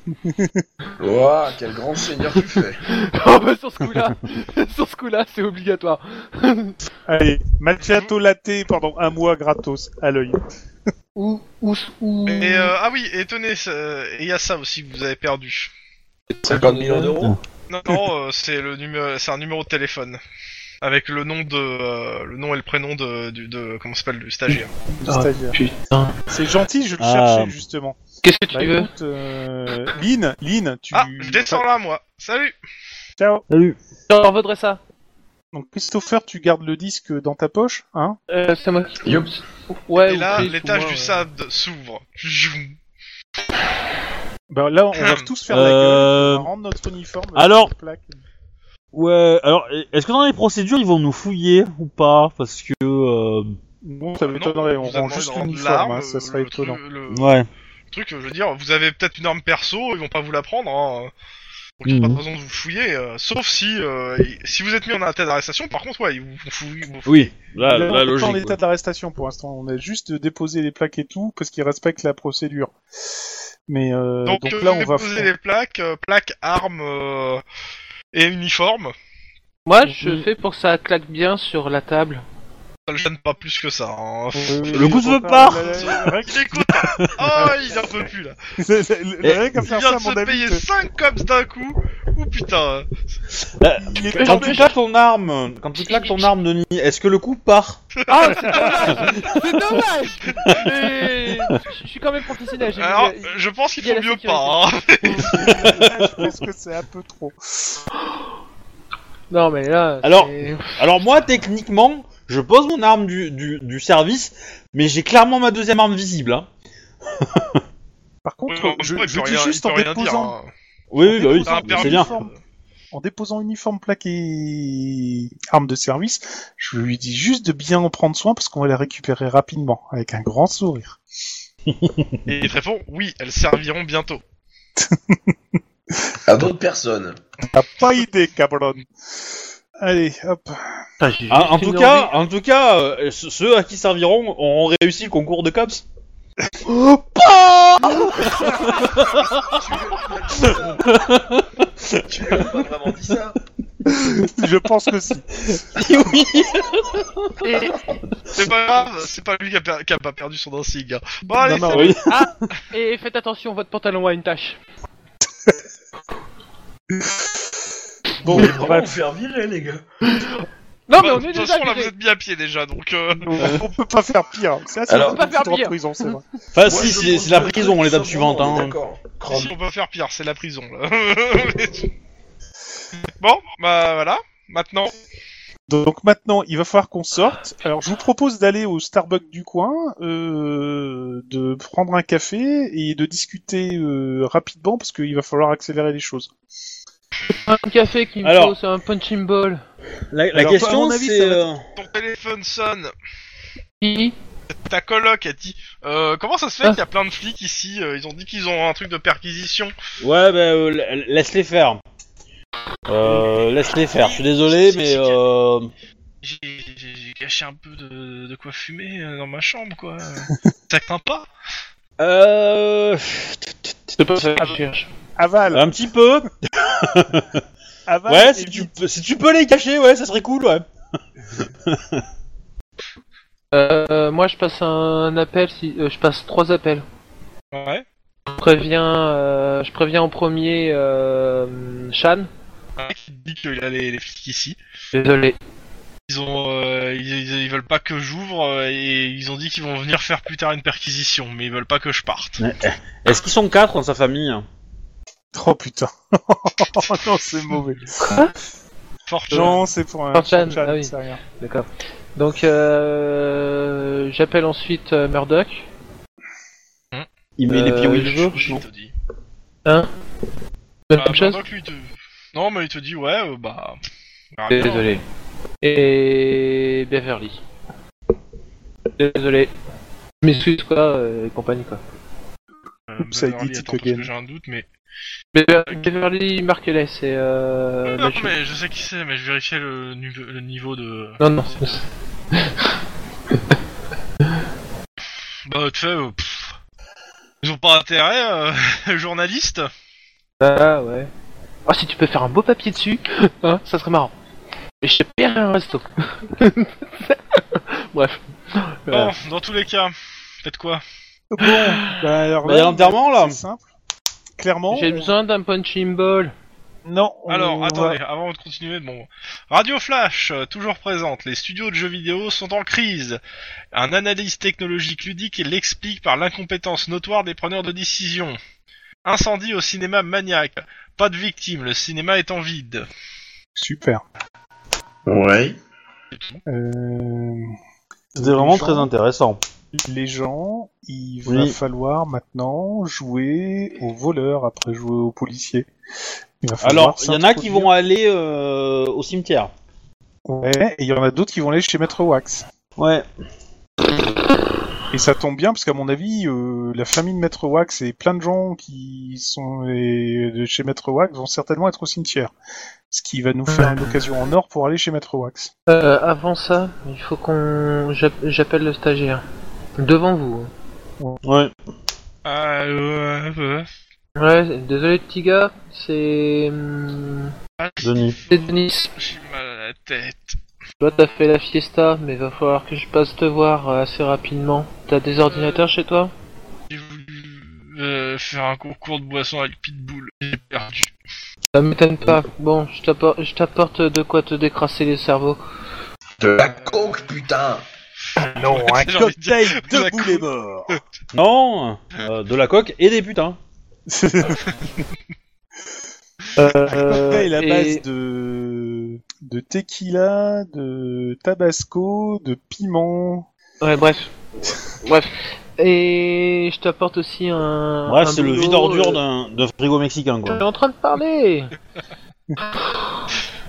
E: Ouah, quel grand seigneur tu fais.
A: Oh bah sur ce coup-là, sur ce coup-là, c'est obligatoire.
C: Allez, macchiato latte pendant un mois gratos, à l'œil.
A: Ou ou ou.
D: Et euh, ah oui, et tenez, c'est- et il y a ça aussi que vous avez perdu.
E: 50 millions d'euros
D: Non, non, euh, c'est le numéro, c'est un numéro de téléphone avec le nom de, euh, le nom et le prénom de, du, de comment ça s'appelle, du stagiaire.
C: le
A: Ah,
C: stagiaire.
A: putain.
C: C'est gentil, je le
B: Ah.
C: cherchais justement.
A: Qu'est-ce que tu
C: Bah,
A: veux
C: écoute, euh, Lynn, Lynn, tu.
D: Ah, je descends là, moi. Salut.
C: Ciao.
B: Salut.
A: J'en voudrais ça.
C: Donc Christopher, tu gardes le disque dans ta poche, hein
A: Euh, c'est moi. qui-
E: Yup.
A: Ouais.
D: et
A: ou
D: là,
A: Chris, ou
D: l'étage
A: moi,
D: du
A: ouais.
D: SAD s'ouvre. Joum.
C: Bah là, on va
D: Hum.
C: tous faire la
B: Euh,
C: gueule. On va rendre notre uniforme.
B: alors-
C: notre plaque.
B: Ouais, alors, est-ce que dans les procédures, ils vont nous fouiller ou pas Parce que... euh,
C: Non, ça
D: Non,
C: m'étonnerait. On
D: vous avez
C: rend
D: demandé de
C: juste
D: rendre
C: l'uniforme,
D: l'arme,
C: hein, ça serait
D: le truc-
C: étonnant.
D: Le
B: Ouais.
D: truc, je veux dire, vous avez peut-être une arme perso, ils vont pas vous la prendre. Hein. Donc il n'y a pas de
B: Mhm.
D: raison de vous fouiller, euh, sauf si euh, il- si vous êtes mis en état d'arrestation, par contre, ouais, ils vous fouillent. ils vous fouillent.
B: Oui, là,
C: Là,
B: là,
C: on est pas en
B: Ah, logique.
C: état d'arrestation pour l'instant. On a juste déposé les plaques et tout parce qu'ils respectent la procédure. Mais euh, donc,
D: donc, euh,
C: là,
D: vous
C: on va.
D: déposez les plaques, euh, plaques, armes euh, et uniformes.
A: Moi, je fais pour que ça claque bien sur la table.
D: Ça le gêne pas plus que ça. hein.
B: Le coup se veut pas.
D: Il est content. Oh, il en peut plus là.
C: Eh,
D: Il vient de se payer 5 cops d'un coup. Ou putain.
B: Quand
F: Quand tu claques ton arme, quand tu claques ton arme, Denis, est-ce que le coup part
A: Ah, c'est dommage C'est dommage Mais je- Je suis quand même professionnel. j'ai-
D: Alors,
A: j'ai-
D: je pense qu'il
A: il y a
D: faut
A: la
D: mieux
A: sécurité.
D: pas. hein.
C: je pense que c'est un peu trop.
A: Non, mais là.
F: Alors-
A: c'est-
F: Alors moi, techniquement, je pose mon arme du, du, du service, mais j'ai clairement ma deuxième arme visible. Hein.
C: Par contre,
D: Ouais,
C: je,
D: ouais, il
C: je
D: peut
C: dis
D: rien-
C: juste
D: il
C: en
D: peut rien dire,
C: déposant,
D: hein.
F: Oui, oui, bah oui,
C: T'as un
F: c'est
C: permis
F: bien.
C: fort. en déposant uniforme, plaque et arme de service, je lui dis juste de bien en prendre soin parce qu'on va la récupérer rapidement avec un grand sourire.
D: Et il te répond oui, elles serviront bientôt.
E: À d'autres personnes.
C: T'as pas idée, cabron. Allez, hop.
A: Putain, j'ai
F: Ah, en
A: juste
F: tout
A: une
F: cas, en tout cas, euh, ce- ceux à qui serviront auront réussi le concours de cops.
E: tu lui as pas vraiment dit ça.
C: Je pense que si.
F: oui.
A: envie. Et-
D: C'est pas grave, c'est pas lui qui a, per- qui a pas perdu son dancing. hein. Bon, allez,
C: Non, non,
D: c'est
F: Ah, oui.
A: Et faites attention, votre pantalon a une tache.
C: Bon,
E: Mais vraiment,
C: bref.
E: vous faire virer, les gars.
A: Non, mais on
D: bon, Bah, de
A: est
D: toute
A: déjà
D: façon, là, vous
A: virés.
D: êtes mis à pied déjà, donc. euh,
C: on peut pas faire pire. C'est assez
E: Alors,
C: une
A: on peut pas faire
C: petite
A: pire.
C: prison, c'est vrai.
F: Enfin,
B: Ah,
E: Moi,
F: si,
E: je
F: c'est
E: pense
F: c'est la
E: que le
F: prison,
E: truc,
F: l'étape
E: c'est
F: suivante.
E: vraiment, on est
F: Hein.
E: D'accord.
D: Si on peut faire pire, c'est la prison là. bon, bah voilà. Maintenant,
C: Donc maintenant, il va falloir qu'on sorte. Alors, je vous propose d'aller au Starbucks du coin, euh, de prendre un café et de discuter euh, rapidement parce qu'il va falloir accélérer les choses.
A: Un café qui me
F: Alors-
A: faut, c'est un punching ball.
F: La, la
C: Alors, à
F: question,
C: mon avis,
F: c'est...
C: ça va être-
F: euh,
D: ton téléphone sonne,
A: Qui
D: ta coloc a dit euh, Comment ça se fait qu'il y a plein de flics ici Euh, Ils ont dit qu'ils ont un truc de perquisition.
F: Ouais, bah, euh, la- laisse-les faire. Euh, laisse-les faire. Je suis désolé, mais... Euh...
D: J'ai- J'ai j'ai caché un peu de, de quoi fumer euh, dans ma chambre, quoi. ça craint pas
F: euh...
A: C'est pas ça que je cherche.
C: Aval,
F: Un petit peu.
C: aval.
F: Ah. Ouais,
C: et
F: si tu,
C: vite.
F: peux- si tu peux les cacher, ouais, ça serait cool, ouais.
A: Euh, moi, je passe un appel, si... euh, je passe trois appels.
D: Ouais.
A: Je préviens, euh, je préviens en premier euh, Shan.
D: Un mec qui dit qu'il a les, les flics ici.
A: Désolé.
D: Ils ont, euh, ils, ils- ils veulent pas que j'ouvre euh, et ils ont dit qu'ils vont venir faire plus tard une perquisition, mais ils veulent pas que je parte.
F: Est-ce qu'ils sont quatre dans sa famille hein
C: Oh putain. Oh, non, c'est mauvais.
D: Fort
C: Non, c'est pour un.
A: Pour Chan,
C: Chan,
A: ah oui.
C: c'est rien.
A: D'accord. Donc, euh, j'appelle ensuite euh, Murdoch.
F: Il met les
D: Ah
B: Euh,
F: pieds où il veut
D: Il
F: non
D: te dit.
A: Même
D: Bah,
A: chose.
D: Murdoch, lui, te- Non, mais il te dit, ouais, euh, bah. bah, bien.
A: Désolé. Et Beverly. Désolé. Je m'excuse quoi, euh, et compagnie quoi.
D: Euh,
C: Oups, I
D: Beverly,
C: did it
D: attends, parce
C: again.
D: que J'ai un doute, mais.
A: Bever- Beverly Markeles et euh...
D: Non,
A: la ju-
D: mais je sais qui c'est, mais je vérifiais le, nu- le niveau de.
A: Non, non, c'est-
D: Bah, tu fais. euh, pff, Ils ont pas intérêt, euh, journaliste
A: Ah ouais. Oh, si tu peux faire un beau papier dessus, hein, ça serait marrant. Mais je te paierai un resto. Bref. Voilà.
D: Bon, dans tous les cas, faites quoi
C: Bon, bah alors
F: Bah, il y a l'enterrement, là.
C: C'est simple. Clairement.
A: J'ai
C: on-
A: besoin d'un punching ball.
C: Non. on
D: Alors,
C: va-
D: attendez, avant de continuer, bon. Radio Flash, euh, toujours présente. Les studios de jeux vidéo sont en crise. Un analyse technologique ludique l'explique par l'incompétence notoire des preneurs de décision. Incendie au cinéma maniaque. Pas de victimes, le cinéma est en vide.
C: Super.
E: Ouais.
C: Euh...
F: C'était vraiment
C: Les gens-
F: très intéressant.
C: les gens, il va
F: Oui.
C: falloir maintenant jouer aux voleurs après jouer aux policiers. Il va falloir
F: Alors, il y en a qui vont aller euh, au cimetière.
C: s'introduire. Ouais, et il y en a d'autres qui vont aller chez Maître Wax.
F: Ouais.
C: Et ça tombe bien, parce qu'à mon avis, euh, la famille de Maître Wax et plein de gens qui sont et de chez Maître Wax vont certainement être au cimetière. Ce qui va nous faire une occasion en or pour aller chez Maître Wax.
A: Euh, avant ça, il faut qu'on. j'app- J'appelle le stagiaire. Devant vous.
B: Ouais.
D: Ah, ouais, ouais.
A: Ouais, désolé, petit gars, c'est. hum,
D: Ah,
B: Denis.
A: C'est Denis.
D: J'ai mal à la tête.
A: Toi, t'as fait la fiesta, mais va falloir que je passe te voir euh, assez rapidement. T'as des ordinateurs chez toi
D: J'ai voulu euh, faire un concours de boisson avec Pitbull. J'ai perdu.
A: Ça m'étonne pas. Bon, je t'appor- je t'apporte de quoi te décrasser les cerveaux.
E: De la coke, putain
C: Non,
D: un J'ai envie de dire,
B: cocktail
D: de la
B: boulet mort. Non, euh, de la coque et des putains. Euh,
C: cocktail à
A: Euh, et-
C: base de... de tequila, de tabasco, de piment.
A: Ouais, bref. bref. Et je t'apporte aussi un.
B: Bref,
A: un
B: c'est le
A: boulot,
B: vide ordure
A: euh,
B: d'un d'un frigo mexicain,
A: Je
B: quoi.
A: suis en train de parler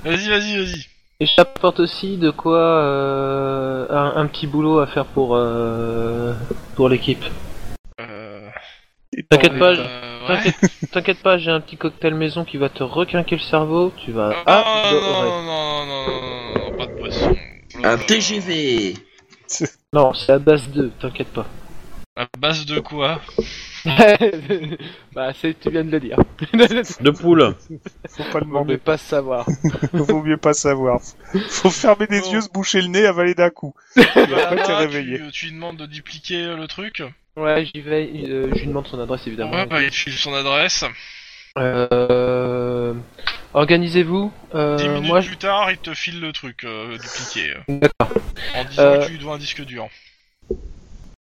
D: Vas-y, vas-y, vas-y.
A: Et je t'apporte aussi de quoi euh, un, un petit boulot à faire pour euh, pour l'équipe.
D: Euh,
A: T'inquiète pas, je-
D: euh, ouais.
A: t'inquiète- t'inquiète pas, j'ai un petit cocktail maison qui va te requinquer le cerveau. Tu vas
D: Ah, non,
A: adorer.
D: non, non, non, non, non, non, pas de boisson.
E: Un TGV
A: Non, c'est à base 2, t'inquiète pas.
D: À base de quoi
A: bah, c'est tu viens de le dire.
B: De poule.
C: Faut
A: On
C: pas le
A: ne
C: demander,
A: pas savoir.
C: vaut mieux pas savoir. Faut fermer des
D: Bon.
C: yeux, se boucher le nez, avaler d'un coup.
D: Bah,
C: t'es
D: là,
C: réveillé.
D: tu, tu lui demandes de dupliquer euh, le truc.
A: Ouais, j'y vais. euh, je lui demande son adresse évidemment.
D: Ouais, bah, il te file son adresse.
A: Euh, Organisez-vous.
D: 10
A: Euh,
D: minutes
A: moi, je-
D: plus tard, il te file le truc euh, dupliqué.
A: D'accord.
D: En disant
A: Euh.
D: que tu lui dois un disque dur.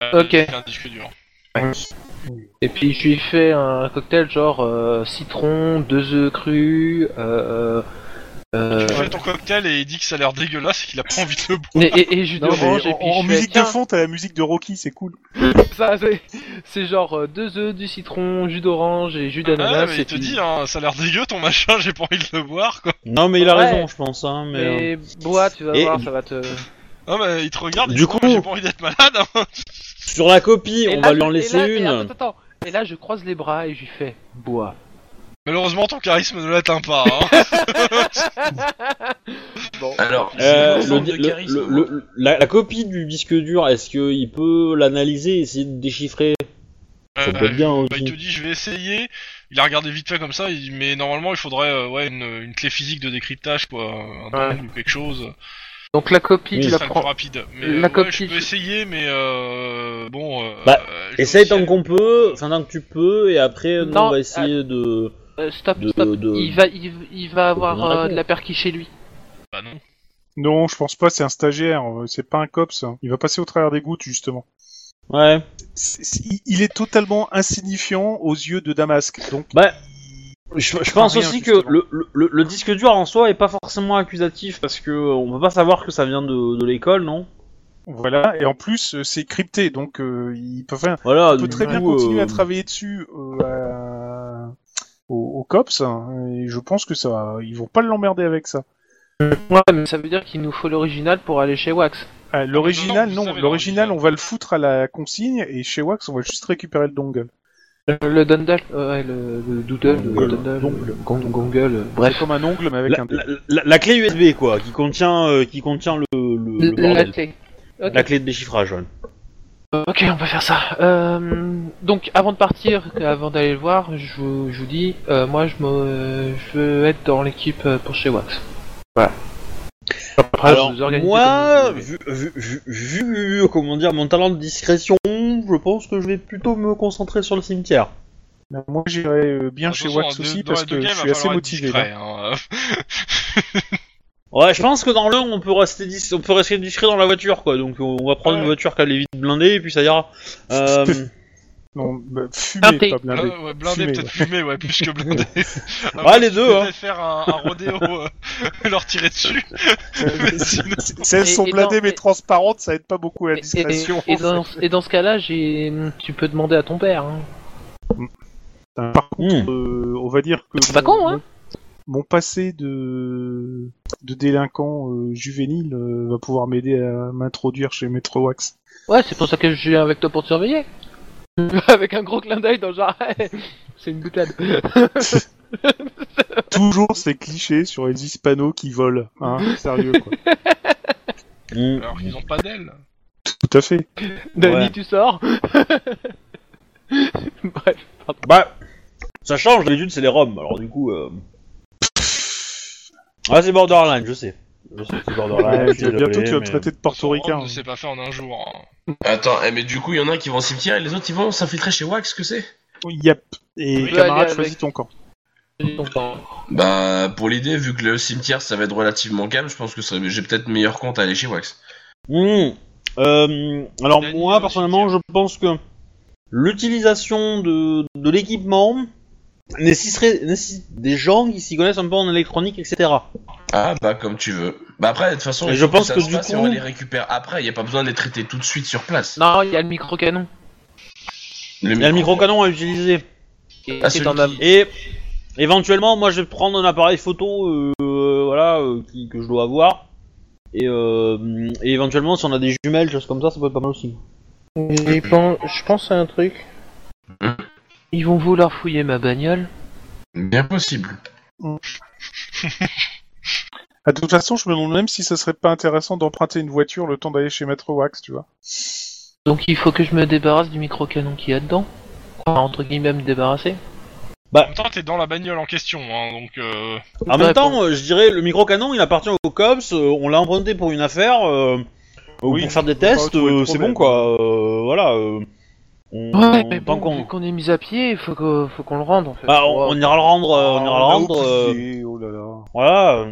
D: Euh,
A: Ok.
D: il te file Un disque dur.
A: Et puis je lui fais un cocktail genre euh, citron, deux œufs crus. Euh, euh,
D: Tu fais ton cocktail et il dit que ça a l'air dégueulasse et qu'il a pas envie de le boire.
A: et, et, et jus
C: Non, mais
A: d'orange. Et
C: en,
A: puis
C: en
A: je fais,
C: musique
A: tiens,
C: de fond, t'as la musique de Rocky, c'est cool.
A: ça, c'est- C'est genre euh, deux œufs, du citron, jus d'orange et jus
D: Ah,
A: d'ananas.
D: mais
A: et
D: il te
A: puis-
D: dit, hein, ça a l'air dégueu ton machin, j'ai pas envie de le boire quoi.
B: Non, mais il a
A: Ouais.
B: raison, je pense. Hein, mais...
A: Mais
B: euh,
A: bois, tu vas
B: Et-
A: voir, ça va te.
D: Ah, bah, il te regarde, il
B: Du
D: dit,
B: coup-
D: Oh, j'ai pas envie d'être malade. hein.
B: Sur la copie,
A: Et
B: on
A: là,
B: va lui en
A: je- et
B: laisser
A: là- et
B: une.
A: attends, attends, attends. Et là, je croise les bras et je lui fais bois.
D: Malheureusement, ton charisme ne l'atteint pas. Hein.
A: bon.
E: Alors,
B: Euh,
E: c'est une
B: le-
E: forme de
B: le-
E: charisme,
B: le-
E: moi.
B: le- la, la copie du disque dur, est-ce qu'il peut l'analyser, essayer de déchiffrer Ça peut
D: Euh,
B: être bien
D: Bah, il te
B: aussi.
D: dit je vais essayer. Il a regardé vite fait comme ça, il dit, mais normalement il faudrait euh, ouais une, une clé physique de décryptage quoi, un
A: Ouais.
D: dongle ou quelque chose.
A: Donc la copie,
B: Oui,
A: tu
D: Ce
A: la
D: serait le plus
A: prends.
D: rapide. Mais
A: La
D: euh, ouais,
A: copie,
D: je peux
A: je-
D: essayer, mais euh, bon. Euh,
B: Bah,
D: euh, je vais
B: Essaye
D: aussi
B: tant
D: aller-
B: qu'on peut, enfin tant que tu peux, et après, nous,
A: Non,
B: on va essayer de.
A: Euh, stop,
B: de-
A: stop.
B: de-
A: Il va, il, il va avoir
B: donner un
A: euh,
B: coup.
A: de la perquis chez lui.
D: Bah non.
C: Non, je pense pas, c'est un stagiaire, euh, c'est pas un cops. hein. Il va passer au travers des gouttes, justement.
B: Ouais.
C: C'est- c'est- il- il est totalement insignifiant aux yeux de Damasque, donc...
B: Bah,
C: il-
B: Je, je
C: il
B: pense
C: prend rien,
B: aussi que
C: justement.
B: le, le- le- le disque dur en soi est pas forcément accusatif parce que euh, on peut pas savoir que ça vient de, de l'école, non
C: Voilà, et en plus, euh, c'est crypté, donc euh, il peut faire...
B: Voilà.
C: Il peut
B: du
C: très bien
B: coup,
C: continuer
B: euh,
C: à travailler dessus euh, à- au, au cops, hein, et je pense que ça, va- ils vont pas l'emmerder avec ça.
A: Ouais, mais ça veut dire qu'il nous faut l'original pour aller chez Wax.
C: Ah, l'original,
D: vous
C: non,
D: savez,
C: l'original,
D: l'original.
C: on va le foutre à la consigne, et chez Wax, on va juste récupérer le dongle.
A: Le Dundle, euh, ouais, le, le Doodle, le
C: Dongle,
A: Dundle,
C: dongle.
A: Gong- Gongle, euh,
C: C'est
A: bref.
C: comme un ongle, mais avec
B: La,
C: un...
B: la- la- la clé USB quoi, qui contient euh, qui contient le, le- le
A: La
B: bordel.
A: clé. Ok.
B: La clé de déchiffrage. ouais.
A: Ok, on va faire ça. Euh, donc, avant de partir, avant d'aller le voir, je vous, je vous dis, euh, moi, je, me, je veux être dans l'équipe euh, pour chez Wax. Voilà. Après,
B: Alors,
A: Ah, je vous organise
B: moi, vu, vu- vu- vu, comment dire, mon talent de discrétion, je pense que je vais plutôt me concentrer sur le cimetière.
C: Ben, Moi, j'irais euh, bien
D: Attention,
C: chez Wax
D: dans-
C: aussi
D: dans
C: parce
D: les deux
C: que
D: games,
C: je
D: il va
C: suis assez
D: falloir être
C: motivé.
D: discret,
C: là.
D: hein.
B: Ouais, je pense que dans le, on peut rester, dis- on peut rester discret dans la voiture, quoi. Donc, on va prendre
D: Ouais.
B: une voiture qui a les vides blindées et puis ça ira. Euh,
C: Non, bah, fumer,
A: Teinté.
C: pas blindé.
D: Euh, ouais, blindé,
C: Fumé,
D: peut-être fumé, ouais, plus que blindé. Ah
B: Ouais, les deux, hein.
D: Peut-être faire un, un rodéo, euh, leur tirer dessus. Mais sinon-
C: Si elles
A: Et-
C: sont
A: et
C: blindées
A: dans-
C: mais
A: et-
C: transparentes, ça aide pas beaucoup à la
A: Et, et-
C: discrétion.
A: et
C: en
A: dans, et dans ce cas-là, j'ai, tu peux demander à ton père. Hein.
C: fait. Par
B: hmm.
C: contre, euh, on va dire que
A: C'est pas
C: mon-
A: con, hein.
C: mon passé de, de délinquant euh, juvénile euh, va pouvoir m'aider à m'introduire chez Metro Wax.
A: Ouais, c'est pour ça que je suis avec toi pour te surveiller. avec un gros clin d'œil dans le genre. c'est une boutade.
C: Toujours ces clichés sur les hispanos qui volent, hein, sérieux quoi.
B: Mm.
D: Alors qu'ils ont pas d'aile.
C: Tout à fait.
A: Dani,
B: Ouais.
A: tu sors Bref.
B: Bah, ça change, d'habitude c'est les Roms, alors du coup. Euh... Ah, c'est Borderline, je sais. Je sais que c'est Borderline.
C: Ouais,
B: je suis désolé,
C: bientôt tu vas me
B: mais-
C: traiter de portoricain.
D: Rome ne s'est pas fait en un jour. hein.
E: Attends, eh, mais du coup, il y en a un qui vont au cimetière et les autres ils vont s'infiltrer chez Wax, que c'est
C: Yep. Et
A: Oui, allez,
C: camarade,
A: avec-
C: choisis ton camp.
E: Bah, pour l'idée, vu que le cimetière ça va être relativement calme, je pense que ça- j'ai peut-être meilleur compte à aller chez Wax.
B: Mmh. Euh, alors
D: Dany,
B: moi
D: aussi,
B: personnellement je pense que l'utilisation de, de l'équipement nécessiterait, nécessite des gens qui s'y connaissent un peu en électronique etc.
E: Ah, bah, comme tu veux. Bah, après, de toute façon,
B: Mais
E: il
B: je
E: faut
B: pense
E: ça
B: que
E: se
B: du
E: passe et
B: coup-
E: on les récupère après, il n'y a pas besoin de les traiter tout de suite sur place.
A: Non, il y a le micro-canon.
E: Le
B: Il y a le micro-canon à utiliser
A: qui
E: Ah,
A: est
E: celui
A: en
E: qui-
A: avant.
B: et éventuellement moi je vais prendre un appareil photo euh, voilà euh, qui- que je dois avoir et, euh, et éventuellement si on a des jumelles choses comme ça ça peut être pas mal aussi.
A: J'y pense- Je pense à un truc.
E: Mhm.
A: Ils vont vouloir fouiller ma bagnole.
E: Bien possible.
C: Ah, De toute façon, je me demande même si ce serait pas intéressant d'emprunter une voiture le temps d'aller chez Maître Wax, tu vois.
A: Donc il faut que je me débarrasse du micro-canon qu'il y a dedans. Enfin, entre guillemets, me débarrasser.
D: En même temps, t'es dans la bagnole en question, hein, donc. Euh...
B: En
A: Ouais,
B: même temps, euh, je dirais le micro-canon, il appartient au COPS, euh, on l'a emprunté pour une affaire, euh, ou
C: Oui,
B: pour faire des
C: on peut pas
B: tests,
C: retrouver le
B: euh, c'est
C: problème.
B: bon quoi. euh, voilà. euh, on,
A: Ouais, mais
B: tant
A: bon,
B: qu'on-
A: vu qu'on est mis à pied, il faut qu'on faut qu'on le rende en fait.
B: bah, on, on ira le rendre,
C: Ah,
B: euh, on ira le rendre. euh,
C: Oh là là.
B: voilà. euh,
D: De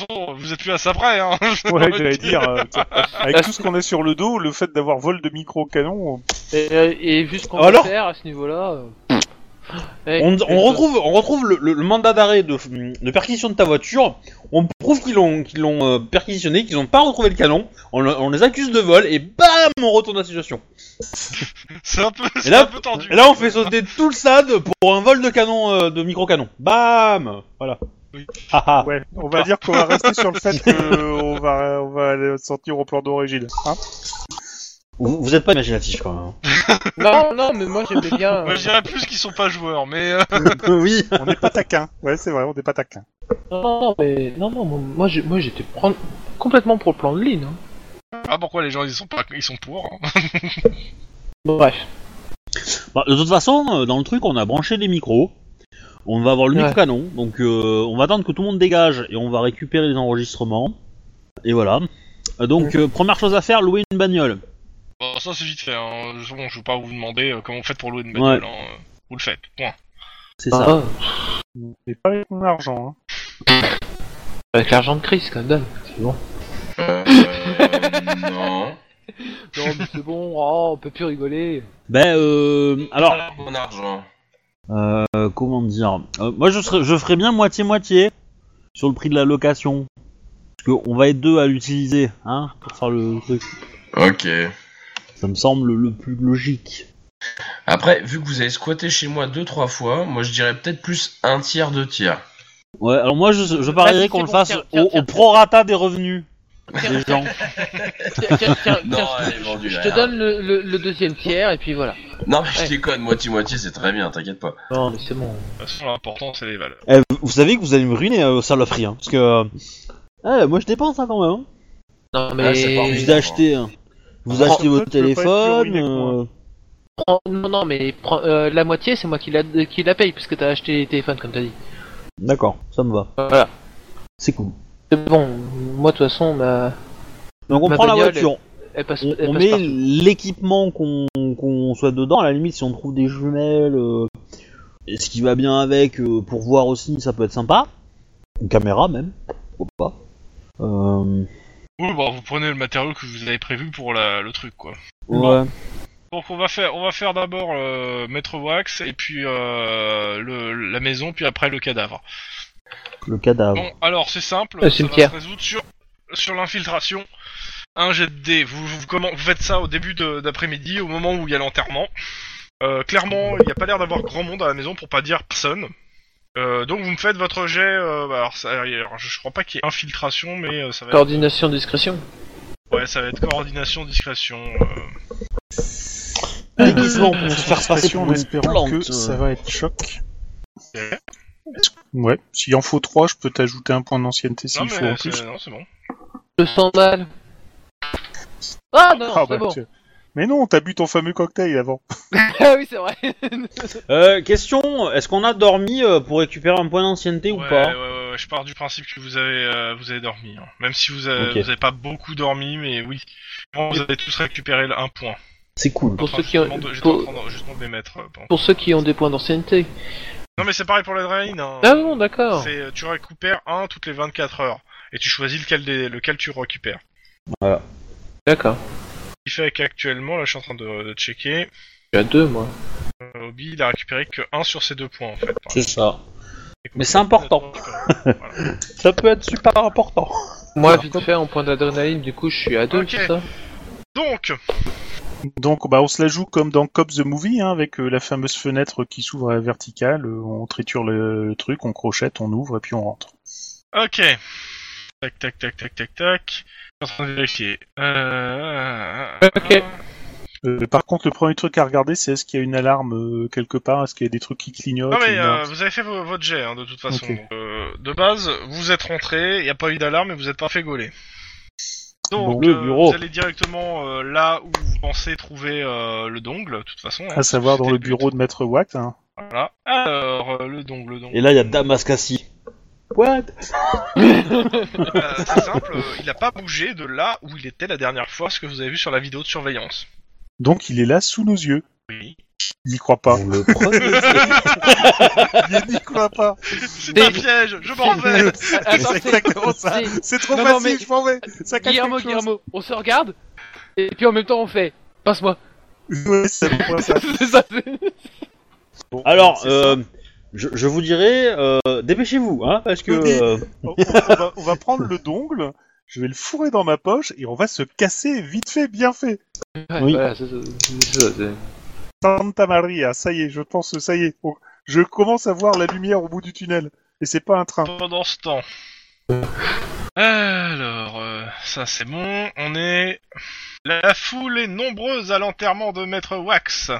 D: toute façon, vous êtes plus à ça près, hein.
C: Ouais, j'allais dire, euh, putain, avec tout ce qu'on a sur le dos, le fait d'avoir vol de micro-canon, on-
A: Et, et vu ce qu'on
B: Alors
A: peut faire à ce niveau-là. euh, eh,
B: On,
A: je-
B: on retrouve, on retrouve le, le- le mandat d'arrêt de, de perquisition de ta voiture. On prouve qu'ils l'ont, qu'ils l'ont euh, perquisitionné, qu'ils n'ont pas retrouvé le canon. On, le- on les accuse de vol et bam, on retourne la situation.
D: C'est un peu, c'est
B: là-
D: un peu tendu.
B: Et là, on fait sauter tout le SAD pour un vol de canon, euh, de micro-canon. Bam Voilà.
D: Oui.
B: Haha.
C: ouais, on va dire qu'on va rester sur le fait qu'on va, on va aller sortir au plan d'origine. Hein
B: vous, vous êtes pas imaginatif hein. quand même.
A: Non, non, mais moi j'aimais bien. euh,
D: Moi, je dirais plus qu'ils sont pas joueurs, mais. euh,
B: oui.
C: on n'est pas taquin. Ouais, c'est vrai, on n'est pas taquin.
A: Non, non, non, mais non, non, moi, moi, j'ai- moi, j'étais pren- complètement pour le plan de ligne. hein.
D: Ah, pourquoi les gens ils sont pas, ils sont pour. hein.
A: Bon, bref.
B: Bah, de toute façon, euh, dans le truc, on a branché des micros. On va avoir le
A: Ouais.
B: micro-canon. Donc, euh, on va attendre que tout le monde dégage et on va récupérer les enregistrements. Et voilà. Euh, Donc, euh, première chose à faire, louer une bagnole.
D: Bon, ça c'est vite fait. Hein. Je- Bon, je veux pas vous demander euh, comment vous faites pour louer une bagnole. hein, euh, Vous le faites. Point.
B: C'est ça.
A: Ah,
C: Mais pas avec mon argent, hein.
A: avec l'argent de Chris, quand même. C'est bon.
E: Euh, euh, non.
A: Non, mais c'est bon, oh, on peut plus rigoler.
B: Ben, euh, alors,
E: Voilà Mon argent.
B: euh, comment dire Euh, Moi, je, serais, je ferais bien moitié-moitié sur le prix de la location. Parce qu'on va être deux à l'utiliser, hein, pour faire le truc.
E: Ok.
B: Ça me semble le plus logique.
E: Après, vu que vous avez squatté chez moi deux trois fois, moi je dirais peut-être plus un tiers, deux tiers.
B: Ouais, alors moi je, je parierais
A: Vas-y,
B: qu'on
A: c'est
B: le
A: bon,
B: fasse
A: tiens, tiens,
B: au,
A: tiens.
B: au prorata des revenus des gens.
A: Tiens, tiens, tiens,
E: Non,
A: tiens,
E: elle est vendue.
A: je
E: là,
A: te
E: hein.
A: donne le, le- le deuxième tiers, et puis voilà.
E: Non, mais je
A: Ouais.
E: déconne, moitié-moitié, c'est très bien, t'inquiète pas.
A: Non, mais c'est bon.
D: De toute façon, l'important c'est les valeurs.
B: Eh, vous- vous savez que vous allez me ruiner euh, au saloperie, hein, parce que euh, eh, moi je dépense hein, quand même. hein.
A: Non,
E: Ah, c'est pas
A: mais.
E: Oui,
B: vous achetez, euh, vous
C: Ah,
B: achetez votre
C: je peux pas être plus
B: téléphone.
C: ruiné que moi.
B: euh,
A: prends- non, non, mais prends- euh, la moitié, c'est moi qui la, qui la paye, puisque t'as acheté les téléphones, comme t'as dit.
B: D'accord, ça me va.
A: Voilà.
B: C'est cool.
A: C'est bon, moi, de toute façon, ma-
B: Donc on
A: Ma
B: prend la
A: bagnole,
B: voiture,
A: elle passe.
B: on,
A: elle
B: on
A: passe
B: met
A: partout.
B: l'équipement qu'on qu'on souhaite dedans. À la limite, si on trouve des jumelles, euh, et ce qui va bien avec euh, pour voir aussi, ça peut être sympa. Une caméra même, pourquoi pas. Euh,
D: Oui, bon, bah, vous prenez le matériau que vous avez prévu pour la- le truc, quoi.
B: ouais.
D: Donc on va faire, on va faire d'abord euh, Maître Wax et puis euh, le, la maison, puis après le cadavre.
B: Le cadavre.
D: Bon, alors c'est simple,
A: Le
D: ça va se
A: cimetière.
D: résoudre sur, sur l'infiltration. Un jet de dés. Vous, vous- comment, vous faites ça au début de- d'après-midi, au moment où il y a l'enterrement. Euh, clairement, il n'y a pas l'air d'avoir grand monde à la maison pour pas dire personne. Euh, donc vous me faites votre jet. euh, bah, alors, ça- alors, je crois pas qu'il y ait infiltration, mais euh, ça va. Être,
A: Coordination, discrétion.
D: ouais, ça va être coordination, discrétion. euh.
F: Déguisement
C: Euh,
F: pour se faire passer
C: en
F: pour une
C: espérant
F: plante.
C: que ça va être choc.
D: Ouais.
C: Ouais, s'il en faut 3, je peux t'ajouter un point d'ancienneté
D: Non
C: s'il faut en
D: mais
C: plus.
D: c'est- non, c'est bon.
A: Le sandal. Ah non,
C: Ah,
A: c'est
C: bah,
A: bon.
C: tu- Mais non, t'as bu ton fameux cocktail avant.
A: Ah oui, c'est vrai.
F: Euh, question, est-ce qu'on a dormi euh, pour récupérer un point d'ancienneté ou
D: ouais,
F: pas
D: ouais, ouais, ouais, je pars du principe que vous avez, euh, vous avez dormi. hein. Même si vous avez,
F: Ok.
D: vous avez pas beaucoup dormi, mais oui. Bon, vous avez tous récupéré le- un point.
F: C'est cool.
A: Pour
D: Enfin,
A: ceux qui ont-
D: je demande- j'étais
A: pour-
D: en train de- justement de les mettre. euh, pardon.
A: Pour ceux qui ont des points d'ancienneté.
D: Non mais c'est pareil pour l'adrénaline. Hein.
A: Ah bon, d'accord.
D: C'est, euh, tu récupères un toutes les 24 heures. Et tu choisis lequel, des- lequel tu récupères.
A: D'accord.
D: Ce qui fait qu'actuellement, là je suis en train de, de checker,
A: J'ai à deux, moi.
D: euh, Obi il a récupéré que un sur ses deux points en fait.
F: C'est ça. Mais c'est important.
D: Voilà.
F: Ça peut être super important.
A: Moi, vite fait, en point d'adrénaline, du coup, je suis à deux,
D: Ok.
A: c'est ça
D: Donc,
C: Donc bah, on se la joue comme dans Cop the Movie, hein, avec euh, la fameuse fenêtre qui s'ouvre à la verticale, euh, on triture le, le truc, on crochette, on ouvre et puis on rentre.
D: ok. Tac tac tac tac tac tac. Je suis en train de vérifier. Euh...
A: Ok.
C: Euh, par contre, le premier truc à regarder, c'est est-ce qu'il y a une alarme euh, quelque part, est-ce qu'il y a des trucs qui clignotent
D: Non mais
C: une alarme
D: euh, vous avez fait vo- votre jet hein, de toute façon.
C: Ok.
D: Donc, euh, de base, vous êtes rentré, il n'y a pas eu d'alarme et vous n'êtes pas fait gauler.
C: Bon,
D: Donc
F: le
D: euh,
F: bureau.
D: vous allez directement euh, là où vous pensez trouver euh, le dongle de toute façon. hein,
C: À savoir dans
D: c'était
C: le
D: but.
C: bureau de Maître Watt. hein.
D: Voilà. Alors euh, le dongle, le dongle.
F: Et là, il y a Damaskasi. What
D: Euh, c'est simple, euh, il n'a pas bougé de là où il était la dernière fois, ce que vous avez vu sur la vidéo de surveillance.
C: Donc il est là sous nos yeux.
D: Oui.
C: Il y croit pas.
F: Vous le prenez
C: il n'y croit pas.
D: C'est un piège, je m'en vais
A: Attends, c'est- c'est-
C: C'est trop
A: Non, non, facile, mais-
C: je m'en vais. Ça
A: Guillermo, Guillermo, on se regarde, et puis en même temps, on fait. Passe-moi. c'est ça. c'est-
F: Alors, euh, je, je vous dirais, euh, dépêchez-vous, hein, parce que... euh,
C: on, on va, on va prendre le dongle, je vais le fourrer dans ma poche et on va se casser vite fait, bien fait.
A: Ouais,
F: Oui.
A: voilà, c'est ça, c'est ça, c'est-
C: Santa Maria, ça y est, je pense, ça y est. on- je commence à voir la lumière au bout du tunnel. Et c'est pas un train.
D: pendant ce temps. Alors, euh, ça c'est bon, on est... La foule est nombreuse à l'enterrement de Maître Wax.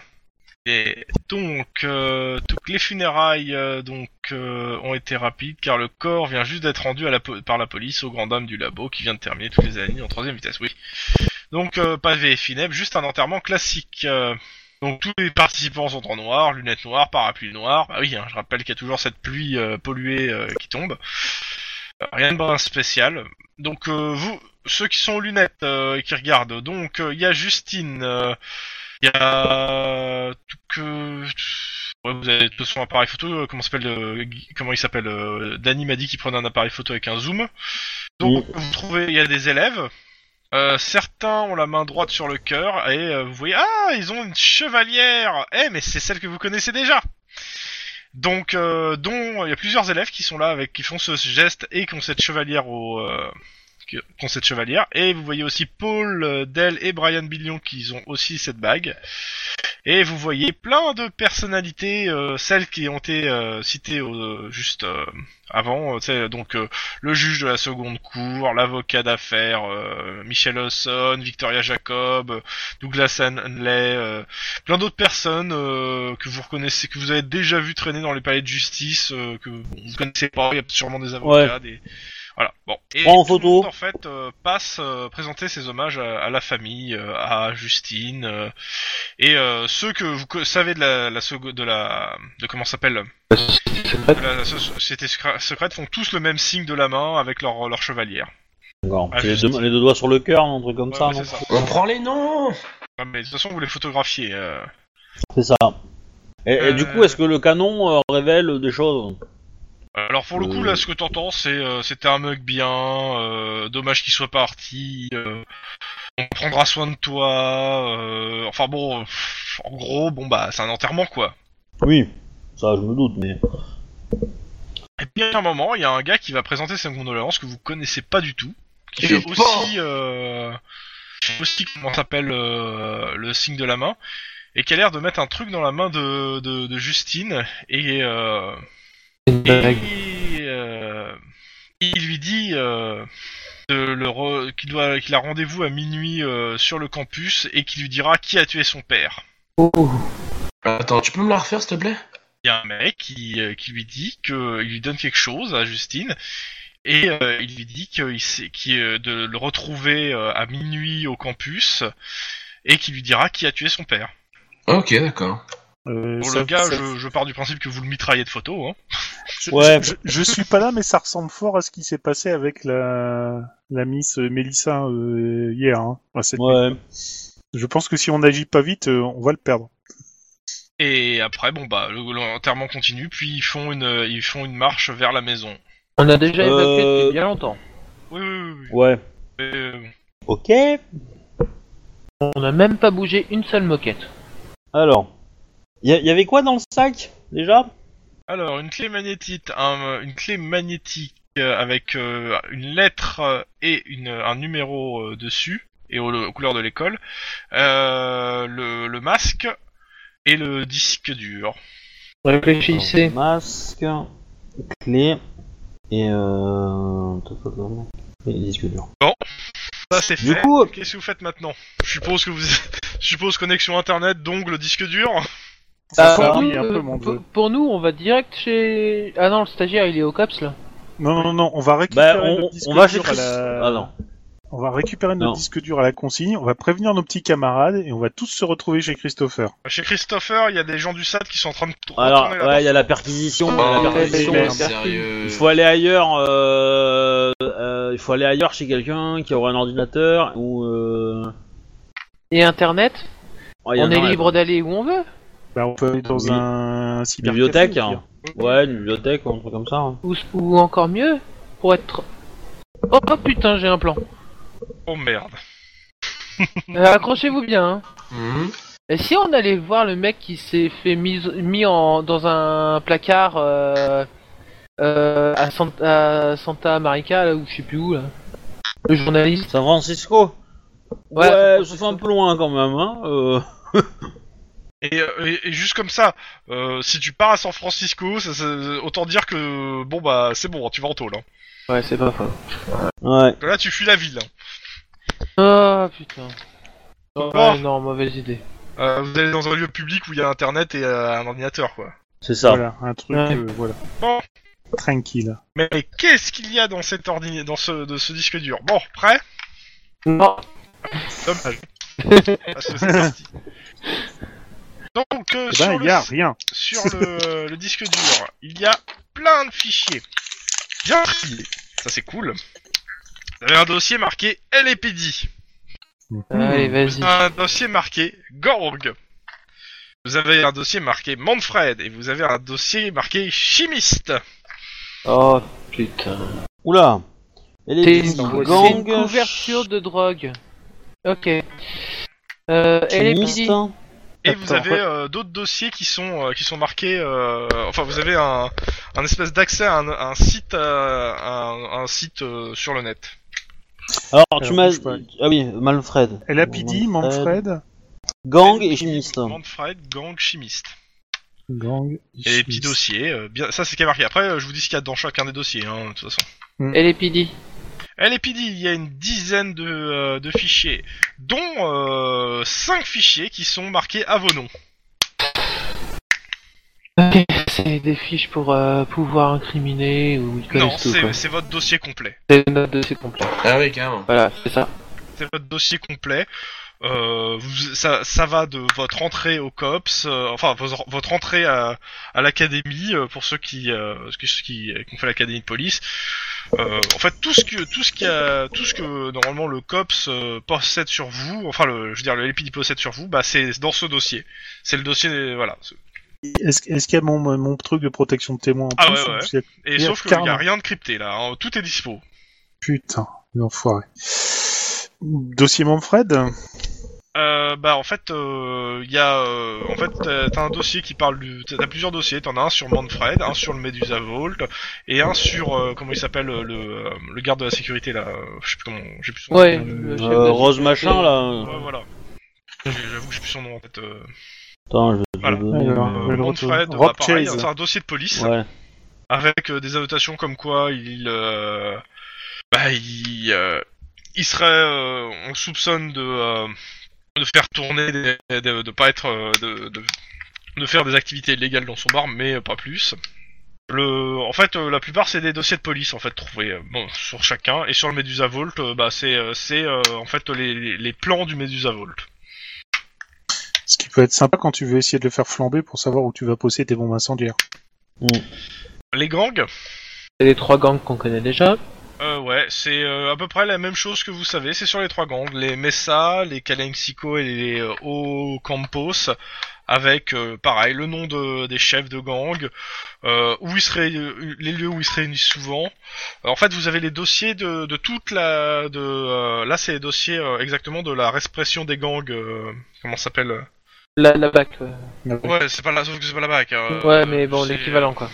D: Et donc, euh, toutes les funérailles euh, donc euh, ont été rapides car le corps vient juste d'être rendu à la po- par la police au grand dame du labo qui vient de terminer tous les années en troisième vitesse, oui. Donc, euh, pavé et funèbre, juste un enterrement classique. euh. donc, tous les participants sont en noir, lunettes noires, parapluie noir. Bah oui, hein, je rappelle qu'il y a toujours cette pluie euh, polluée euh, qui tombe. Euh, rien de bien spécial. Donc, euh, vous, ceux qui sont aux lunettes euh, et qui regardent, donc, euh, il y a Justine, euh, il y a... tout que... Ouais, vous avez tous son appareil photo, euh, comment s'appelle euh, Guy- comment il s'appelle euh, Danny m'a dit qu'il prenait un appareil photo avec un zoom. Donc vous trouvez, il y a des élèves. Euh, certains ont la main droite sur le cœur et euh, vous voyez ah ils ont une chevalière. Eh mais c'est celle que vous connaissez déjà. Donc euh, dont il y a plusieurs élèves qui sont là avec qui font ce geste et qui ont cette chevalière au euh, qui qui ont cette chevalière et vous voyez aussi Paul euh, Dell et Brian Billion qui ont aussi cette bague. Et vous voyez plein de personnalités, euh, celles qui ont été euh, citées au- juste euh, avant, euh, tu sais, donc euh, le juge de la seconde cour, l'avocat d'affaires, euh, Michel Hudson, Victoria Jacob, euh, Douglas Hanley, euh, plein d'autres personnes euh, que vous reconnaissez, que vous avez déjà vu traîner dans les palais de justice, euh, que bon, vous connaissez pas, il y a sûrement des avocats, des... Voilà, bon. Et
F: Prends en
D: tout le
F: photo.
D: monde, en fait, euh, passe euh, présenter ses hommages à, à la famille, euh, à Justine, euh, et euh, ceux que vous co- savez de la, la seco- de la de comment ça s'appelle de la so- société secra- secrète font tous le même signe de la main avec leur leur chevalière.
F: Non,
D: Ah,
F: c'est les,
D: juste.
F: deux, les deux doigts sur le cœur, un truc comme
D: Ouais,
F: ça,
D: ouais,
F: non
D: c'est ça.
E: On prend les noms
D: Ouais, mais de toute façon vous les photographiez. euh.
F: C'est ça. Et, et du
D: Euh.
F: coup, est-ce que le canon euh, révèle des choses
D: Alors pour le coup
F: Euh.
D: là ce que t'entends c'est euh, c'était un mug bien, euh, dommage qu'il soit parti, euh, on prendra soin de toi, euh, enfin bon euh, pff, en gros bon bah c'est un enterrement quoi.
F: Oui, ça je me doute, mais...
D: Et puis à un moment, il y a un gars qui va présenter ses condoléances que vous connaissez pas du tout, qui
E: Il est
D: fait aussi, euh, aussi comment s'appelle euh, le signe de la main, et qui a l'air de mettre un truc dans la main de, de, de Justine, et euh,
A: une blague.
D: Et euh, il lui dit euh, de le re- qu'il doit qu'il a rendez-vous à minuit euh, sur le campus et qu'il lui dira qui a tué son père.
E: Attends, tu peux me la refaire s'il te plaît
D: Il y a un mec qui, euh, qui lui dit que il lui donne quelque chose à Justine et euh, il lui dit qu'il sait qu'il, euh, de le retrouver euh, à minuit au campus et qu'il lui dira qui a tué son père.
E: Ok, d'accord.
C: Euh,
D: Pour
C: ça-
D: le gars,
C: ça-
D: je, je pars du principe que vous le mitraillez de photos. Hein.
C: je,
F: Ouais.
C: je- je suis pas là, mais ça ressemble fort à ce qui s'est passé avec la, la Miss Mélissa euh, hier. hein. Enfin, cette nuit.
F: Ouais.
C: Je pense que si on n'agit pas vite, euh, on va le perdre.
D: Et après, bon bah, le- l'enterrement continue, puis ils font une, euh, ils font une marche vers la maison.
A: On a déjà évacué
F: Euh,
A: depuis bien longtemps.
D: Oui, oui, oui. oui.
F: Ouais.
D: Euh,
F: Ok.
A: On n'a même pas bougé une seule moquette.
F: Alors. Il y, avait quoi dans le sac déjà
D: alors, une clé magnétique, un- une clé magnétique euh, avec euh, une lettre euh, et une, un numéro euh, dessus et aux, aux couleurs de l'école, euh, le, le masque et le disque dur.
A: Réfléchissez.
F: Masque, clé et euh. Et disque dur.
D: Ça c'est
F: Du
D: fait.
F: coup-
D: Qu'est-ce que vous faites maintenant Je suppose que vous, je suppose connexion internet, donc le disque dur.
A: Bah,
C: Ça,
A: pour,
C: oui,
A: nous,
C: un peu,
A: euh,
C: mon
A: pour-
C: jeu.
A: pour nous, on va direct chez. Ah non, le stagiaire, il est au CAPS là.
C: Non, non, non, non, on va récupérer
F: Bah, on,
C: notre disque
F: on va chez
C: dur à
F: Chris.
C: la...
F: Ah non.
C: On va récupérer notre
F: Non.
C: disque dur à la consigne, on va prévenir nos petits camarades et on va tous se retrouver chez Christopher.
D: Chez Christopher, il y a des gens du SAT qui sont en train de retourner
F: Alors,
D: la
F: ouais, il y a la perquisition. il y a la
A: Oh,
F: perquisition.
A: mais-
E: sérieux.
F: Il faut aller ailleurs. euh, euh, il faut aller ailleurs chez quelqu'un qui aura un ordinateur ou. Euh...
A: Et internet,
F: ouais, Ah, il y en
A: on
F: a un,
A: est libre
F: là-bas.
A: d'aller où on veut.
C: Bah, on peut aller dans
F: Oui.
C: un cyber.
F: Bibliothèque. hein. Ouais, une bibliothèque ou un truc comme ça. hein.
A: Ou, ou encore mieux, pour être. Oh, oh, putain, j'ai un plan.
D: Oh merde.
C: Hmm.
A: Euh, Accrochez-vous bien. hein. Et si on allait voir le mec qui s'est fait mis, mis en, dans un placard euh, euh, à, San- à Santa Marica, là, ou je sais plus où, là. Le journaliste.
F: San Francisco.
A: Ouais,
F: Ouais,
A: San
F: ça fait un peu loin quand même. Hein. euh.
D: Et, euh, et- et juste comme ça, euh, si tu pars à San Francisco, ça- ça- autant dire que bon bah c'est bon, tu vas en tôle. Hein.
A: Ouais, c'est pas faux.
F: Ouais.
D: Là tu fuis la ville. hein.
A: Oh putain. Oh,
D: Oh.
A: ouais, non, mauvaise idée.
D: Euh, vous allez dans un lieu public où il y a internet et euh, un ordinateur quoi.
F: C'est ça.
C: Voilà, un truc,
A: Ouais.
C: euh, voilà.
D: Bon.
C: Tranquille.
D: Mais qu'est-ce qu'il y a dans cet ordinateur, dans ce, de ce disque dur Bon, prêt
A: Non,
D: Dommage. Parce que c'est parti. Donc euh,
C: Eh
D: sur,
C: ben,
D: le
C: y a
D: site-
C: rien.
D: sur le, le disque dur, il y a plein de fichiers. Bien triés. Ça, c'est cool. Vous avez un dossier marqué LAPD.
A: Allez, vas-y.
D: Un dossier marqué Gorg. Vous avez un dossier marqué Manfred. Et vous avez un dossier marqué Chimiste.
A: Oh putain.
F: Oula. Et
A: C'est
F: les
A: une,
F: gangs.
A: c'est une couverture de drogue. Ok. Euh, LAPD.
F: chimistes.
B: hein.
D: Et
C: Attends,
D: vous avez
C: ouais.
D: euh, d'autres dossiers qui sont, euh, qui sont marqués. euh, enfin, vous avez un, un espèce d'accès à un, un site, euh, un, un site euh, sur le net.
F: Alors,
C: Alors,
F: tu m'as.
C: bouge pas.
F: Ah oui, Manfred.
C: LAPD, Manfred,
F: Gang et chimiste.
D: Manfred, Gang, Chimiste.
C: Gang.
D: Et les petits dossiers, euh, bien, ça c'est ce qui est marqué. Après, euh, je vous dis ce qu'il y a dans chacun des dossiers, hein, de toute façon.
A: LAPD.
D: LAPD, il y a une dizaine de, euh, de fichiers, dont 5 fichiers qui sont marqués à vos noms.
A: Ok, c'est des fiches pour euh, pouvoir incriminer ou ils
D: Non,
A: connaissent tout. quoi.
D: c'est c'est votre dossier complet.
A: C'est une note de ses complets.
E: Ah oui, carrément.
A: Voilà, c'est ça.
D: C'est votre dossier complet. Euh, vous- ça, ça va de votre entrée au COPS, euh, enfin vos- votre entrée à, à l'académie euh, pour ceux qui, euh, ceux qui, qui ont fait l'académie de police. Euh, en fait, tout ce que tout ce qui a, tout ce que normalement le COPS euh, possède sur vous, enfin le, je veux dire le LPD possède sur vous, bah c'est dans ce dossier. C'est le dossier, des- voilà.
C: Est-ce est-ce qu'il y a mon, mon truc de protection de témoin en
D: Ah
C: plus
D: ouais, ouais.
C: ou c'est-
D: Et
C: Et
D: sauf qu'il
C: Afghan.
D: n'y a rien de crypté là, hein, tout est dispo.
C: Putain, l'enfoiré. Dossier Manfred
D: Euh, bah en fait, euh, il y a, euh, en fait, t'as t'as un dossier qui parle du, t'as t'as plusieurs dossiers. T'en as un sur Manfred, un sur le Medusa Vault et un sur euh, comment il s'appelle euh, le, euh, le garde de la sécurité là. euh, Je sais plus comment, j'ai plus son
A: Ouais,
D: nom.
A: le chef
F: Euh,
A: de-
F: Rose machin là.
D: Ouais, voilà. J'ai- J'avoue que j'ai plus son nom en tête. euh.
F: Attends, je vais te
D: Voilà.
F: le donner,
C: Alors,
F: mais,
C: je
D: Euh,
C: vais le
D: Manfred,
C: retrouver.
D: bah,
C: Rob
D: pareil,
C: Chase.
D: c'est un dossier de police.
F: Ouais.
D: avec euh, des annotations comme quoi il, euh, bah, il, euh, il serait, euh, on le soupçonne de, euh, de faire tourner, des, de, de pas être, euh, de, de, de faire des activités illégales dans son bar, mais euh, pas plus. Le, en fait, euh, la plupart c'est des dossiers de police en fait trouvés euh, bon, sur chacun et sur le Medusa Vault, euh, bah c'est, euh, c'est euh, en fait les, les- les plans du Medusa Vault.
C: Ce qui peut être sympa quand tu veux essayer de le faire flamber pour savoir où tu vas poser tes bombes incendiaires.
D: Les gangs,
A: C'est les trois gangs qu'on connaît déjà.
D: Euh, ouais, c'est euh, à peu près la même chose que vous savez, c'est sur les trois gangs, les Mesa, les Calexico et les euh, Ocampos, avec euh, pareil le nom de, des chefs de gang, euh, où ils se ré- euh, les lieux où ils se réunissent souvent. Euh, en fait, vous avez les dossiers de, de toute la... De, euh, là, c'est les dossiers euh, exactement de la répression des gangs, euh, comment ça s'appelle euh
A: La, la BAC. euh.
D: Ouais, c'est pas la, sauf que c'est pas la BAC. euh,
A: ouais, mais bon,
D: c'est-
A: l'équivalent quoi.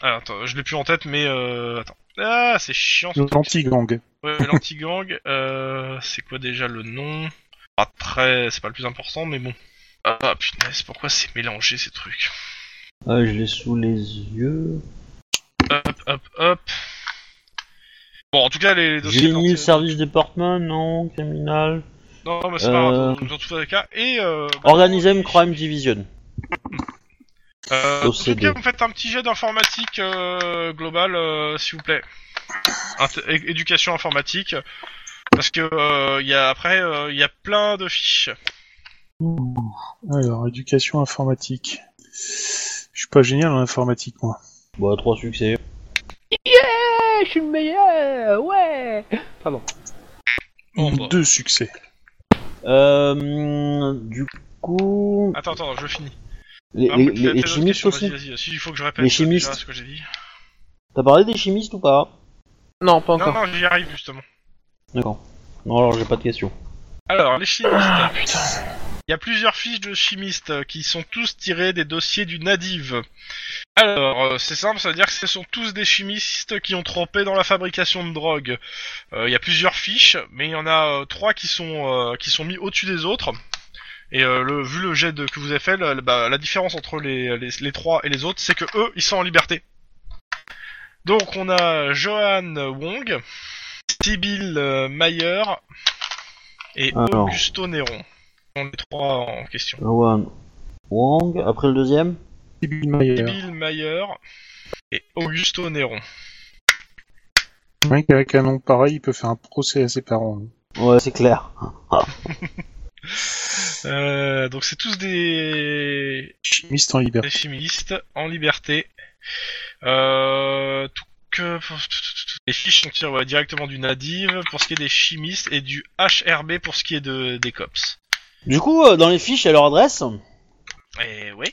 D: Ah, attends, je l'ai plus en tête, mais... Euh, attends. Ah, c'est chiant. ce truc.
C: L'anti-gang.
D: Ouais, l'anti-gang, euh, c'est quoi déjà le nom Pas très, c'est pas le plus important, mais bon. Ah punaise, pourquoi c'est mélangé ces trucs
F: Ah, je l'ai sous les yeux.
D: Hop, hop, hop. Bon, en tout cas, les, les dossiers.
F: J'ai mis le
D: l'anti-
F: service département, non, criminal.
D: Non, non, mais c'est pas grave,
F: Euh.
D: dans tous les cas. Et. Euh,
F: Organism Crime Division.
D: Euh, en tout
F: OCD.
D: cas, vous faites un petit jet d'informatique euh, global, euh, s'il vous plaît. Int- é- éducation informatique. Parce que, euh, il y a, après, euh, il y a plein de fiches.
C: Alors, éducation informatique. Je suis pas génial en informatique, moi.
F: Bah, trois succès.
A: Eh, je suis le meilleur Ouais
D: Bon, bah.
C: Deux succès.
F: Euh, du coup.
D: Attends, attends, je finis.
F: Les,
D: Ah,
F: les-
D: t'as-
F: les- les
D: t'as d'autres
F: chimistes
D: questions,
F: aussi
D: vas-y, vas-y, Si, il faut que je répète
F: Les
D: déjà
F: chimistes.
D: ce que j'ai dit.
F: T'as parlé des chimistes ou pas
A: Non, pas encore.
D: Non, non, j'y arrive justement.
F: D'accord. Non, alors j'ai pas de question.
D: Alors, les chimistes. Il y a plusieurs fiches de chimistes euh, qui sont tous tirées des dossiers du Nadive. Alors, euh, c'est simple, ça veut dire que ce sont tous des chimistes qui ont trempé dans la fabrication de drogue. Euh, Il y a plusieurs fiches, mais il y en a euh, trois qui sont euh, qui sont mis au-dessus des autres. Et euh, le, vu le jet de- que vous avez fait, le- bah, la différence entre les, les, les trois et les autres, c'est que eux, ils sont en liberté. Donc on a Johan Wong, Sibyl euh, Mayer et
F: Alors.
D: Augusto Néron. Ce sont les trois en question.
F: Rowan Euh, Wang, après le deuxième
C: Sibyl Mayer.
D: Sibyl Mayer et Augusto Néron.
C: Le mec avec un nom pareil, il peut faire un procès à ses parents.
F: Ouais, c'est clair.
D: Euh, donc c'est tous des
C: Chimiste en liberté.
D: des féministes en liberté. Euh, tout que... Les fiches sont tirées ouais, directement du Nadive pour ce qui est des chimistes et du HRB pour ce qui est de, des COPS.
F: Du coup, euh, dans les fiches, à leur adresse
D: Et oui.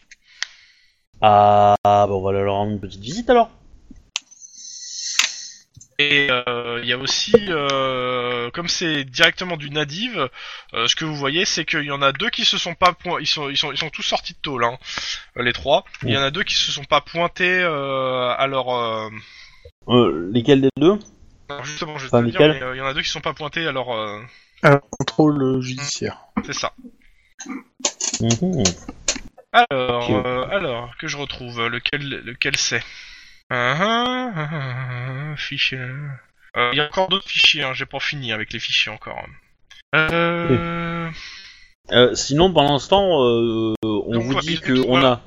F: Ah, bah on va leur rendre une petite visite alors.
D: Et euh, il y a aussi, euh, comme c'est directement du Nadive, euh, ce que vous voyez, c'est qu'il y en a deux qui se sont pas point, ils sont, ils sont, ils sont tous sortis de tôle, hein, les trois. Il y en a deux qui se sont pas pointés euh, à leur euh,
F: Euh, lesquels des deux
D: alors Ah, justement, je vais te
F: Enfin,
D: le dire,
F: Michael.
D: mais, euh, il y en a deux qui se sont pas pointés à leur, euh,
C: Alors, contrôle euh, judiciaire.
D: c'est ça.
F: Mhm. Ok.
D: Alors, euh, alors, que je retrouve, euh, lequel, lequel c'est Ah, ah, ah, ah, ah, Fichier. Euh, Il y a encore d'autres fichiers, hein, j'ai pas fini avec les fichiers encore. Euh...
F: Euh, sinon, pendant ce temps, euh, on
D: Donc,
F: vous
D: quoi,
F: dit
D: bisous,
F: que on
D: voilà.
F: a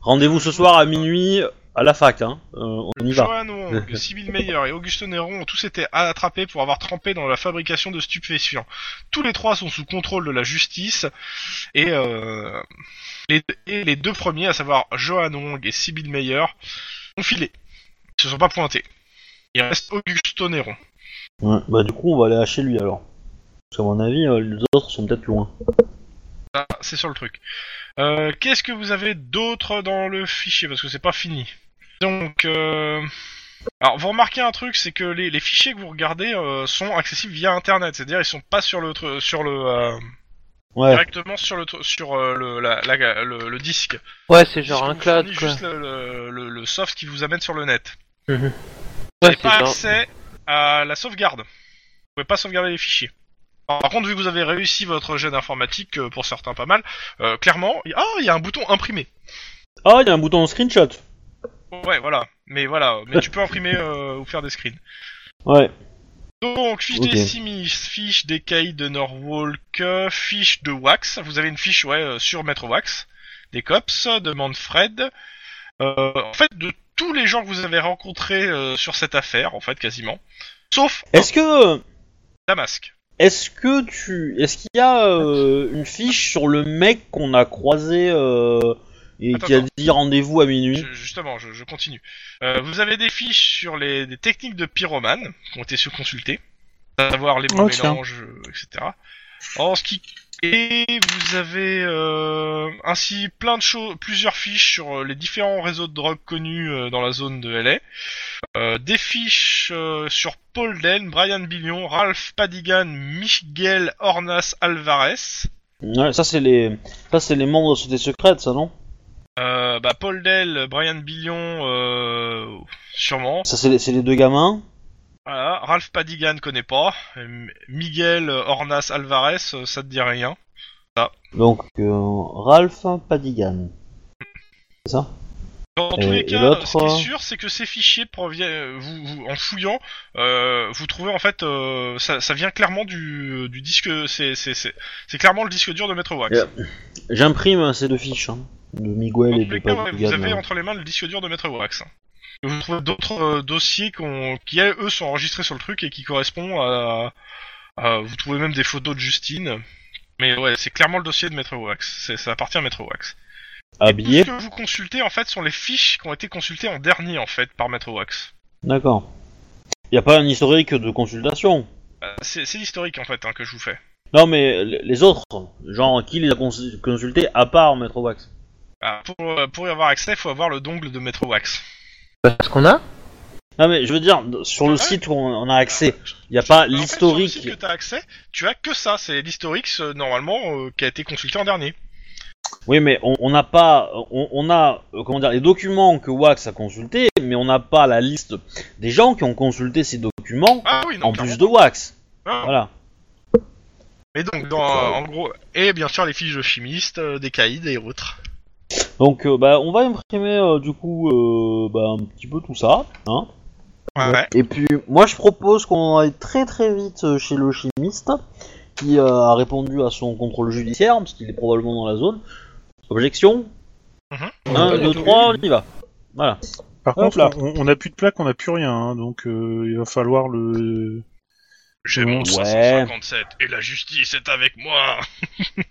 F: rendez-vous ce soir à minuit à la fac. Hein. Euh, on y va.
D: Johan Wong, Sibyl Meyer et Auguste Néron ont tous été attrapés pour avoir trempé dans la fabrication de stupéfiants. Tous les trois sont sous contrôle de la justice et, euh, les, et les deux premiers, à savoir Johan Wong et Sibyl Meyer, ont filé. Ils se sont pas pointés. Il reste Augusto Néron.
F: Ouais, Bah du coup, on va aller à chez lui alors. Parce qu'à mon avis, euh, les autres sont peut-être loin.
D: Ça, c'est sur le truc. Euh, Qu'est-ce que vous avez d'autre dans le fichier Parce que c'est pas fini. Donc, euh... alors vous remarquez un truc, c'est que les, les fichiers que vous regardez euh, sont accessibles via Internet, c'est-à-dire ils sont pas sur le tru- sur le euh,
F: Ouais.
D: directement sur le tru- sur euh, le, la- la- le, le disque.
A: Ouais, c'est genre
D: Disque
A: un
D: vous
A: cloud
D: fournit
A: quoi.
D: Juste le, le, le- le soft qui vous amène sur le net. Vous
A: Ouais,
D: n'avez
A: c'est
D: pas
A: genre.
D: accès à la sauvegarde. Vous pouvez pas sauvegarder les fichiers. Par contre, vu que vous avez réussi votre jet d'informatique, euh, pour certains pas mal, euh, clairement, il- ah, il y a un bouton imprimé.
F: Ah, il y a un bouton screenshot.
D: Ouais, voilà. Mais voilà, mais tu peux imprimer euh, ou faire des screens.
B: Ouais.
D: Donc, fiche
B: Ok.
D: des Simis, fiche des cailles de Norwalk, euh, fiche de Wax. Vous avez une fiche, ouais, euh, sur Maître Wax, des cops, demande Fred. Euh, en fait, de tous les gens que vous avez rencontrés euh, sur cette affaire, en fait, quasiment, sauf
B: Est-ce que
D: Damasque.
B: Est-ce que tu, est-ce qu'il y a euh, une fiche sur le mec qu'on a croisé euh, et
D: Attends,
B: qui a
D: attends.
B: dit rendez-vous à minuit
D: Je- justement, je, je continue. Euh, vous avez des fiches sur les, des techniques de pyromane qui ont été consultées, à savoir les bons
C: Oh, tiens.
D: mélanges, euh, etc. En ce qui et vous avez euh, ainsi plein de choses, plusieurs fiches sur euh, les différents réseaux de drogue connus euh, dans la zone de LA. Euh, des fiches euh, sur Paul Den, Brian Billion, Ralph Padigan, Miguel Ornas Alvarez.
B: Ouais, Ça c'est les, ça c'est les membres de Société secrète, ça non
D: Euh, bah, Paul Dell, Brian Billion, euh, sûrement.
B: Ça c'est les, c'est les deux gamins.
D: Voilà, Ralph Padigan connaît pas. M- Miguel Ornas Alvarez, euh, ça te dit rien.
B: Donc euh, Ralph Padigan. C'est ça
D: Dans
B: Et-
D: tous les
B: et
D: cas,
B: l'autre,
D: ce qui
B: euh
D: est sûr, c'est que ces fichiers proviennent, euh, vous, vous- en fouillant, euh, vous trouvez en fait, euh, ça, ça vient clairement du, du disque, c'est, c'est, c'est, c'est clairement le disque dur de Metro Wax.
B: Yeah. J'imprime ces deux fiches hein, de Miguel
D: Dans
B: et
D: tous
B: de
D: les cas, ouais, vous
B: Padigan. euh,
D: avez
B: ouais.
D: entre les mains le disque dur de Metro Wax. Et Vous trouvez d'autres euh, dossiers qu'on- qui, eux, sont enregistrés sur le truc et qui correspondent à, à- Vous trouvez même des photos de Justine. Mais ouais, c'est clairement le dossier de Metro Wax. C'est- Ça appartient à Metro Wax.
B: Habillé.
D: Ce que vous consultez en fait sont les fiches qui ont été consultées en dernier en fait par Maître Wax.
B: D'accord. Y a pas un historique de consultation.
D: Euh, C'est c'est l'historique en fait hein, que je vous fais.
B: Non mais les les autres, genre qui les a cons- consultés à part Maître Wax
D: Ah, pour, euh, pour y avoir accès, faut avoir le dongle de Maître Wax.
A: Parce qu'on a
B: Non mais je veux dire, sur le
D: Ouais.
B: site où on on a accès, il n'y a
D: Alors,
B: pas
D: Euh, en fait,
B: l'historique.
D: sur le site que t'as accès, tu as que ça. C'est l'historique ce- normalement euh, qui a été consulté en dernier.
B: Oui mais on on n'a pas, on, on a euh, comment dire les documents que Wax a consultés, mais on n'a pas la liste des gens qui ont consulté ces documents
D: Ah oui, non.
B: en
D: clairement.
B: plus de Wax.
D: Ah.
B: Voilà.
D: Mais donc dans, euh, en gros, et bien sûr les fiches de chimistes, euh, des caïds et autres.
B: Donc euh, bah on va imprimer euh, du coup euh, bah, un petit peu tout ça. Hein
D: Ouais. ouais.
B: Et puis moi je propose qu'on aille très très vite euh, chez le chimiste qui euh, a répondu à son contrôle judiciaire parce qu'il est probablement dans la zone. Objection
D: Mhm.
E: On a
B: 1,
E: pas du
B: 2,
E: tout
B: 3,
E: eu.
B: on y va. Voilà.
C: Par
B: Hop
C: contre,
B: là.
C: on on n'a plus de plaque, on n'a plus rien, hein, donc euh, il va falloir le.
D: J'ai mon
B: Ouais.
D: 557 et la justice est avec moi.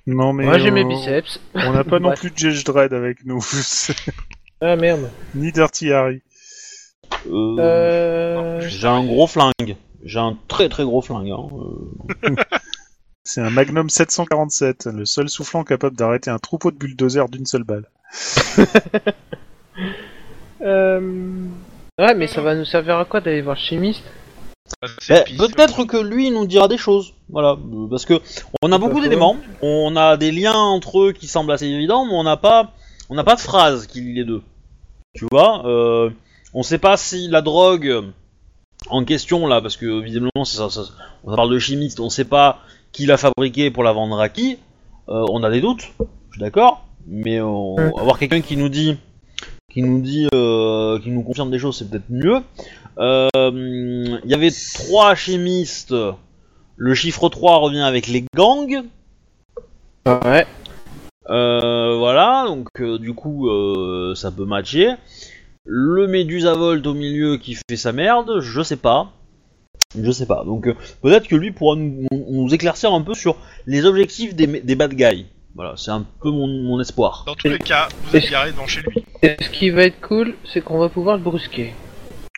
C: Non mais.
A: Moi j'ai mes
C: euh,
A: biceps.
C: On n'a pas non
A: Ouais.
C: plus de Judge Dredd avec nous,
A: Ah merde.
C: ni Dirty Harry.
B: Euh,
A: Euh...
B: J'ai un gros flingue. J'ai un très très gros flingue. hein. Euh,
C: C'est un Magnum 747, le seul soufflant capable d'arrêter un troupeau de bulldozers d'une seule balle.
A: euh, Ouais mais ça va nous servir à quoi d'aller voir le chimiste
D: Ah, c'est
B: bah,
D: pisse.
B: Peut-être que lui il nous dira des choses. Voilà. Euh, Parce que on
A: Tout
B: a
A: à
B: beaucoup
A: fait.
B: d'éléments. On a des liens entre eux qui semblent assez évidents, mais on n'a pas, on n'a pas de phrase qui lie les deux. Tu vois euh, On sait pas si la drogue en question là, parce que visiblement c'est ça, ça- on parle de chimiste, on sait pas qui l'a fabriqué pour la vendre à qui. Euh, on a des doutes. Je suis d'accord. Mais on-
A: Mm.
B: avoir quelqu'un qui nous dit, qui nous dit, euh, qui nous confirme des choses, c'est peut-être mieux. Euh, Il y avait trois chimistes. Le chiffre 3 revient avec les gangs.
A: Ouais.
B: Euh, voilà, donc euh, du coup, euh, ça peut matcher. Le Médusa Volt au milieu qui fait sa merde, je sais pas. Je sais pas. Donc euh, peut-être que lui pourra nous, nous- nous éclaircir un peu sur les objectifs des, mé- des bad guys. Voilà, c'est un peu mon, mon espoir.
D: Dans tous les cas, vous êtes garé devant chez lui.
A: Et ce qui va être cool c'est qu'on va pouvoir le brusquer.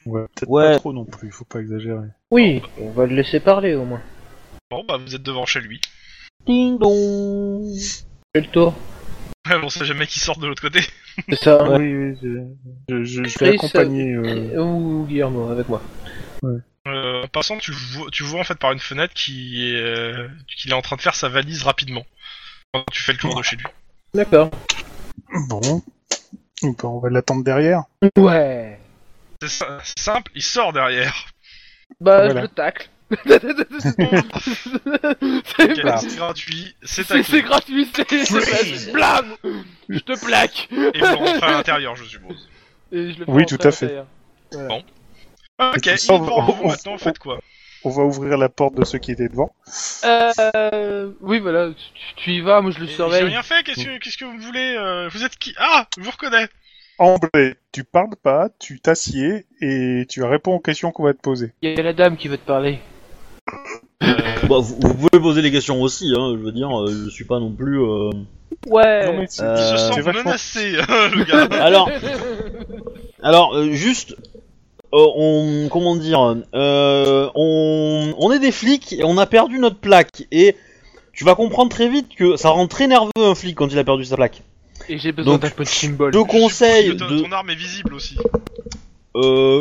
C: Ouais, peut-être
B: Ouais.
C: pas trop non plus, faut pas exagérer.
A: Oui, on va le laisser parler au moins.
D: Bon bah vous êtes devant chez lui.
B: Ding dong
A: J'ai le tour.
D: on sait jamais qui sort de l'autre côté.
A: C'est ça.
C: Ah Oui, oui, je- je, je- je vais
A: Chris,
C: accompagner. euh,
A: Et- Ou Guillermo avec moi.
D: Euh, en passant, tu vois, tu vois en fait par une fenêtre qui est, euh, qu'il est en train de faire sa valise rapidement. Quand tu fais le tour de chez lui.
A: D'accord.
C: Bon. Ou pas, on va l'attendre derrière.
A: Ouais.
D: C'est ça- c'est simple, il sort derrière.
A: Bah
C: Voilà.
A: je le tacle.
D: Ok,
A: c'est
D: C'est gratuit,
A: bah.
D: c'est
A: c'est- c'est
D: gratuit.
A: gratuit, c'est c'est-
E: Freeze.
A: blam Je te plaque
D: Et vous le rentrez à l'intérieur, je suppose.
A: Et je le
C: Oui,
A: prends
C: tout à
A: entre la
C: fait.
A: taille.
D: Ok,
C: Et
D: il
C: tout ça,
D: part en
C: on-
D: vous maintenant,
C: on-
D: faites quoi
C: On va ouvrir la porte de ceux qui étaient devant.
A: Euh, oui, voilà, tu, tu y vas, moi je le
D: J'ai
A: surveille.
D: rien fait, qu'est-ce que, qu'est-ce que vous voulez euh, Vous êtes qui Ah, je vous reconnais
C: Amblé, tu parles pas, tu t'assieds et tu réponds aux questions qu'on va te poser.
A: Il y a la dame qui veut te parler.
B: Bah, vous, vous pouvez poser les questions aussi, hein, je veux dire, euh, je suis pas non plus. euh,
A: Ouais.
C: Non, mais c'est-
D: Il
B: Euh,
D: se
C: c'est
D: sent
C: vachement-
D: menacé, le gars
B: Alors, alors euh, juste, euh, on, comment dire, euh, on, on est des flics et on a perdu notre plaque. Et tu vas comprendre très vite que ça rend très nerveux un flic quand il a perdu sa plaque.
A: Et j'ai besoin
B: Donc,
A: d'un punching ball.
B: Je conseille
D: Ton-
B: de,
D: Ton arme est visible aussi.
B: euh,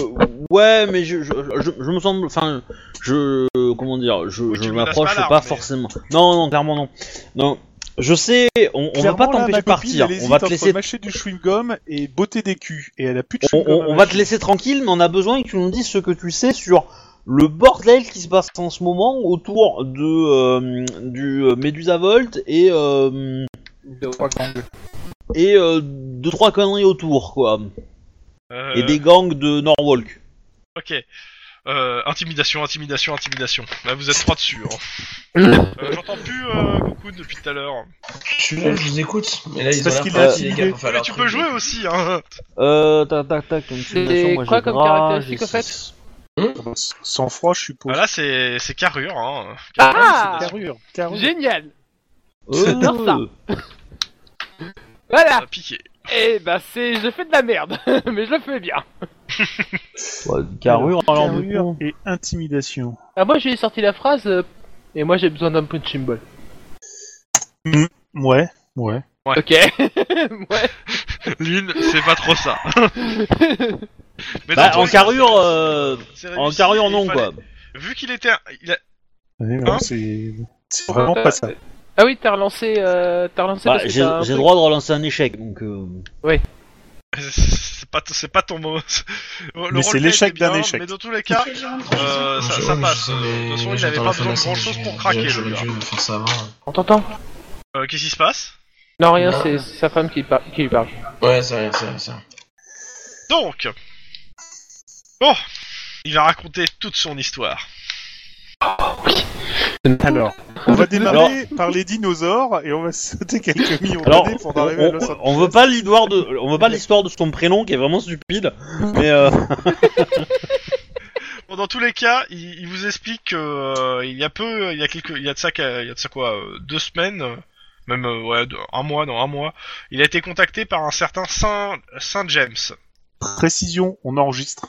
B: ouais, mais je, je, je, je me semble, enfin, je, comment dire, je,
D: Oui, tu
B: je
D: menaces
B: m'approche
D: pas
B: pas,
D: l'arme, mais-
B: forcément. Non, non, clairement non. Non, je sais, on, on va
C: Clairement,
B: pas
C: là,
B: t'empêcher
C: ma
B: de partir.
C: copine, elle
B: On va
C: hésite
B: te
C: entre
B: laisser
C: mâcher du chewing-gum et botter des culs. Et elle a plus de
B: on,
C: chewing-gum.
B: on-
C: à
B: on va
C: mâcher.
B: te laisser tranquille, mais on a besoin que tu nous dises ce que tu sais sur le bordel qui se passe en ce moment autour de euh, du euh, Medusa Volt et euh,
C: De trois gangs.
B: et euh, deux trois conneries autour quoi
D: Euh,
B: et des gangs de Norwalk.
D: Ok. Euh, intimidation, intimidation, intimidation. Là, vous êtes trois dessus. Hein. Euh, J'entends plus euh, beaucoup depuis tout à l'heure.
E: Je suis là, je vous écoute. Mais là,
C: C'est
E: ils
C: parce
E: ont
C: qu'il
E: l'air
C: l'a
E: partis, les gars,
C: intimidé.
E: pour faire
D: Mais
E: leur
D: tu
E: truc.
D: peux jouer aussi, hein
B: Euh, tac tac tac. comme
A: C'est
B: intimidation, moi,
A: quoi
B: j'ai
A: comme
B: rage,
A: caractéristique,
B: j'ai
A: au fait
B: six.
C: Sans Ah bah, froid, je suppose.
D: Ah, Là, c'est c'est carrure, hein.
A: Ah
C: Carrure, carrure.
A: Génial
B: Euh,
A: J'adore ça. Voilà
D: Ça a piqué.
A: Eh ben c'est... Je fais de la merde, mais je le fais bien.
B: ouais, carrure
C: Oh,
B: alors du
C: Carrure
B: coup.
C: et intimidation.
A: Ah moi j'ai sorti la phrase... euh, Et moi j'ai besoin d'un punching ball.
C: Ouais, ouais.
A: Ok. ouais.
D: Lune, c'est pas trop ça. Mais
B: Bah,
D: dans tous
B: en
D: les cas,
B: carrure,
D: c'est-
B: euh,
D: c'est
B: en
D: réussi,
B: carrure
D: il
B: non
D: fallait-
B: quoi.
D: Vu qu'il était. il a-
C: Ouais, non,
D: Hein
C: c'est c'est vraiment
A: Euh,
C: pas ça.
A: Ah oui, t'as relancé... Euh, t'as relancé
B: Bah,
A: parce que
B: j'ai
A: t'as un
B: j'ai le
A: truc.
B: droit de relancer un échec donc. euh,
D: C'est pas, c'est pas ton mot. Le
C: Mais c'est
D: roleplay
C: l'échec
D: était bien,
C: d'un échec.
D: Mais dans tous les cas, euh, ça, ça passe. De toute façon, il avait pas besoin de grand chose pour craquer, le gars.
E: faire ça avant.
A: On t'entend
D: Euh, Qu'est-ce qui se passe
A: Non rien, c'est c'est sa femme qui, par- qui lui parle.
E: Ouais, c'est vrai, c'est vrai, c'est vrai.
D: Donc, bon, il a raconté toute son histoire.
C: Alors, on va démarrer
B: Alors-
C: par les dinosaures et on va sauter quelques millions
B: Alors,
C: d'années pour en arriver à
B: on,
C: Los Angeles.
B: on- on veut pas l'histoire de, on veut pas l'histoire de son prénom qui est vraiment stupide, mais euh,
D: Bon, dans tous les cas, il, il vous explique que euh, il y a peu, il y a quelques, il y a de ça, qu'à- il y a de ça quoi, euh, deux semaines, euh, même euh, ouais, de- un mois, dans un mois, il a été contacté par un certain Saint Saint James.
C: Précision, on enregistre.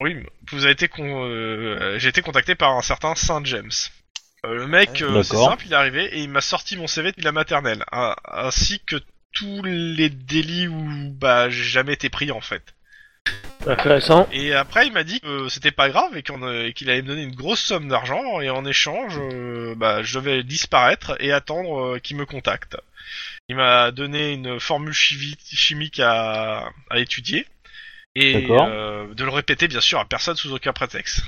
D: Oui, mais vous avez été con, euh, j'ai été contacté par un certain Saint James. Euh, le mec, euh, c'est
B: D'accord.
D: simple, il est arrivé et il m'a sorti mon CV de la maternelle, a- ainsi que tous les délits où bah j'ai jamais été pris en fait.
A: Intéressant.
D: Et après, il m'a dit que c'était pas grave et qu'on, euh, et qu'il allait me donner une grosse somme d'argent et en échange, euh, bah, je devais disparaître et attendre euh, qu'il me contacte. Il m'a donné une formule chivi- chimique à, à étudier et
B: D'accord.
D: euh, de le répéter bien sûr à personne sous aucun prétexte.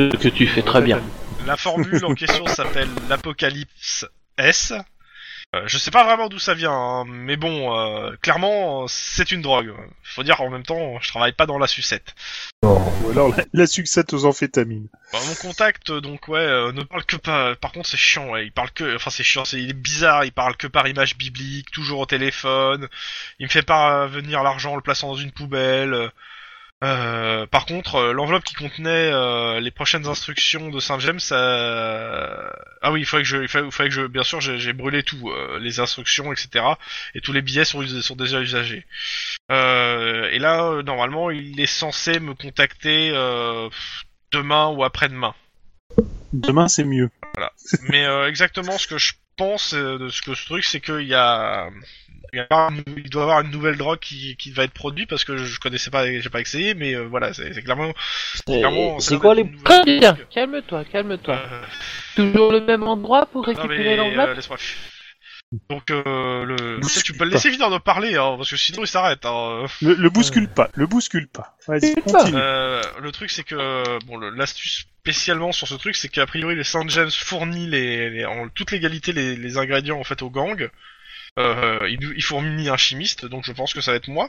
A: Ce que tu fais très bien.
D: La formule en question s'appelle l'Apocalypse S. Euh, je sais pas vraiment d'où ça vient, hein, mais bon, euh, clairement, euh, c'est une drogue. Faut dire en même temps, je travaille pas dans la sucette.
C: Ou alors la, la sucette aux amphétamines.
D: Bah, mon contact, euh, donc ouais, euh, ne parle que par. Par contre, c'est chiant. Ouais. Il parle que, enfin, c'est chiant. C'est il est bizarre. Il parle que par image biblique, toujours au téléphone. Il me fait parvenir l'argent en le plaçant dans une poubelle. Euh, par contre, euh, l'enveloppe qui contenait euh, les prochaines instructions de Saint James, ça... ah oui, il fallait que je, il fallait, il fallait que je, bien sûr, j'ai j'ai brûlé tout, euh, les instructions, etc. Et tous les billets sont, us- sont déjà usagés. Euh, et là, euh, normalement, il est censé me contacter euh, demain ou après-demain.
C: Demain, c'est mieux.
D: Mais euh, exactement ce que je pense euh, de ce que ce truc, c'est qu'il y a, il, y a une- il doit y avoir une nouvelle drogue qui, qui va être produite parce que je connaissais pas, j'ai pas essayé, mais euh, voilà, c'est c'est clairement.
B: c'est
D: clairement, ça
B: c'est
D: doit
B: quoi les
D: être
B: hein
D: une nouvelle
A: Très bien,
D: drogue.
A: calme-toi, calme-toi.
D: Euh,
A: Toujours le même endroit pour
D: non
A: récupérer
D: mais
A: l'enveloppe
D: euh, laisse-moi. Donc euh, le,
C: Bouscule
D: tu peux le
C: pas.
D: laisser finir de parler, hein, parce que sinon il s'arrête. hein.
C: Le, le bouscule pas, le Euh. bouscule pas. Vas-y,
A: Bouscule
C: continue.
D: Euh, le truc c'est que bon le- l'astuce spécialement sur ce truc c'est qu'a priori le Saint James fournit les, les- en toute légalité les, les ingrédients en fait au gang. Euh, il, nous- il fournit un chimiste donc je pense que ça va être moi.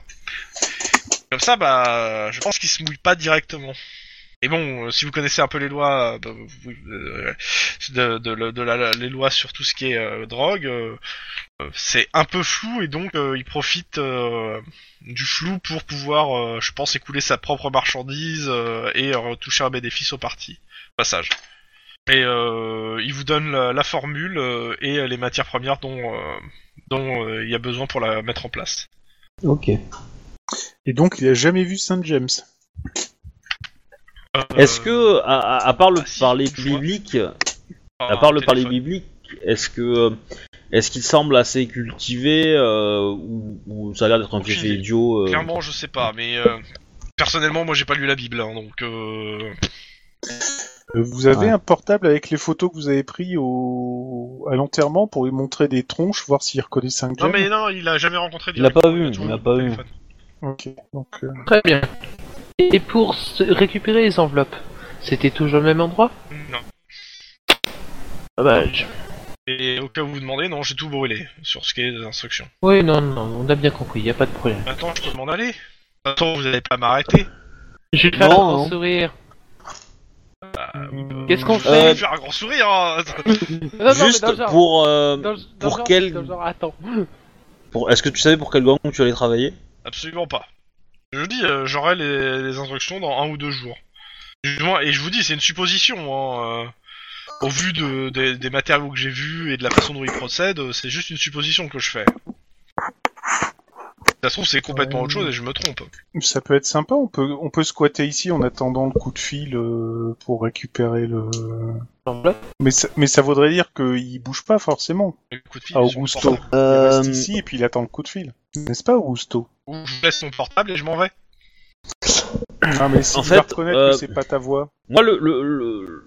D: Comme ça, bah, je pense qu'il se mouille pas directement. Et bon, euh, si vous connaissez un peu les lois, euh, bah, vous- vous- euh, de, de- de- de la- les lois sur tout ce qui est euh, drogue, euh, euh, c'est un peu flou et donc euh, il profite euh, du flou pour pouvoir, euh, je pense, écouler sa propre marchandise euh, et euh, toucher un bénéfice au parti. au Passage. Et euh, il vous donne la, la formule euh, et les matières premières dont, euh, dont euh, il y a besoin pour la mettre en place.
B: Ok.
C: Et donc, il a jamais vu Saint James.
D: Euh,
B: Est-ce que, à, à- à part le
D: bah,
A: Ah,
D: si,
B: parler
D: une fois.
B: biblique,
D: par
B: à part le parler
D: ah, téléphone.
B: biblique, est-ce que, euh, est-ce qu'il semble assez cultivé euh, ou, ou ça a l'air d'être un
D: Aucune
B: péché
D: idée.
B: idiot euh,
D: Clairement, je sais pas, mais euh, personnellement, moi, j'ai pas lu la Bible, hein, donc euh,
C: Euh, Vous avez
B: Ouais.
C: un portable avec les photos que vous avez prises au... à l'enterrement pour lui montrer des tronches, voir s'il reconnaît Saint
D: non,
C: James.
D: mais non, il a jamais rencontré.
B: Il l'a pas
D: directement,
B: vu,
D: tout
B: il
D: le
B: l'a pas vu.
D: téléphone.
C: Ok, donc, euh,
A: Très bien. Et pour se- récupérer les enveloppes, c'était toujours le même endroit
D: Non.
B: Ah bah,
A: Dommage.
D: Et au cas où vous demandez, non, j'ai tout brûlé sur ce qui est des instructions.
A: Oui, non, non, on a bien compris, y a pas de problème.
D: Maintenant, je peux m'en aller. Attends, vous allez pas m'arrêter.
A: Je vais faire
B: Non,
A: un grand
B: non.
A: sourire.
D: Bah,
C: euh,
A: Qu'est-ce qu'on
D: Je vais
A: fait
B: Euh,
D: faire un grand sourire. hein.
A: Non, non, mais
B: Juste
A: dans le genre-
B: pour, euh,
A: dans le- dans le
B: pour
A: genre-
B: quel-
A: dans le genre, attends.
B: pour- est-ce que tu savais pour quel gang tu allais travailler
D: Absolument pas. Je dis, euh, j'aurai les, les instructions dans un ou deux jours. Du moins, et je vous dis, c'est une supposition. hein, euh, au vu de- des- des matériaux que j'ai vus et de la façon dont ils procèdent, euh, c'est juste une supposition que je fais. Ça se trouve, c'est complètement autre chose et je me trompe.
C: ça peut être sympa. On peut, on peut squatter ici en attendant le coup de fil euh, pour récupérer le.
A: L'enveloppe.
C: Mais ça, mais ça voudrait dire qu'il bouge pas forcément.
D: Le coup de fil
C: Ah,
D: est sur mon
C: Augusto.
D: portable.
C: Il
B: Euh,
C: reste ici et puis il attend le coup de fil. N'est-ce pas, Augusto
D: Ou je laisse mon portable et je m'en vais.
C: Ah, mais si
B: En
C: il va
B: fait,
C: reconnaître
B: euh,
C: que c'est pas ta voix.
B: Moi, le, le, le-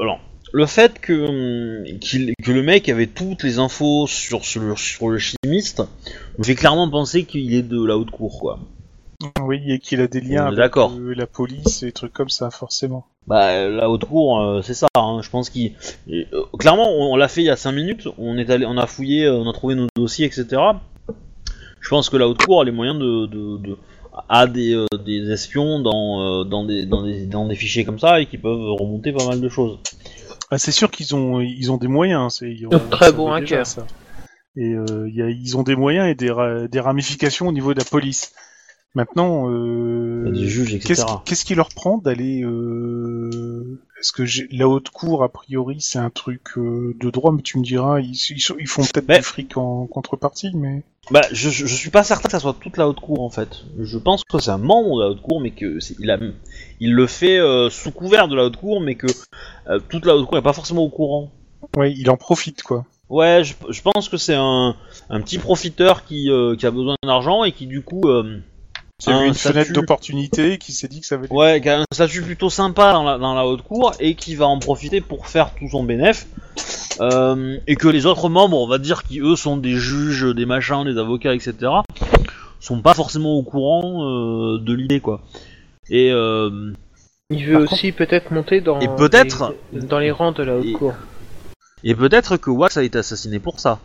B: alors, le fait que, hum, qu'il- que le mec avait toutes les infos sur, ce- sur le chimiste me fait clairement penser qu'il est de la haute cour, quoi.
C: Oui, et qu'il a des liens
B: On est
C: avec
B: d'accord.
C: euh, la police et des trucs comme ça, forcément.
B: Bah, la haute cour, euh, c'est ça. hein, Je pense qu'il. et, euh, clairement, on, on l'a fait il y a 5 minutes. On est allé, on a fouillé, euh, on a trouvé nos dossiers, etc. Je pense que la haute cour a les moyens de, de, de- a des, euh, des espions dans, euh, dans, des, dans, des, dans des fichiers comme ça et qui peuvent remonter pas mal de choses.
C: Ah, c'est sûr qu'ils ont, ils ont des moyens. hein, c'est- ils- on
A: Donc, très
C: savait
A: bon
C: déjà
A: hacker.
C: ça. Et euh, il y a- ils ont des moyens et des, ra- des ramifications au niveau de la police. Maintenant, euh,
B: Il y a des juges, etc.
C: qu'est-ce qu'est-ce qui leur prend d'aller euh, Est-ce que j'ai- la haute cour, a priori, c'est un truc euh, de droit, mais tu me diras, ils, ils sont- ils font peut-être
B: Mais-
C: du fric en contrepartie, mais
B: Bah, je, je je suis pas certain que ça soit toute la haute cour en fait. Je pense que c'est un membre de la haute cour, mais que c'est- il a, il le fait euh, sous couvert de la haute cour, mais que euh, toute la haute cour est pas forcément au courant.
C: ouais, il en profite quoi.
B: Ouais, je, je pense que c'est un, un petit profiteur qui, euh, qui a besoin d'argent et qui du coup, euh,
C: C'est
B: Un
C: une fenêtre
B: statut.
C: d'opportunité qui s'est dit que ça va.
B: ouais, qui a un statut plutôt sympa dans la, dans la haute cour et qui va en profiter pour faire tout son bénéf. Euh, et que les autres membres, on va dire, qui eux sont des juges, des machins, des avocats, etc., sont pas forcément au courant euh, de l'idée, quoi. Et, euh,
A: Il veut
C: Par
A: aussi peut-être monter dans
B: Et peut-être-
A: les, dans les rangs de la haute
B: Et-
A: cour.
B: et peut-être que Wax a été assassiné pour ça.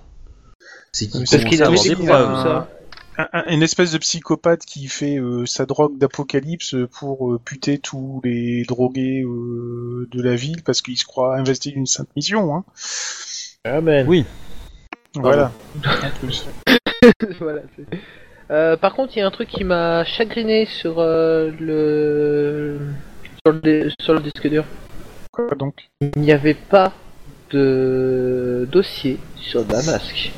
B: C'est qu'il
C: Parce qu'il
B: commençait à
C: a
B: avoir
C: vu
B: des
C: qu'il
B: preuves.
C: a- un- un- une espèce de psychopathe qui fait euh, sa drogue d'apocalypse pour euh, puter tous les drogués euh, de la ville parce qu'il se croit investi d'une sainte mission. Hein.
A: Amen.
B: Ah
C: Voilà. En plus.
A: Voilà, c'est- Euh, par contre, il y a un truc qui m'a chagriné sur euh, le sur le, dé- sur le disque dur.
C: Quoi, donc
A: Il n'y avait pas de dossier sur Damasque.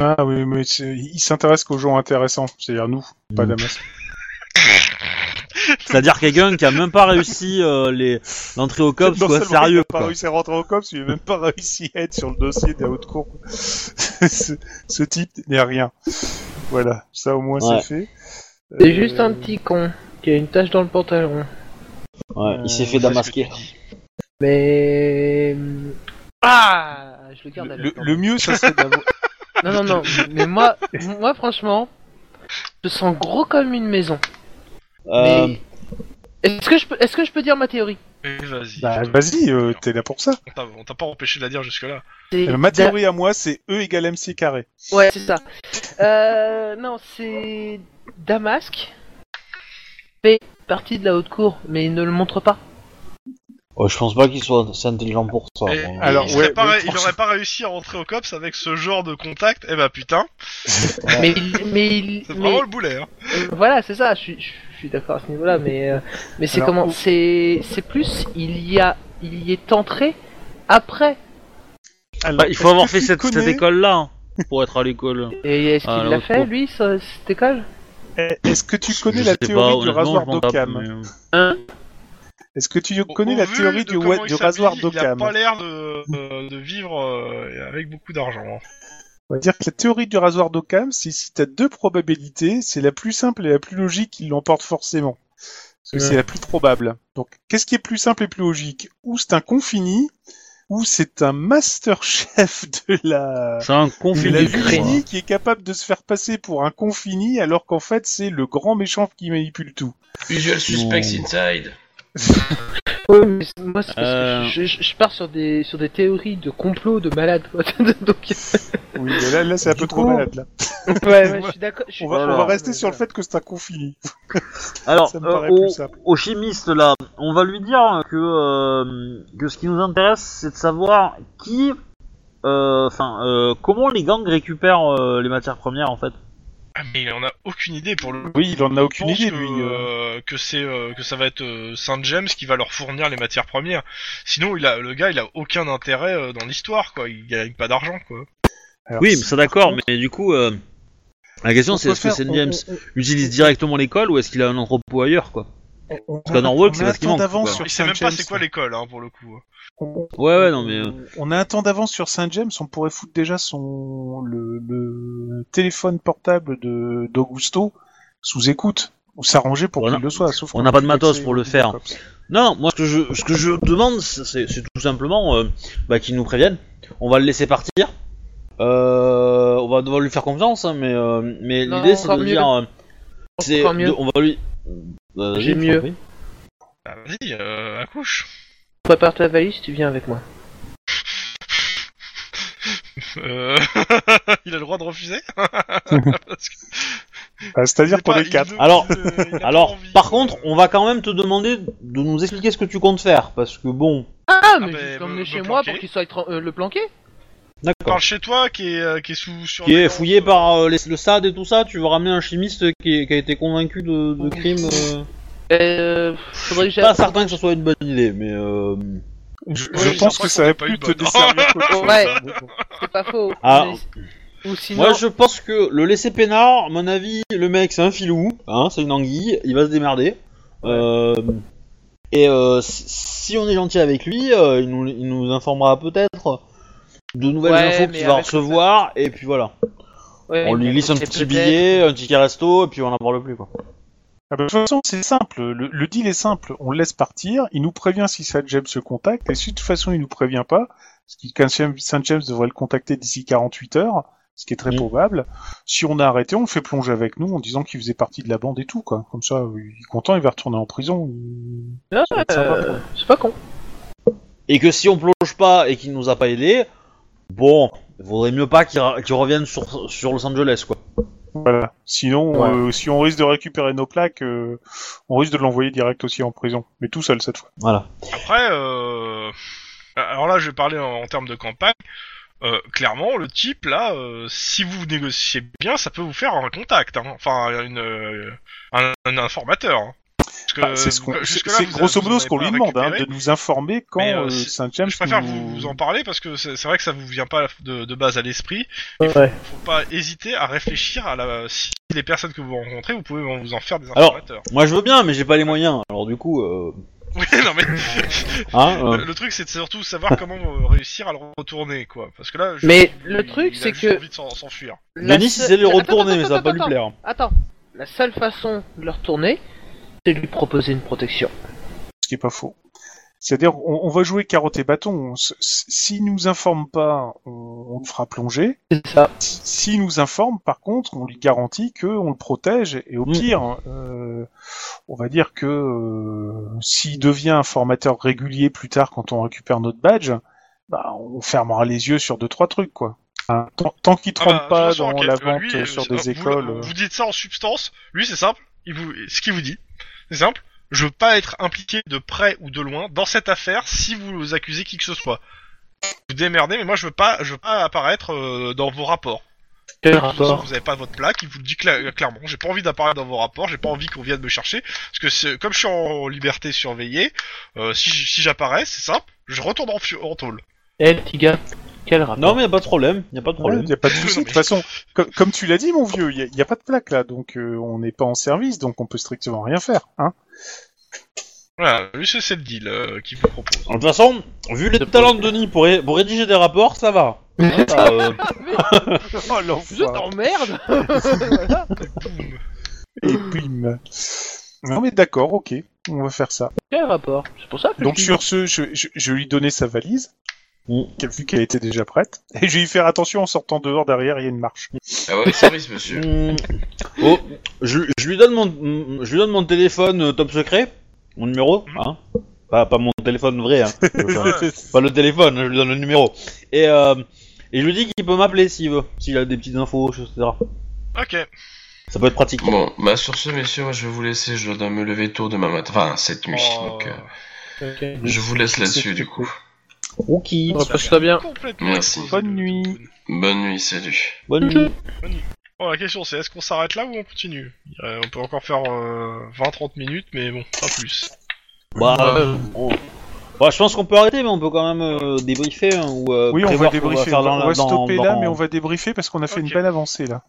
C: Ah oui, mais c'est- il s'intéresse qu'aux gens intéressants, c'est-à-dire nous, pas
B: Mm.
C: Damas.
B: C'est-à-dire quelqu'un qui a même pas réussi euh, les l'entrée au
C: Non
B: cops, quoi,
C: seulement Il
B: sérieux,
C: a pas
B: quoi.
C: réussi à rentrer au COPS, il a même pas réussi à être sur le dossier de la haute cour. ce, ce type n'est rien. Voilà, ça au moins
B: Ouais.
C: c'est fait.
A: C'est
C: Euh,
A: juste un petit con qui a une tache dans le pantalon.
B: Ouais, il s'est
C: Euh,
B: fait damasquer.
A: Mais ah, je le garde. à
C: Le,
A: l'écran.
C: le mieux, ça serait d'avoir.
A: Non, non, non. Mais moi, moi, franchement, je sens gros comme une maison.
B: Euh,
A: Mais est-ce que je peux, est-ce que je peux dire ma théorie
D: Et Vas-y.
C: Bah,
D: je te-
C: vas-y, euh, t'es là pour ça.
D: On t'a- on t'a pas empêché de la dire jusque-là.
A: C'est
C: Euh, ma théorie à moi, c'est E égale MC carré.
A: Ouais, c'est ça. Euh, non, c'est Damasque fait partie de la haute cour, mais il ne le montre pas.
F: Ouais, je pense pas qu'il soit assez intelligent pour
C: Oh,
F: ça.
D: Et-
F: moi.
C: Eh, alors,
D: il, serait
C: ouais,
D: pas
C: ouais,
D: ré- il
C: forcément.
D: aurait pas réussi à rentrer au COPS avec ce genre de contact, eh bah putain,
A: Mais il, mais il,
D: c'est
A: mais-
D: vraiment le boulet. Hein.
A: Euh, voilà, c'est ça, je suis, je suis d'accord à ce niveau-là, mais, euh, mais c'est
C: Alors,
A: comment
C: on-
A: C'est c'est plus, il y, a, il y est entré après.
C: Alors,
B: Bah, il faut
C: est-ce
B: avoir
C: que
B: fait
C: tu
B: cette, cette
C: connais-
B: école-là hein, pour être à l'école.
A: Et est-ce qu'il
B: Ah,
A: l'a
B: l'autre
A: fait,
B: cours.
A: lui, ça- cette école
C: eh, Est-ce que tu connais
B: Je
C: la
B: sais pas,
C: théorie du
B: honnêtement,
C: rasoir
B: je m'en tape,
C: d'Occam
B: mais, euh,
C: Est-ce que tu
D: Au-
C: connais
D: au
C: la
D: vu
C: théorie
D: de
C: du,
D: comment
C: wa-
D: il
C: du rasoir
D: s'habille, Il a
C: d'Occam
D: pas l'air de, euh, de vivre euh, avec beaucoup d'argent. hein.
C: On va dire que la théorie du rasoir d'Occam, c'est si t'as deux probabilités, c'est la plus simple et la plus logique qui l'emporte forcément. Parce que
A: Ouais.
C: c'est la plus probable. Donc, qu'est-ce qui est plus simple et plus logique Ou c'est un confini, ou c'est un master chef de la...
B: C'est un
C: de
B: conflit
C: la
B: du
C: Virginie qui est capable de se faire passer pour un confini alors qu'en fait c'est le grand méchant qui manipule tout.
E: Usual suspects
B: Non.
E: inside.
A: Oui, mais c'est- moi, c'est parce que
B: Euh.
A: je, je- je pars sur des, sur des théories de complot de malade. Donc,
C: Oui, mais là, là c'est un
F: Du
C: peu trop
F: coup,
C: malade là.
A: ouais, ouais, je suis d'accord. je suis-
C: On va, on va
A: voilà.
C: rester sur le fait que c'est un confini.
B: Alors,
C: Ça me
B: euh,
C: paraît
B: au,
C: plus simple.
B: au chimiste là, on va lui dire que, euh, que ce qui nous intéresse, c'est de savoir qui, euh, enfin, euh, comment les gangs récupèrent euh, les matières premières en fait.
D: Ah, mais il en a aucune idée pour le
C: Oui, il en a
D: Je
C: aucune
D: pense
C: idée
D: que,
C: lui. euh.
D: euh, que c'est euh, que ça va être euh, Saint James qui va leur fournir les matières premières. Sinon, il a le gars, il a aucun intérêt euh, dans l'histoire, quoi. Il gagne pas d'argent, quoi.
C: Alors,
B: oui,
C: si-
B: mais ça d'accord,
C: par contre,
B: mais du coup, euh, la question
C: on
B: c'est
C: peut
B: est-ce que
C: faire-
B: Saint
C: on-
B: James
C: on-
B: utilise directement l'école ou est-ce qu'il a un entrepôt ailleurs quoi
C: On
B: Parce qu'à Norwalk,
C: on
B: c'est
C: a
B: parce
C: un
B: qu'il
C: temps
B: manque,
C: d'avance
B: quoi.
C: sur
D: Il sait même
C: Saint
D: pas c'est
C: James.
D: quoi l'école, hein, pour le coup.
C: On-
B: Ouais, ouais, non mais. euh,
C: On a un temps d'avance sur Saint James. On pourrait foutre déjà son le, le téléphone portable de d'Augusto sous écoute ou s'arranger pour
B: On a-
C: qu'il le soit. Sauf
B: on
C: qu'on
B: n'a pas
C: peut
B: de matos
C: accéder
B: pour le
C: au
B: faire.
C: cops.
B: Non, moi ce que je, ce que je demande, c'est c'est tout simplement euh, bah, qu'ils nous préviennent. On va le laisser partir. Euh, on va devoir lui faire confiance, hein, mais, euh, mais
A: Non,
B: l'idée c'est de
A: encore mieux.
B: dire. euh, c'est
A: Encore mieux.
B: de- on va lui. Bah, vas-y,
A: J'ai
B: je t'en
A: mieux.
B: prie.
D: Ah, Vas-y, euh, accouche.
A: Prépare ta valise, tu viens avec moi.
D: Euh, il a le droit de refuser. Parce que
C: Ah,
D: il
C: C'est-à-dire
D: est
C: qu'on
D: pas-
C: est
D: il
C: quatre.
D: ne-
B: Alors-
D: il ne- il a pas
B: Alors,
D: envie,
B: par
D: euh,
B: contre, on va quand même te demander de nous expliquer ce que tu comptes faire, parce que bon,
A: Ah, mais
D: bah,
A: je vais
D: me-
A: l'emmener
D: me
A: chez moi
D: planquer.
A: pour qu'il soit tra- euh, le planquer
B: d'accord.
D: Parle chez toi, qui est euh, qui est sous sur.
B: Qui est fouillé par euh, les- le SAD et tout ça, tu veux ramener un chimiste qui, est- qui a été convaincu de, de crime. euh,
A: Euh, faudrait que j'aille-
B: Pas certain que ce soit une bonne idée, mais. euh,
C: Je,
D: Oui,
C: je
D: mais
C: pense
D: ça,
C: que
D: ça
C: ça va
D: pas eu
C: plus te
D: bonne.
C: desservir. qu'autre chose,
A: Ouais.
C: hein, mais bon.
A: C'est pas faux.
B: Ah.
A: Mais- Ou sinon,
B: Moi, je pense que le laisser peinard, à mon avis, le mec, c'est un filou, hein, c'est une anguille, il va se démerder. Euh, et euh, si- si on est gentil avec lui, euh, il, nous, il nous informera peut-être de nouvelles
A: Ouais,
B: infos
A: mais
B: qu'il va
A: avec le
B: recevoir, et puis voilà.
A: Ouais,
B: on lui
A: mais
B: glisse un
A: c'est
B: petit
A: peut-être-
B: billet, un ticket resto, et puis on n'en parle plus, quoi.
C: Ah bah, de toute façon, c'est simple. Le, le deal est simple. On le laisse partir. Il nous prévient si Saint James le contacte. Et si de toute façon il nous prévient pas, parce que quand Saint- Saint James devrait le contacter d'ici 48 heures, ce qui est très
B: Mm.
C: probable. Si on a arrêté, on le fait plonger avec nous en disant qu'il faisait partie de la bande et tout, quoi. Comme ça, il est content, il va retourner en prison. Il-
A: Non,
C: va être sympa,
A: euh, c'est pas con.
B: Et que si on plonge pas et qu'il nous a pas aidé, bon, vaudrait mieux pas qu'il ra- qu'il revienne sur, sur Los Angeles, quoi.
C: Voilà. Sinon,
B: Ouais.
C: euh, si on risque de récupérer nos plaques, euh, on risque de l'envoyer direct aussi en prison. Mais tout seul cette fois.
B: Voilà.
D: Après, euh... alors là, je vais parler en, en termes de campagne. Euh, clairement, le type là, euh, si vous négociez bien, ça peut vous faire un contact, hein. enfin une, euh, un, un informateur. hein. Parce que,
C: Bah, c'est ce qu'on, c'est,
D: jusque- Euh, jusque-là,
C: c'est
D: vous-
C: grosso
D: vous en
C: modo ce
D: avez
C: qu'on
D: pas
C: lui demande, hein,
D: récupéré.
C: de nous informer quand
D: Mais, euh,
C: euh,
D: c'est-
C: Saint James.
D: Je préfère vous,
C: nous-
D: vous en parler parce que c'est c'est vrai que ça vous vient pas de, de base à l'esprit.
A: Ouais.
D: Faut pas hésiter à réfléchir à la si les personnes que vous rencontrez, vous pouvez en- vous en faire des
B: Alors-
D: informateurs.
B: Moi, je veux bien, mais j'ai pas les moyens, alors du coup, euh,
D: Oui, non mais
B: hein, euh,
D: Le- Le truc, c'est de surtout savoir comment euh, réussir à le retourner, quoi. Parce que là, je-
A: Mais
D: il-
A: le
D: il
A: truc,
D: a
A: c'est
D: juste
A: que-
D: envie de s'en- s'enfuir.
A: La
B: Denis, il
A: seule-
B: sait le
A: Attends,
B: retourner,
A: attends,
B: mais ça va pas lui
A: attends,
B: plaire.
A: Attends, la seule façon de le retourner, c'est de lui proposer une protection.
C: ce qui est pas faux. C'est-à-dire, on, on va jouer carotte et bâton. On s- s- S'il nous informe pas, on, on le fera plonger.
A: C'est ça.
C: S- S'il nous informe, par contre, on lui garantit que on le protège. Et au
B: Mm.
C: pire, euh, on va dire que euh, s'il devient un formateur régulier plus tard, quand on récupère notre badge, bah, on fermera les yeux sur deux trois trucs, quoi. Hein, tant tant qu'il trompe
D: Ah bah,
C: pas
D: de toute façon,
C: dans
D: enquête,
C: la
D: euh,
C: vente
D: lui,
C: euh,
D: euh,
C: sur
D: vous-
C: des écoles.
D: Vous,
C: euh,
D: vous dites ça en substance, lui c'est simple, il vous, ce qu'il vous dit, C'est simple. Je veux pas être impliqué de près ou de loin dans cette affaire si vous accusez qui que ce soit. Vous démerdez, mais moi je veux pas, je veux pas apparaître euh, dans vos rapports.
A: Quel
D: De toute façon,
A: rapport
D: Vous avez pas votre plaque, il vous le dit cla- euh, clairement. J'ai pas envie d'apparaître dans vos rapports, j'ai pas envie qu'on vienne me chercher, parce que c'est- comme je suis en liberté surveillée, euh, si, j- si j'apparais, c'est simple, je retourne en, fio- en tôle.
A: Eh, le petit gars, quel rapport
B: Non, mais y a pas de problème, y a pas de
C: Il
B: problème.
C: n'y a pas de souci.
D: Non,
C: De
D: mais-
C: toute façon, com- comme tu l'as dit, mon vieux, il n'y a, pas de plaque là, donc euh, on n'est pas en service, donc on peut strictement rien faire. Hein
D: Voilà, lui c'est c'est le deal euh, qu'il vous propose.
B: De toute façon, vu les
A: C'est
B: talents de Denis pour, ré- pour rédiger des rapports, ça va. Hein, bah, euh,
C: oh
A: Je
C: l'enfoiré.
A: t'emmerde
D: Boum.
C: Et bim. Non mais d'accord, ok, on va faire ça.
A: Quel rapport C'est pour ça que
C: Donc
A: je...
C: sur ce, je, je- je lui donnais sa valise,
B: Mm.
C: qu'elle- vu qu'elle était déjà prête, et je vais lui faire attention en sortant dehors, derrière, il y a une marche.
E: Ah ouais, service, monsieur.
B: mm, oh, je, je lui donne mon, mm, je lui donne mon téléphone euh, top secret, mon numéro, hein. Pas, pas mon téléphone vrai, hein. Enfin, pas le téléphone, je lui donne le numéro. Et, euh, et je lui dis qu'il peut m'appeler s'il veut, s'il a des petites infos, etc.
D: Ok.
B: Ça peut être pratique.
E: Bon, bah sur ce, messieurs, moi je vais vous laisser, je dois me lever tôt demain matin, enfin cette nuit,
D: Oh,
E: donc euh,
A: Ok.
E: je vous laisse là-dessus du coup.
B: Ok.
A: Repose-toi bien.
D: Complètement
E: Merci.
D: explosé,
C: Bonne
D: le-
C: nuit.
E: Bonne nuit, salut.
B: Bonne nuit.
D: Bon, la question c'est est-ce qu'on s'arrête là ou on continue Euh, On peut encore faire euh, 20-30 minutes, mais bon, pas plus.
B: Bah, euh, on- bah, je pense qu'on peut arrêter, mais on peut quand même euh, débriefer. hein, ou, euh,
C: Oui, on va
B: prévoir qu'on
C: débriefer,
B: faire
C: on va,
B: dans-
C: on va
B: dans-
C: stopper
B: dans-
C: là, mais on va débriefer parce qu'on a fait
D: Ok.
C: une belle avancée là.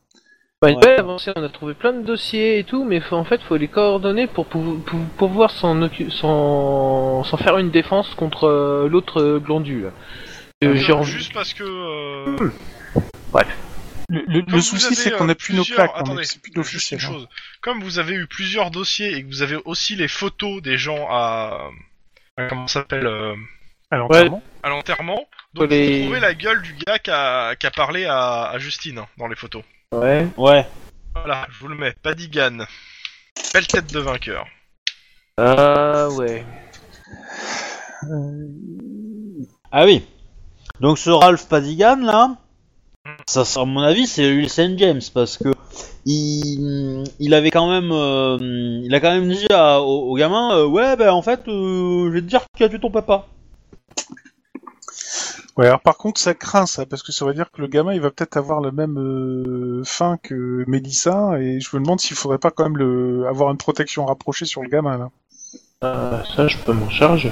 A: Bah, une
B: Ouais.
A: belle avancée, on a trouvé plein de dossiers et tout, mais faut, en fait, faut les coordonner pour, pou- pou- pouvoir s'en occu- s'en s'en faire une défense contre euh, l'autre euh, glandu. là.
B: Ah,
A: Euh, J'ai envie.
D: Juste parce que. euh,
C: Le, le- le
D: Comme vous
C: souci,
D: avez,
C: c'est qu'on
D: euh,
C: n'a plus nos
D: plusieurs-
C: plaques, on
D: Attendez,
C: est- c'est plus
D: juste une
C: d'officiel. hein.
D: chose. Comme vous avez eu plusieurs dossiers et que vous avez aussi les photos des gens à, à- comment ça s'appelle euh,
C: Alors,
A: Ouais.
C: clairement.
D: à l'enterrement, donc
A: Les-
D: vous trouvez la gueule du gars qui a, qui a parlé à, à Justine hein, dans les photos.
A: Ouais.
B: Ouais.
D: Voilà, je vous le mets. Padigan, belle tête de vainqueur.
A: Ah ouais.
B: Ah oui. Donc ce Ralph Padigan là, ça, ça, à mon avis, c'est lui Saint James parce que il, il avait quand même, euh, il a quand même dit à- au, au gamin, euh, ouais, ben en fait, euh, je vais te dire qui a tué ton papa.
C: Ouais, alors par contre, ça craint ça, parce que ça veut dire que le gamin, il va peut-être avoir la même euh, fin que Mélissa, et je me demande s'il faudrait pas quand même le... avoir une protection rapprochée sur le gamin là.
A: Ah, ça, je peux m'en charger.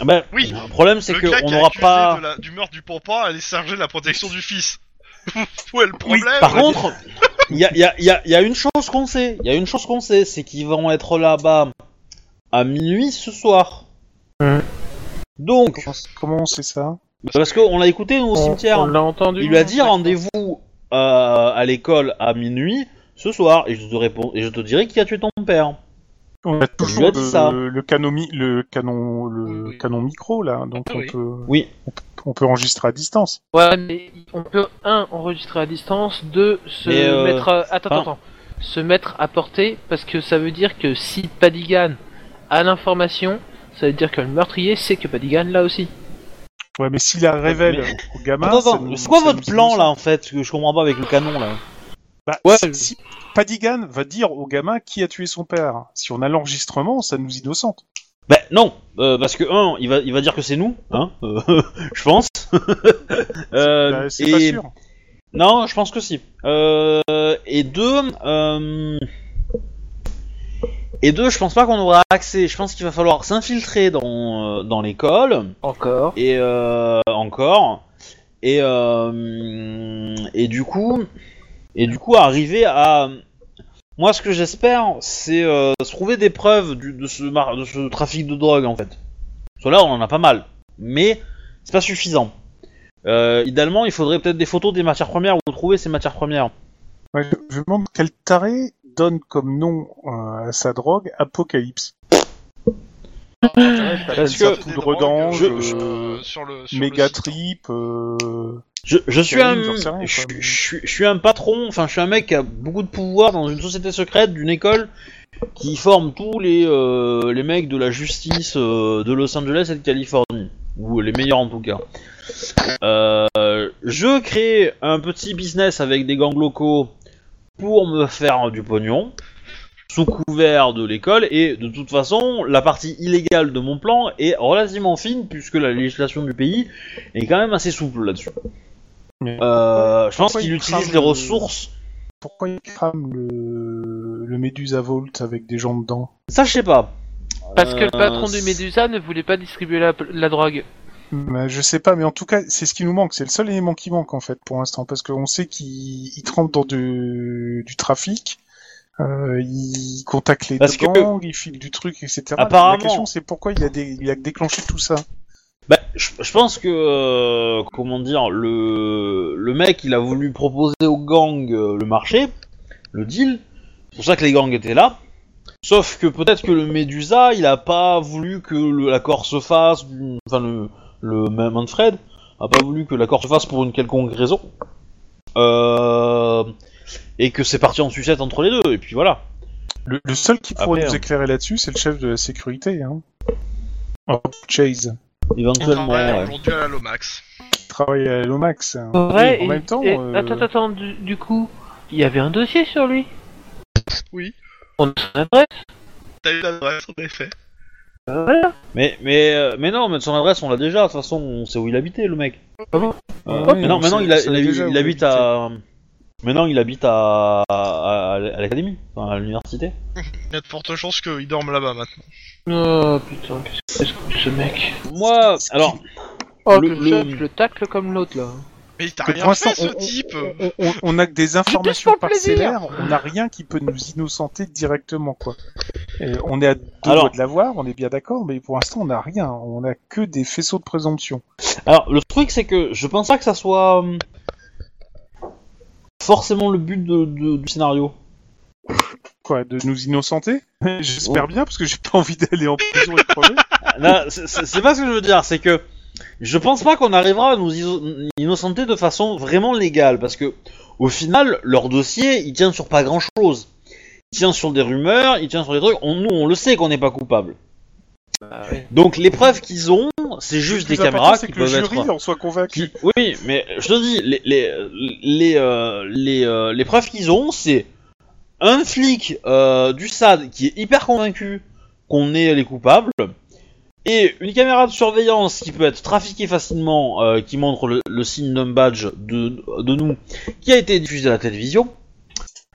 B: Ah Ben,
D: Oui.
B: Le problème c'est
D: le
B: que
D: gars
B: on
D: qui a
B: n'aura
D: accusé
B: pas.
D: de la- du meurtre du papa, elle est chargée de la protection du fils. Où est le problème
B: Par contre, il y a, il y a- il y a- il y a une chose qu'on sait. Il y a une chose qu'on sait, c'est qu'ils vont être là-bas à minuit ce soir.
A: Mhm.
B: Donc,
C: Comment on sait ça
B: parce qu'on l'a écouté nous, au
A: On,
B: cimetière.
A: on l'a entendu.
B: Il lui a dit rendez-vous euh, à l'école à minuit ce soir et je te réponds et je te dirai qui a tué ton père.
C: On a
B: lui a
C: toujours
B: dit
C: le,
B: ça.
C: le canon, mi- le canon, le
A: Oui, oui.
C: canon micro là, donc
A: Ah
C: on
A: oui.
C: peut,
B: Oui.
C: on peut, on peut enregistrer à distance.
A: Ouais, mais on peut, un, enregistrer à distance, deux, se
B: Mais, euh,
A: mettre à... Attends,
B: enfin-
A: attends, Se mettre à portée, parce que ça veut dire que si Padigan a l'information, ça veut dire que le meurtrier sait que Padigan l'a aussi.
C: Ouais, mais s'il la révèle au gamin,
B: Attends,
C: ça
B: attends,
C: nous-
B: c'est quoi
C: ça
B: votre
C: nous
B: plan
C: innocente.
B: là en fait que je comprends pas avec le canon là
C: Bah,
A: Ouais,
C: si-
A: je-
C: si Padigan va dire au gamin qui a tué son père, si on a l'enregistrement, ça nous innocente.
B: Ben non, euh, parce que un, il va, il va dire que c'est nous, hein, euh, je pense. Euh,
C: Bah, c'est
B: et-
C: pas sûr.
B: Non, je pense que si. Euh, et deux, euh, et deux, je pense pas qu'on aura accès. Je pense qu'il va falloir s'infiltrer dans, euh, dans l'école.
A: Encore.
B: et euh, encore et euh, et du coup et du coup arriver à moi ce que j'espère c'est euh, se trouver des preuves du- de ce mar- de ce trafic de drogue en fait parce que là on en a pas mal mais c'est pas suffisant Euh, idéalement il faudrait peut-être des photos des matières premières où trouver ces matières premières
C: Ouais, je- je me demande quel taré donne comme nom euh, à sa drogue Apocalypse.
B: parce
C: ça
B: que
D: Des
C: poudre
D: drogues,
C: d'ange,
D: euh,
C: euh,
D: sur le, sur le
C: Méga
D: site.
C: trip. euh,
B: Je, je suis
C: Karim,
B: un,
C: j'en sais rien,
B: je,
C: quoi, mais-
B: je suis- je suis un patron, enfin je suis un mec qui a beaucoup de pouvoir dans une société secrète d'une école qui forme tous les euh, les mecs de la justice euh, de Los Angeles et de Californie ou les meilleurs en tout cas. Euh, je crée un petit business avec des gangs locaux pour me faire du pognon. sous couvert de l'école et de toute façon la partie illégale de mon plan est relativement fine puisque la législation du pays est quand même assez souple là-dessus.
C: Mais-
B: Euh, je pense
C: Pourquoi
B: qu'il
C: il
B: utilise
C: crame
B: les
C: le-
B: ressources.
C: Pourquoi il crame le, le Médusa Volt avec des gens dedans
B: Ça je sais pas.
A: Parce que le patron
B: Euh,
A: du Médusa ne voulait pas distribuer la, la drogue.
C: Bah, je sais pas, mais en tout cas, c'est ce qui nous manque. C'est le seul élément qui manque en fait pour l'instant, parce qu'on sait qu'il il trempe dans du, du trafic, euh, il contacte les
B: Parce
C: deux
B: que-
C: gangs, il file du truc, etc. Mais
B: Apparemment.
C: La question, c'est pourquoi il a, dé- il a déclenché tout ça.
B: Bah, je, je pense que, euh, comment dire, le, le mec, il a voulu proposer aux gangs euh, le marché, le deal. C'est pour ça que les gangs étaient là. Sauf que peut-être que le Médusa, il a pas voulu que le- l'accord se fasse, enfin le, le Manfred a pas voulu que l'accord se fasse pour une quelconque raison. Euh, et que c'est parti en sucette entre les deux, et puis voilà.
C: Le, le seul qui pourrait
B: Après,
C: nous
B: hein.
C: éclairer là-dessus, c'est le chef de la sécurité. Hein. Rob Chase,
B: Éventuellement,
D: travaille
B: ouais.
D: aujourd'hui à la Lomax.
C: qui travaille à l'OMAX. hein.
A: Ouais,
C: Et en
A: et-
C: même temps,
A: et-
C: euh,
A: Attends, attends, du, du coup, il y avait un dossier sur lui
D: Oui.
A: On a son adresse
D: T'as eu l'adresse, en effet.
A: euh, Voilà
B: Mais, mais, euh, mais non, mais son adresse, on l'a déjà, de toute façon, on sait où il habitait, le mec.
A: Ah bon
B: Euh,
C: Ouais,
B: mais non,
C: on
B: maintenant,
C: sait-
B: il, a-
C: on sait
B: il a-
C: déjà
B: il
C: où
B: habite
C: il
B: à... Maintenant, il habite à, à, à l'académie, enfin, à l'université.
D: Il y a de fortes chances qu'il dorme là-bas maintenant.
A: Oh putain, qu'est-ce que c'est que ce mec
B: Moi, alors,
A: Oh,
B: Le-
A: le,
B: le-
A: chef, je le tacle comme l'autre là.
D: Mais il t'a
C: Mais
D: rien
C: pour l'instant,
D: fait, ce
C: on- on-
D: type
C: on, on- on a que des informations
A: Juste pour le plaisir.
C: parcellaires, on n'a rien qui peut nous innocenter directement, quoi. Et on est à deux
B: Alors-
C: mois de l'avoir, on est bien d'accord, mais pour l'instant, on n'a rien. On n'a que des faisceaux de présomption.
B: alors, le truc, c'est que je pense pas que ça soit hum, forcément le but de- de- du scénario.
C: Quoi, de nous innocenter
B: Oh.
C: J'espère bien, parce que j'ai pas envie d'aller en prison et crever.
B: Ah, non, c'est- c'est c'est pas ce que je veux dire, c'est que je pense pas qu'on arrivera à nous iso- innocenter de façon vraiment légale, parce que au final, leur dossier, il tient sur pas grand chose. Il tient sur des rumeurs, il tient sur des trucs, on, nous on le sait qu'on n'est pas coupable. Donc les preuves qu'ils ont, c'est juste
C: Bah,
B: des
C: Le plus important,
B: caméras
C: c'est
B: qui
C: que le
B: peuvent
C: jury
B: être.
C: en soit convaincu.
B: qui- Oui, mais je te dis, les, les, les, euh, les, euh, les preuves qu'ils ont, c'est un flic euh, du SAD qui est hyper convaincu qu'on est les coupables, et une caméra de surveillance qui peut être trafiquée facilement, euh, qui montre le, le signe d'un badge de, de nous, qui a été diffusé à la télévision,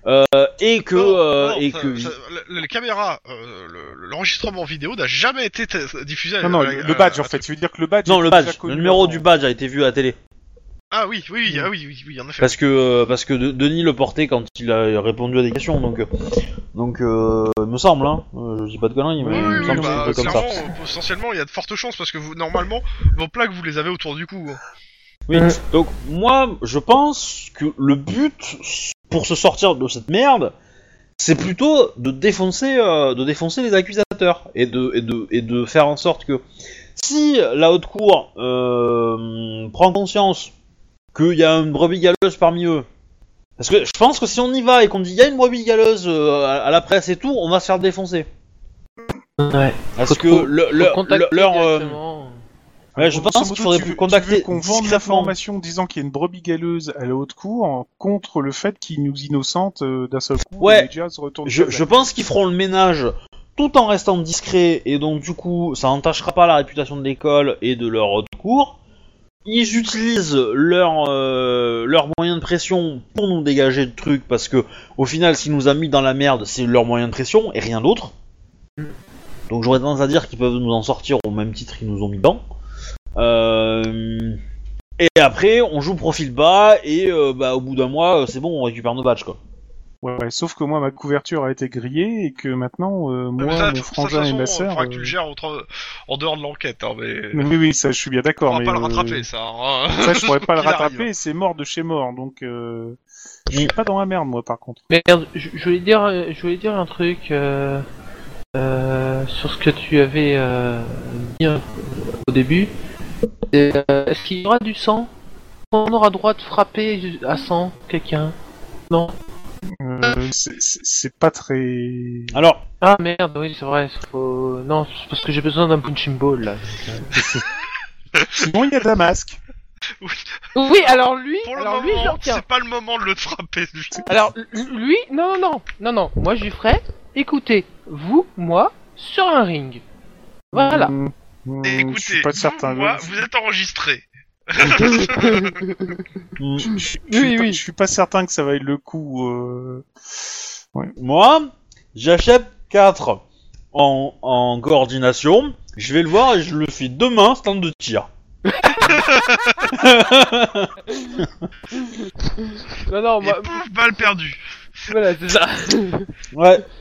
B: euh, et que...
D: Non,
B: euh,
D: non,
B: et
D: ça-
B: que...
D: ça- la, la caméra, euh, le- l'enregistrement vidéo n'a jamais été t- diffusé. à-
C: Non, non,
D: à-
C: le,
D: à-
C: le badge,
D: à-
C: en fait. Tu veux dire que le badge...
B: Euh, Non,
C: était
B: le
C: déjà
B: badge, le
C: connu
B: numéro
C: avant.
D: hein.
B: du badge a été vu à la télé.
D: Ah oui, oui, oui, ah oui, oui, oui, en effet.
B: Parce que euh, parce que De- Denis le portait quand il a répondu à des questions, donc euh, donc euh, il me semble, hein, euh, je dis pas de conneries, mais
D: Oui,
B: il
D: oui,
B: me
D: oui,
B: semble
D: bah,
B: que c'est un peu comme ça.
D: clairement, euh, potentiellement, il y a de fortes chances parce que vous, normalement, vos plaques, vous les avez autour du cou. hein.
B: Oui. Donc moi, je pense que le but pour se sortir de cette merde, c'est plutôt de défoncer euh, de défoncer les accusateurs et de et de et de faire en sorte que si la haute cour euh, prend conscience qu'il y a une brebis galeuse parmi eux, parce que je pense que si on y va et qu'on dit il y a une brebis galeuse euh, à- à la presse et tout, on va se faire défoncer.
A: Ouais.
B: Parce
A: Faut
B: que
A: con-
B: le,
A: Faut
B: le-
A: contacter
B: le- leur, euh,
A: directement.
B: ouais, Euh, je
C: Grosso
B: pense
C: modo,
B: qu'il faudrait
C: tu veux- tu
B: contacter
C: veux qu'on vende
B: discrètement.
C: l'information disant qu'il y a une brebis galeuse à la haute cour hein, contre le fait qu'il nous innocente euh, d'un seul coup.
B: Ouais.
C: et déjà se retourne
B: Je,
C: sur
B: je pense qu'ils feront le ménage tout en restant discret et donc du coup ça n'entachera pas la réputation de l'école et de leur haute cours. Ils utilisent leur, euh, leur moyen de pression pour nous dégager de trucs parce que au final ce qui nous a mis dans la merde c'est leur moyen de pression et rien d'autre. Donc j'aurais tendance à dire qu'ils peuvent nous en sortir au même titre qu'ils nous ont mis dedans. Euh, et après on joue profil bas et euh, bah, au bout d'un mois euh, c'est bon on récupère nos badges quoi.
C: Ouais, ouais, sauf que moi, ma couverture a été grillée et que maintenant, euh,
D: Mais ça,
C: moi,
D: de
C: mon
D: toute
C: frangin et
D: façon,
C: ma
D: Il
C: sœur.
D: faudra que tu le
C: euh,
D: gères autre- en dehors de l'enquête. Hein, mais...
C: mais Oui, oui, ça, je suis bien
D: On
C: d'accord.
D: pourra
C: mais,
D: pas le
C: euh,
D: rattraper, ça. hein.
C: Ça, je pourrais pas le
D: Qu'il arrive.
C: rattraper, c'est mort de chez mort. Donc, euh, je suis
B: Mm.
C: pas dans la merde, moi, par contre.
A: Merde, je, je voulais dire, euh, je voulais dire un truc euh, euh, sur ce que tu avais euh, dit un peu au début. Et, euh, Est-ce qu'il y aura du sang On aura droit de frapper ju- à sang quelqu'un Non.
C: Euh, c'est- c'est c'est pas très.
B: Alors
A: Ah merde, oui c'est vrai. Faut... Non, c'est parce que j'ai besoin d'un punching ball là.
C: Sinon, il y a Damasque.
A: Oui, alors lui,
D: Pour le
A: alors lui, je le
D: moment,
A: retiens.
D: c'est pas le moment de le frapper. du tout.
A: Alors lui, non, non, non, non, non. Moi je lui ferai écoutez, vous, moi, sur un ring. Voilà.
C: Mm, mm, je
D: Écoutez,
C: suis pas
D: vous,
C: certain.
D: moi,
C: je,
D: vous êtes enregistré.
C: je suis
A: Oui,
C: pas-
A: oui.
C: je suis pas certain que ça vaille le coup. euh.
B: Moi, j'achète 4 en, en coordination. Je vais le voir et je le fais demain, stand de tir.
A: Non, non,
D: Et
A: moi,
D: pouf, balle perdue.
A: voilà, c'est ça.
B: Ouais.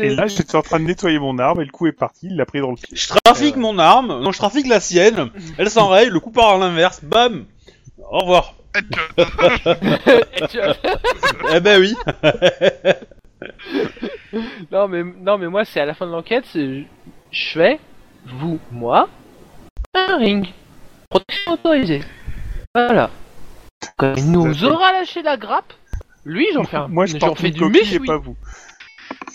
A: Euh,
C: Et là, j'étais en train de nettoyer mon arme et le coup est parti. Il l'a pris dans le pied.
B: Je trafique mon arme. Non, je trafique la sienne. Elle s'enraye, le coup part à l'inverse. Bam Au revoir.
D: Et que-
A: Et tu as-
B: Eh ben oui.
A: non, mais, non, mais moi, c'est à la fin de l'enquête, c'est- je fais, vous, moi, un ring. Protection autorisée. Voilà. Quand il nous aura lâché la grappe, lui, j'en fais un.
C: Moi, je
A: j'en
C: porte
A: fais
C: une
A: du
C: coquille et
A: méchoui.
C: pas vous.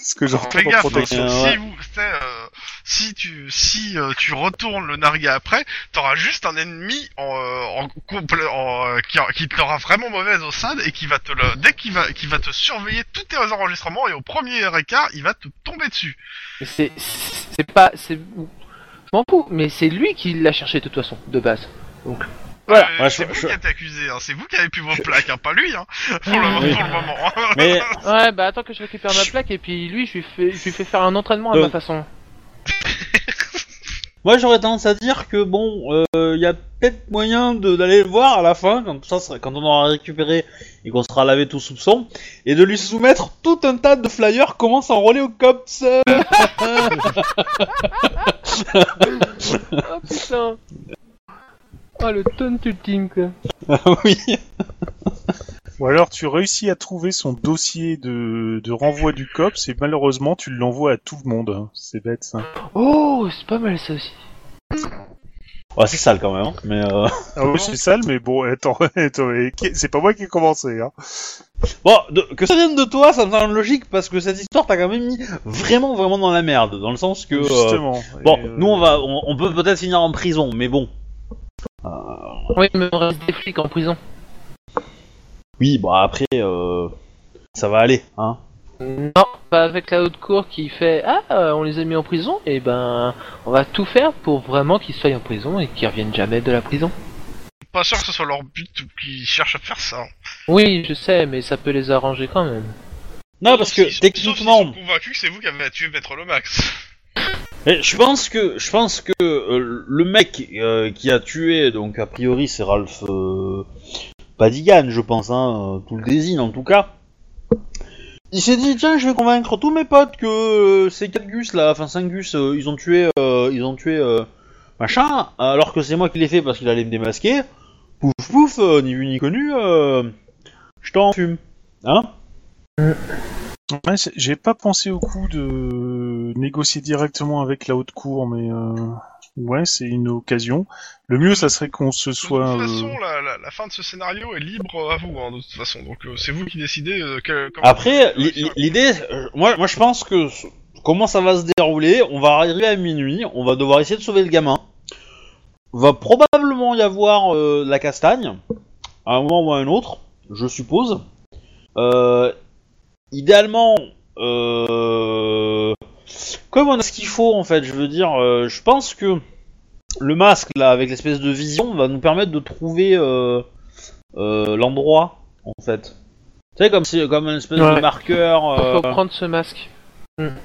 C: Ce que
D: Alors,
C: j'entends
D: fais
C: pour
D: gaffe, hein,
C: protection.
B: protection, ouais.
D: si, vous, c'est, euh, si tu si euh, tu retournes le narga après, t'auras juste un ennemi en, euh, en, compl- en, euh, qui, qui te l'aura vraiment mauvaise au SAD et qui va te le, dès qu'il va qui va te surveiller tous tes enregistrements et au premier écart il va te tomber dessus.
A: Mais C'est c'est pas. c'est- Je m'en fous, mais c'est lui qui l'a cherché de toute façon, de base. Donc, voilà.
D: Euh,
B: Ouais,
D: c'est
B: je-
D: vous
B: je-
D: qui êtes accusé, hein, c'est vous qui avez pu vos plaques, hein, pas lui, hein, pour le,
B: Oui.
D: pour le moment. hein.
B: Mais
A: Ouais, bah attends que je récupère ma plaque et puis lui, je lui fais, je lui fais faire un entraînement à
B: Donc-
A: ma façon.
B: Moi, j'aurais tendance à dire que bon, il y a peut-être moyen de- d'aller le voir à la fin, quand, tout ça sera- quand on aura récupéré et qu'on sera lavé tout soupçon, et de lui soumettre tout un tas de flyers comment s'enrôler au COPS.
A: Oh putain Oh le taunt ultime quoi
B: oui.
C: Ou alors, tu réussis à trouver son dossier de, de renvoi du COPS et malheureusement, tu l'envoies à tout le monde. hein. C'est bête, ça.
A: Oh, c'est pas mal ça aussi.
B: Ouais, c'est sale quand même, hein, mais euh,
C: Ah oui, c'est sale, mais bon, attends, attends, et qui- c'est pas moi qui ai commencé. Hein.
B: Bon, de- que ça vienne de toi, ça me semble logique, parce que cette histoire t'a quand même mis vraiment, vraiment dans la merde, dans le sens que... euh,
C: Justement.
B: Bon,
C: Et, euh,
B: nous, on, va, on, on peut peut-être finir en prison, mais bon.
A: Oui, il me reste des flics en prison.
B: Oui, bah après, euh, ça va aller, hein.
A: Non, pas avec la haute cour qui fait Ah, euh, on les a mis en prison, et ben on va tout faire pour vraiment qu'ils soient en prison et qu'ils reviennent jamais de la prison.
D: Pas sûr que ce soit leur but ou qu'ils cherchent à faire ça. hein.
A: Oui, je sais, mais ça peut les arranger quand même.
B: Non, parce que
D: Sauf s'ils-
B: techniquement...
D: sauf s'ils sont convaincus que c'est vous qui avez tué Maître Lomax.
B: Eh, je pense que je pense que euh, le mec euh, qui a tué donc a priori c'est Ralph euh, Padigan je pense hein, euh, tout le désigne en tout cas. Il s'est dit tiens je vais convaincre tous mes potes que euh, ces quatre gus là enfin cinq gus euh, ils ont tué euh, ils ont tué euh, machin alors que c'est moi qui l'ai fait parce qu'il allait me démasquer. Pouf pouf euh, ni vu ni connu euh, je t'en fume hein.
C: ouais, c'est- J'ai pas pensé au coup de négocier directement avec la haute cour, mais euh, ouais, c'est une occasion. Le mieux, ça serait qu'on se soit.
D: De toute
C: euh,
D: façon, la, la- la fin de ce scénario est libre à vous, hein, de toute façon. Donc, euh, c'est vous qui décidez euh, que- comment-
B: Après,
D: Oui,
B: l'i- l'i- l'idée, euh, moi, moi je pense que s- comment ça va se dérouler, on va arriver à minuit, on va devoir essayer de sauver le gamin. Va probablement y avoir euh, la castagne, à un moment ou à un autre, je suppose. Euh, idéalement, euh, comme on a ce qu'il faut en fait, je veux dire, euh, je pense que le masque là, avec l'espèce de vision, va nous permettre de trouver euh, euh, l'endroit en fait. Tu sais, comme, c'est- comme un espèce de
C: Ouais.
B: marqueur. euh,
A: Faut prendre ce masque.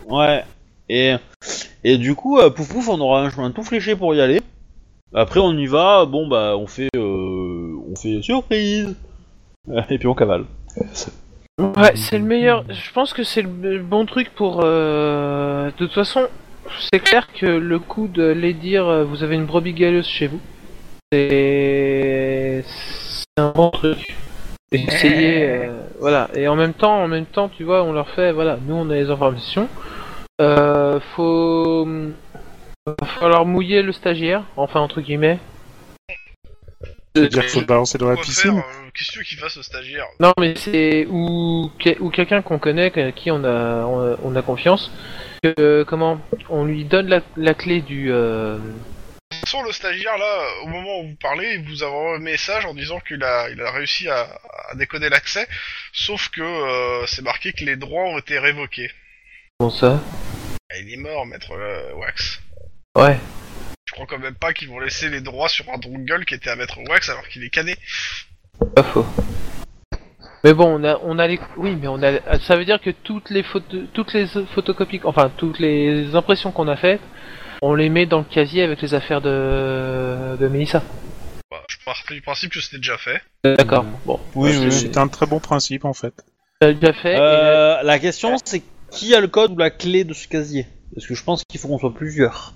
B: Ouais. Et, et du coup, euh, pouf pouf, on aura un chemin tout fléché pour y aller. Après, on y va. Bon, bah, on fait, euh, on fait surprise. Euh, Et puis on cavale.
A: Ouais, c'est le meilleur. Je pense que c'est le bon truc pour. euh, De toute façon, c'est clair que le coup de les dire euh, vous avez une brebis galeuse chez vous, c'est c'est un bon truc. Essayez, euh, voilà. Et en même temps, en même temps, tu vois, on leur fait, voilà, nous on a les informations. Euh, faut, va falloir mouiller le stagiaire, enfin entre guillemets.
C: dire qu'il faut le balancer dans la
D: Quoi
C: piscine.
D: faire, euh, Qu'est-ce que tu veux qu'il fasse, le stagiaire
A: Non, mais c'est ou, que- ou quelqu'un qu'on connaît, à qui on a, on a, on a confiance. que, euh, comment On lui donne la, la clé du. euh,
D: De toute façon, le stagiaire, là, au moment où vous parlez, il vous a envoyé un message en disant qu'il a, il a réussi à, à décoder l'accès, sauf que euh, c'est marqué que les droits ont été révoqués.
A: Comment ça
D: Ah, Il est mort, maître euh, Wax.
A: Ouais.
D: Je crois quand même pas qu'ils vont laisser les droits sur un gueule qui était à maître Wax alors qu'il est cané.
A: Pas faux. Mais bon, on a, on a les, oui, mais on a, ça veut dire que toutes les photos, toutes les photocopies, enfin toutes les impressions qu'on a faites, on les met dans le casier avec les affaires de, de Mélissa.
D: Bah, je partais du principe que c'était déjà fait.
A: D'accord.
C: Mmh.
A: Bon.
D: hein.
C: Oui,
A: oui.
C: c'est un très bon principe en fait.
A: Ça a déjà fait. et, euh,
B: Euh, la question, c'est qui a le code ou la clé de ce casier Parce que je pense qu'il faut qu'on soit plusieurs.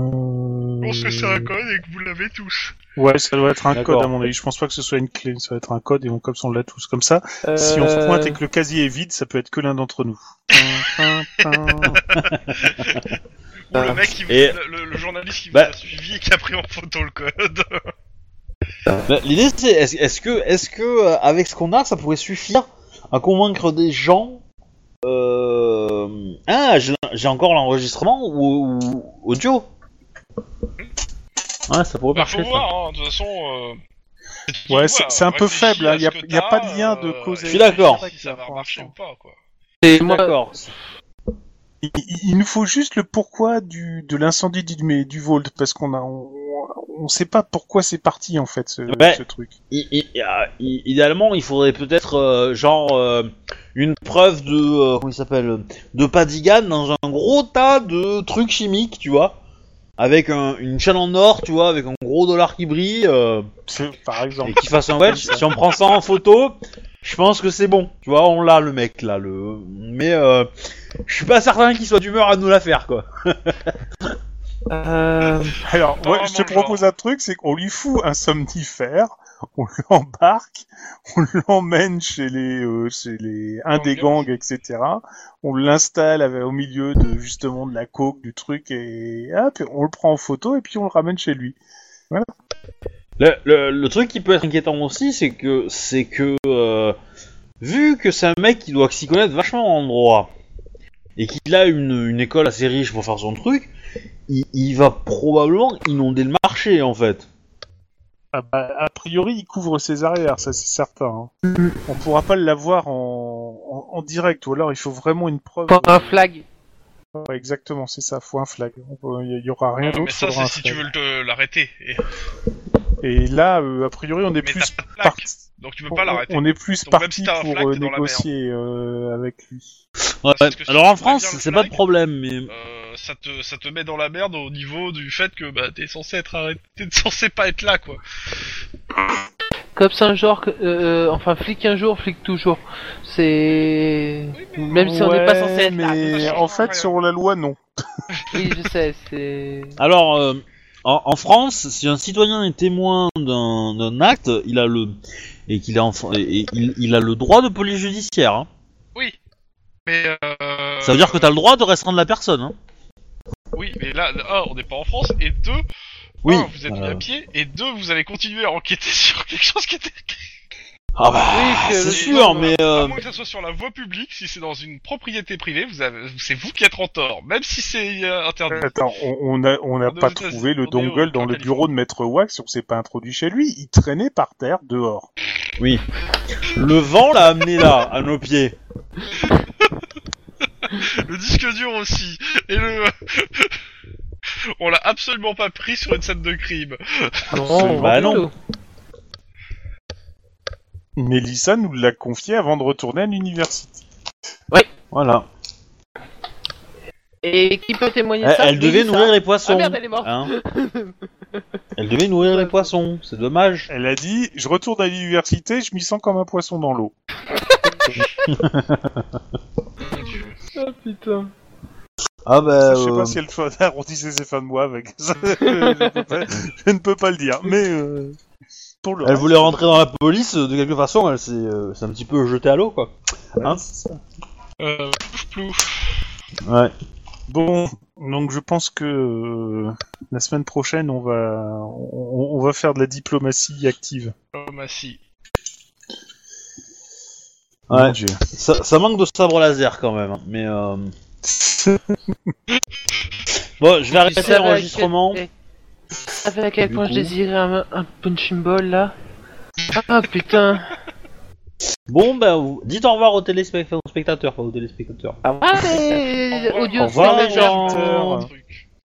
D: Je pense que c'est un code et que vous l'avez tous.
C: Euh, Ouais, ça doit être un
B: D'accord.
C: code à mon avis. Je pense pas que ce soit une clé, ça va être un code et on comme ça on l'a tous comme ça. Si on se
A: euh,
C: pointe et que le casier est vide, ça peut être que l'un d'entre nous. Tin, tin, tin.
D: Ou le mec qui vous-
B: Ah. Et-
D: le, le- le journaliste qui
B: Bah.
D: vous a suivi et qui a pris en photo le code.
B: Bah, L'idée, c'est est-ce est-ce que, est-ce que, euh, avec ce qu'on a, ça pourrait suffire à convaincre des gens euh... Ah, j'ai j'ai encore l'enregistrement ou, ou audio Ouais, ça pourrait
D: Bah,
B: marcher.
D: faut
B: ça.
D: voir, hein, de toute façon. euh, tu
C: Ouais,
D: vois,
C: c'est- c'est un peu
D: réfléchis
C: faible, hein,
D: à ce
C: y a-
D: que
C: y a
D: t'as,
C: pas de lien de
D: euh,
C: cause et-
B: Je suis d'accord.
D: Si ça va marcher ou pas, quoi.
A: et
B: Je suis
A: moi,
B: D'accord.
C: Il, il- il nous faut juste le pourquoi du, de l'incendie du, mais du Vault, parce qu'on a, on, on sait pas pourquoi c'est parti en fait ce,
B: Ouais.
C: ce truc.
B: I- i- euh, i- idéalement, il faudrait peut-être euh, genre euh, une preuve de euh, comment il s'appelle de Padigane dans un gros tas de trucs chimiques, tu vois, avec un- une chaîne en or, tu vois, avec un gros dollar qui brille euh,
C: C'est- Par
B: et
C: exemple.
B: qui fasse un wedge. si on prend ça en photo, je pense que c'est bon, tu vois, on l'a le mec là, le. Mais euh, je suis pas certain qu'il soit d'humeur à nous la faire quoi.
A: euh,
C: Alors,
D: Pas
B: Oh,
C: ouais, je te
D: vraiment le
C: propose un truc, c'est qu'on lui fout un somnifère, on l'embarque, on l'emmène chez les, euh, chez les, un des
D: Gangs.
C: gangs, etc. On l'installe avec- au milieu de, justement, de la coke, du truc, et hop, on le prend en photo, et puis on le ramène chez lui.
B: Le, le- le truc qui peut être inquiétant aussi, c'est que c'est que euh, vu que c'est un mec qui doit s'y connaître vachement en droit et qu'il a une, une école assez riche pour faire son truc, il, il va probablement inonder le marché en fait.
C: Ah bah, a priori, il couvre ses arrières, ça c'est certain. hein. On pourra pas l'avoir en, en, en direct, ou alors il faut vraiment une preuve.
A: pas un flag.
C: Ouais, exactement, c'est ça, faut un flag. On peut- Il y aura rien
D: Ouais, mais
C: d'autre,
D: ça,
C: faudra
D: c'est
C: un
D: si tu
C: flag.
D: veux le- te- l'arrêter. Et-
C: Et là, euh, a priori, on est
D: Mais
C: plus
D: t'as pas de plaque,
C: parti.
D: donc tu peux pas
C: on-
D: l'arrêter.
C: On est plus
D: Donc, même si
C: parti
D: t'as un
C: pour
D: flag,
C: euh,
D: t'es dans la
C: négocier euh, avec lui.
B: Ouais,
D: Parce que si
B: alors en
D: tu
B: France,
D: préviens le
B: c'est pas de
D: flag-
B: problème, mais
D: Euh, ça te, ça te met dans la merde au niveau du fait que bah, t'es censé être arrêté, t'es censé pas être là quoi.
A: Comme un genre, que- euh, enfin flic un jour, flic toujours. C'est même si on n'est pas censé être là.
C: mais
D: là.
C: en fait, sur la loi, non.
A: Oui, je sais. C'est.
B: Alors, euh, en, en France, si un citoyen est témoin d'un d'un acte, il a le et qu'il est en- et- et il, il a le droit de police judiciaire. hein.
D: Mais euh,
B: Ça veut dire que t'as le droit de restreindre la personne. hein.
D: Oui, mais là, un, on n'est pas en France, et deux,
B: Oui,
D: un, vous êtes mis
B: euh.
D: à pied, et deux, vous allez continuer à enquêter sur quelque chose qui était.
B: Ah bah,
A: Oui, que
B: c'est
A: le-
B: sûr, mais euh,
D: À moins que ça soit sur la voie publique, si c'est dans une propriété privée, vous avez... c'est vous qui êtes en tort, même si c'est euh, interdit.
C: Attends, on on a, on n'a
D: On est
C: pas
D: aux États-
C: trouvé
D: on
C: le
D: est
C: dongle
D: au-
C: dans
D: en
C: le
D: Californie.
C: bureau de Maître Wax, on s'est pas introduit chez lui, il traînait par terre dehors.
B: le vent l'a amené là, à nos pieds.
D: Le disque dur aussi, et le. on l'a absolument pas pris sur une scène de crime.
A: Non,
B: Bah
A: du
B: non.
A: tout.
C: Mélissa nous l'a confié avant de retourner à l'université.
B: Voilà.
A: Et qui peut témoigner de
B: Eh, Elle,
A: ça
B: elle devait
A: Mélissa.
B: nourrir les poissons.
A: Ah merde, elle est morte.
B: hein. Elle devait nourrir les poissons, c'est dommage.
C: Elle a dit, je retourne à l'université, je m'y sens comme un poisson dans l'eau.
A: Ah putain.
B: Ah bah,
C: je sais
B: euh,
C: pas si elle fait- arrondissait ses fins de mois avec ça. je, peux pas- je ne peux pas le dire, mais euh, pour le
B: elle
C: reste,
B: voulait rentrer dans la police, euh, de quelque façon, elle s'est euh, s'est un petit peu jetée à l'eau, quoi. Hein
D: Euh, plouf plouf.
B: ouais.
C: Bon, donc je pense que euh, la semaine prochaine, on va, on, on va faire de la diplomatie active.
D: Oh, bah si.
B: Ouais.
C: Mon Dieu.
B: Ça, ça manque de sabre laser quand même, hein, mais euh... Bon, je vais
A: Tu
B: arrêter
A: savais à quel-
B: l'enregistrement.
A: Tu savais à quel
B: Du
A: point
B: coup.
A: je désirais un, un punching ball là Ah putain
B: Bon, ben, vous- dites au revoir aux, téléspect- aux spectateurs, pas aux téléspectateurs.
A: Allez,
D: Au
A: audio
D: revoir,
A: spectateur.
D: les gens.
C: spectateur.
D: Un truc.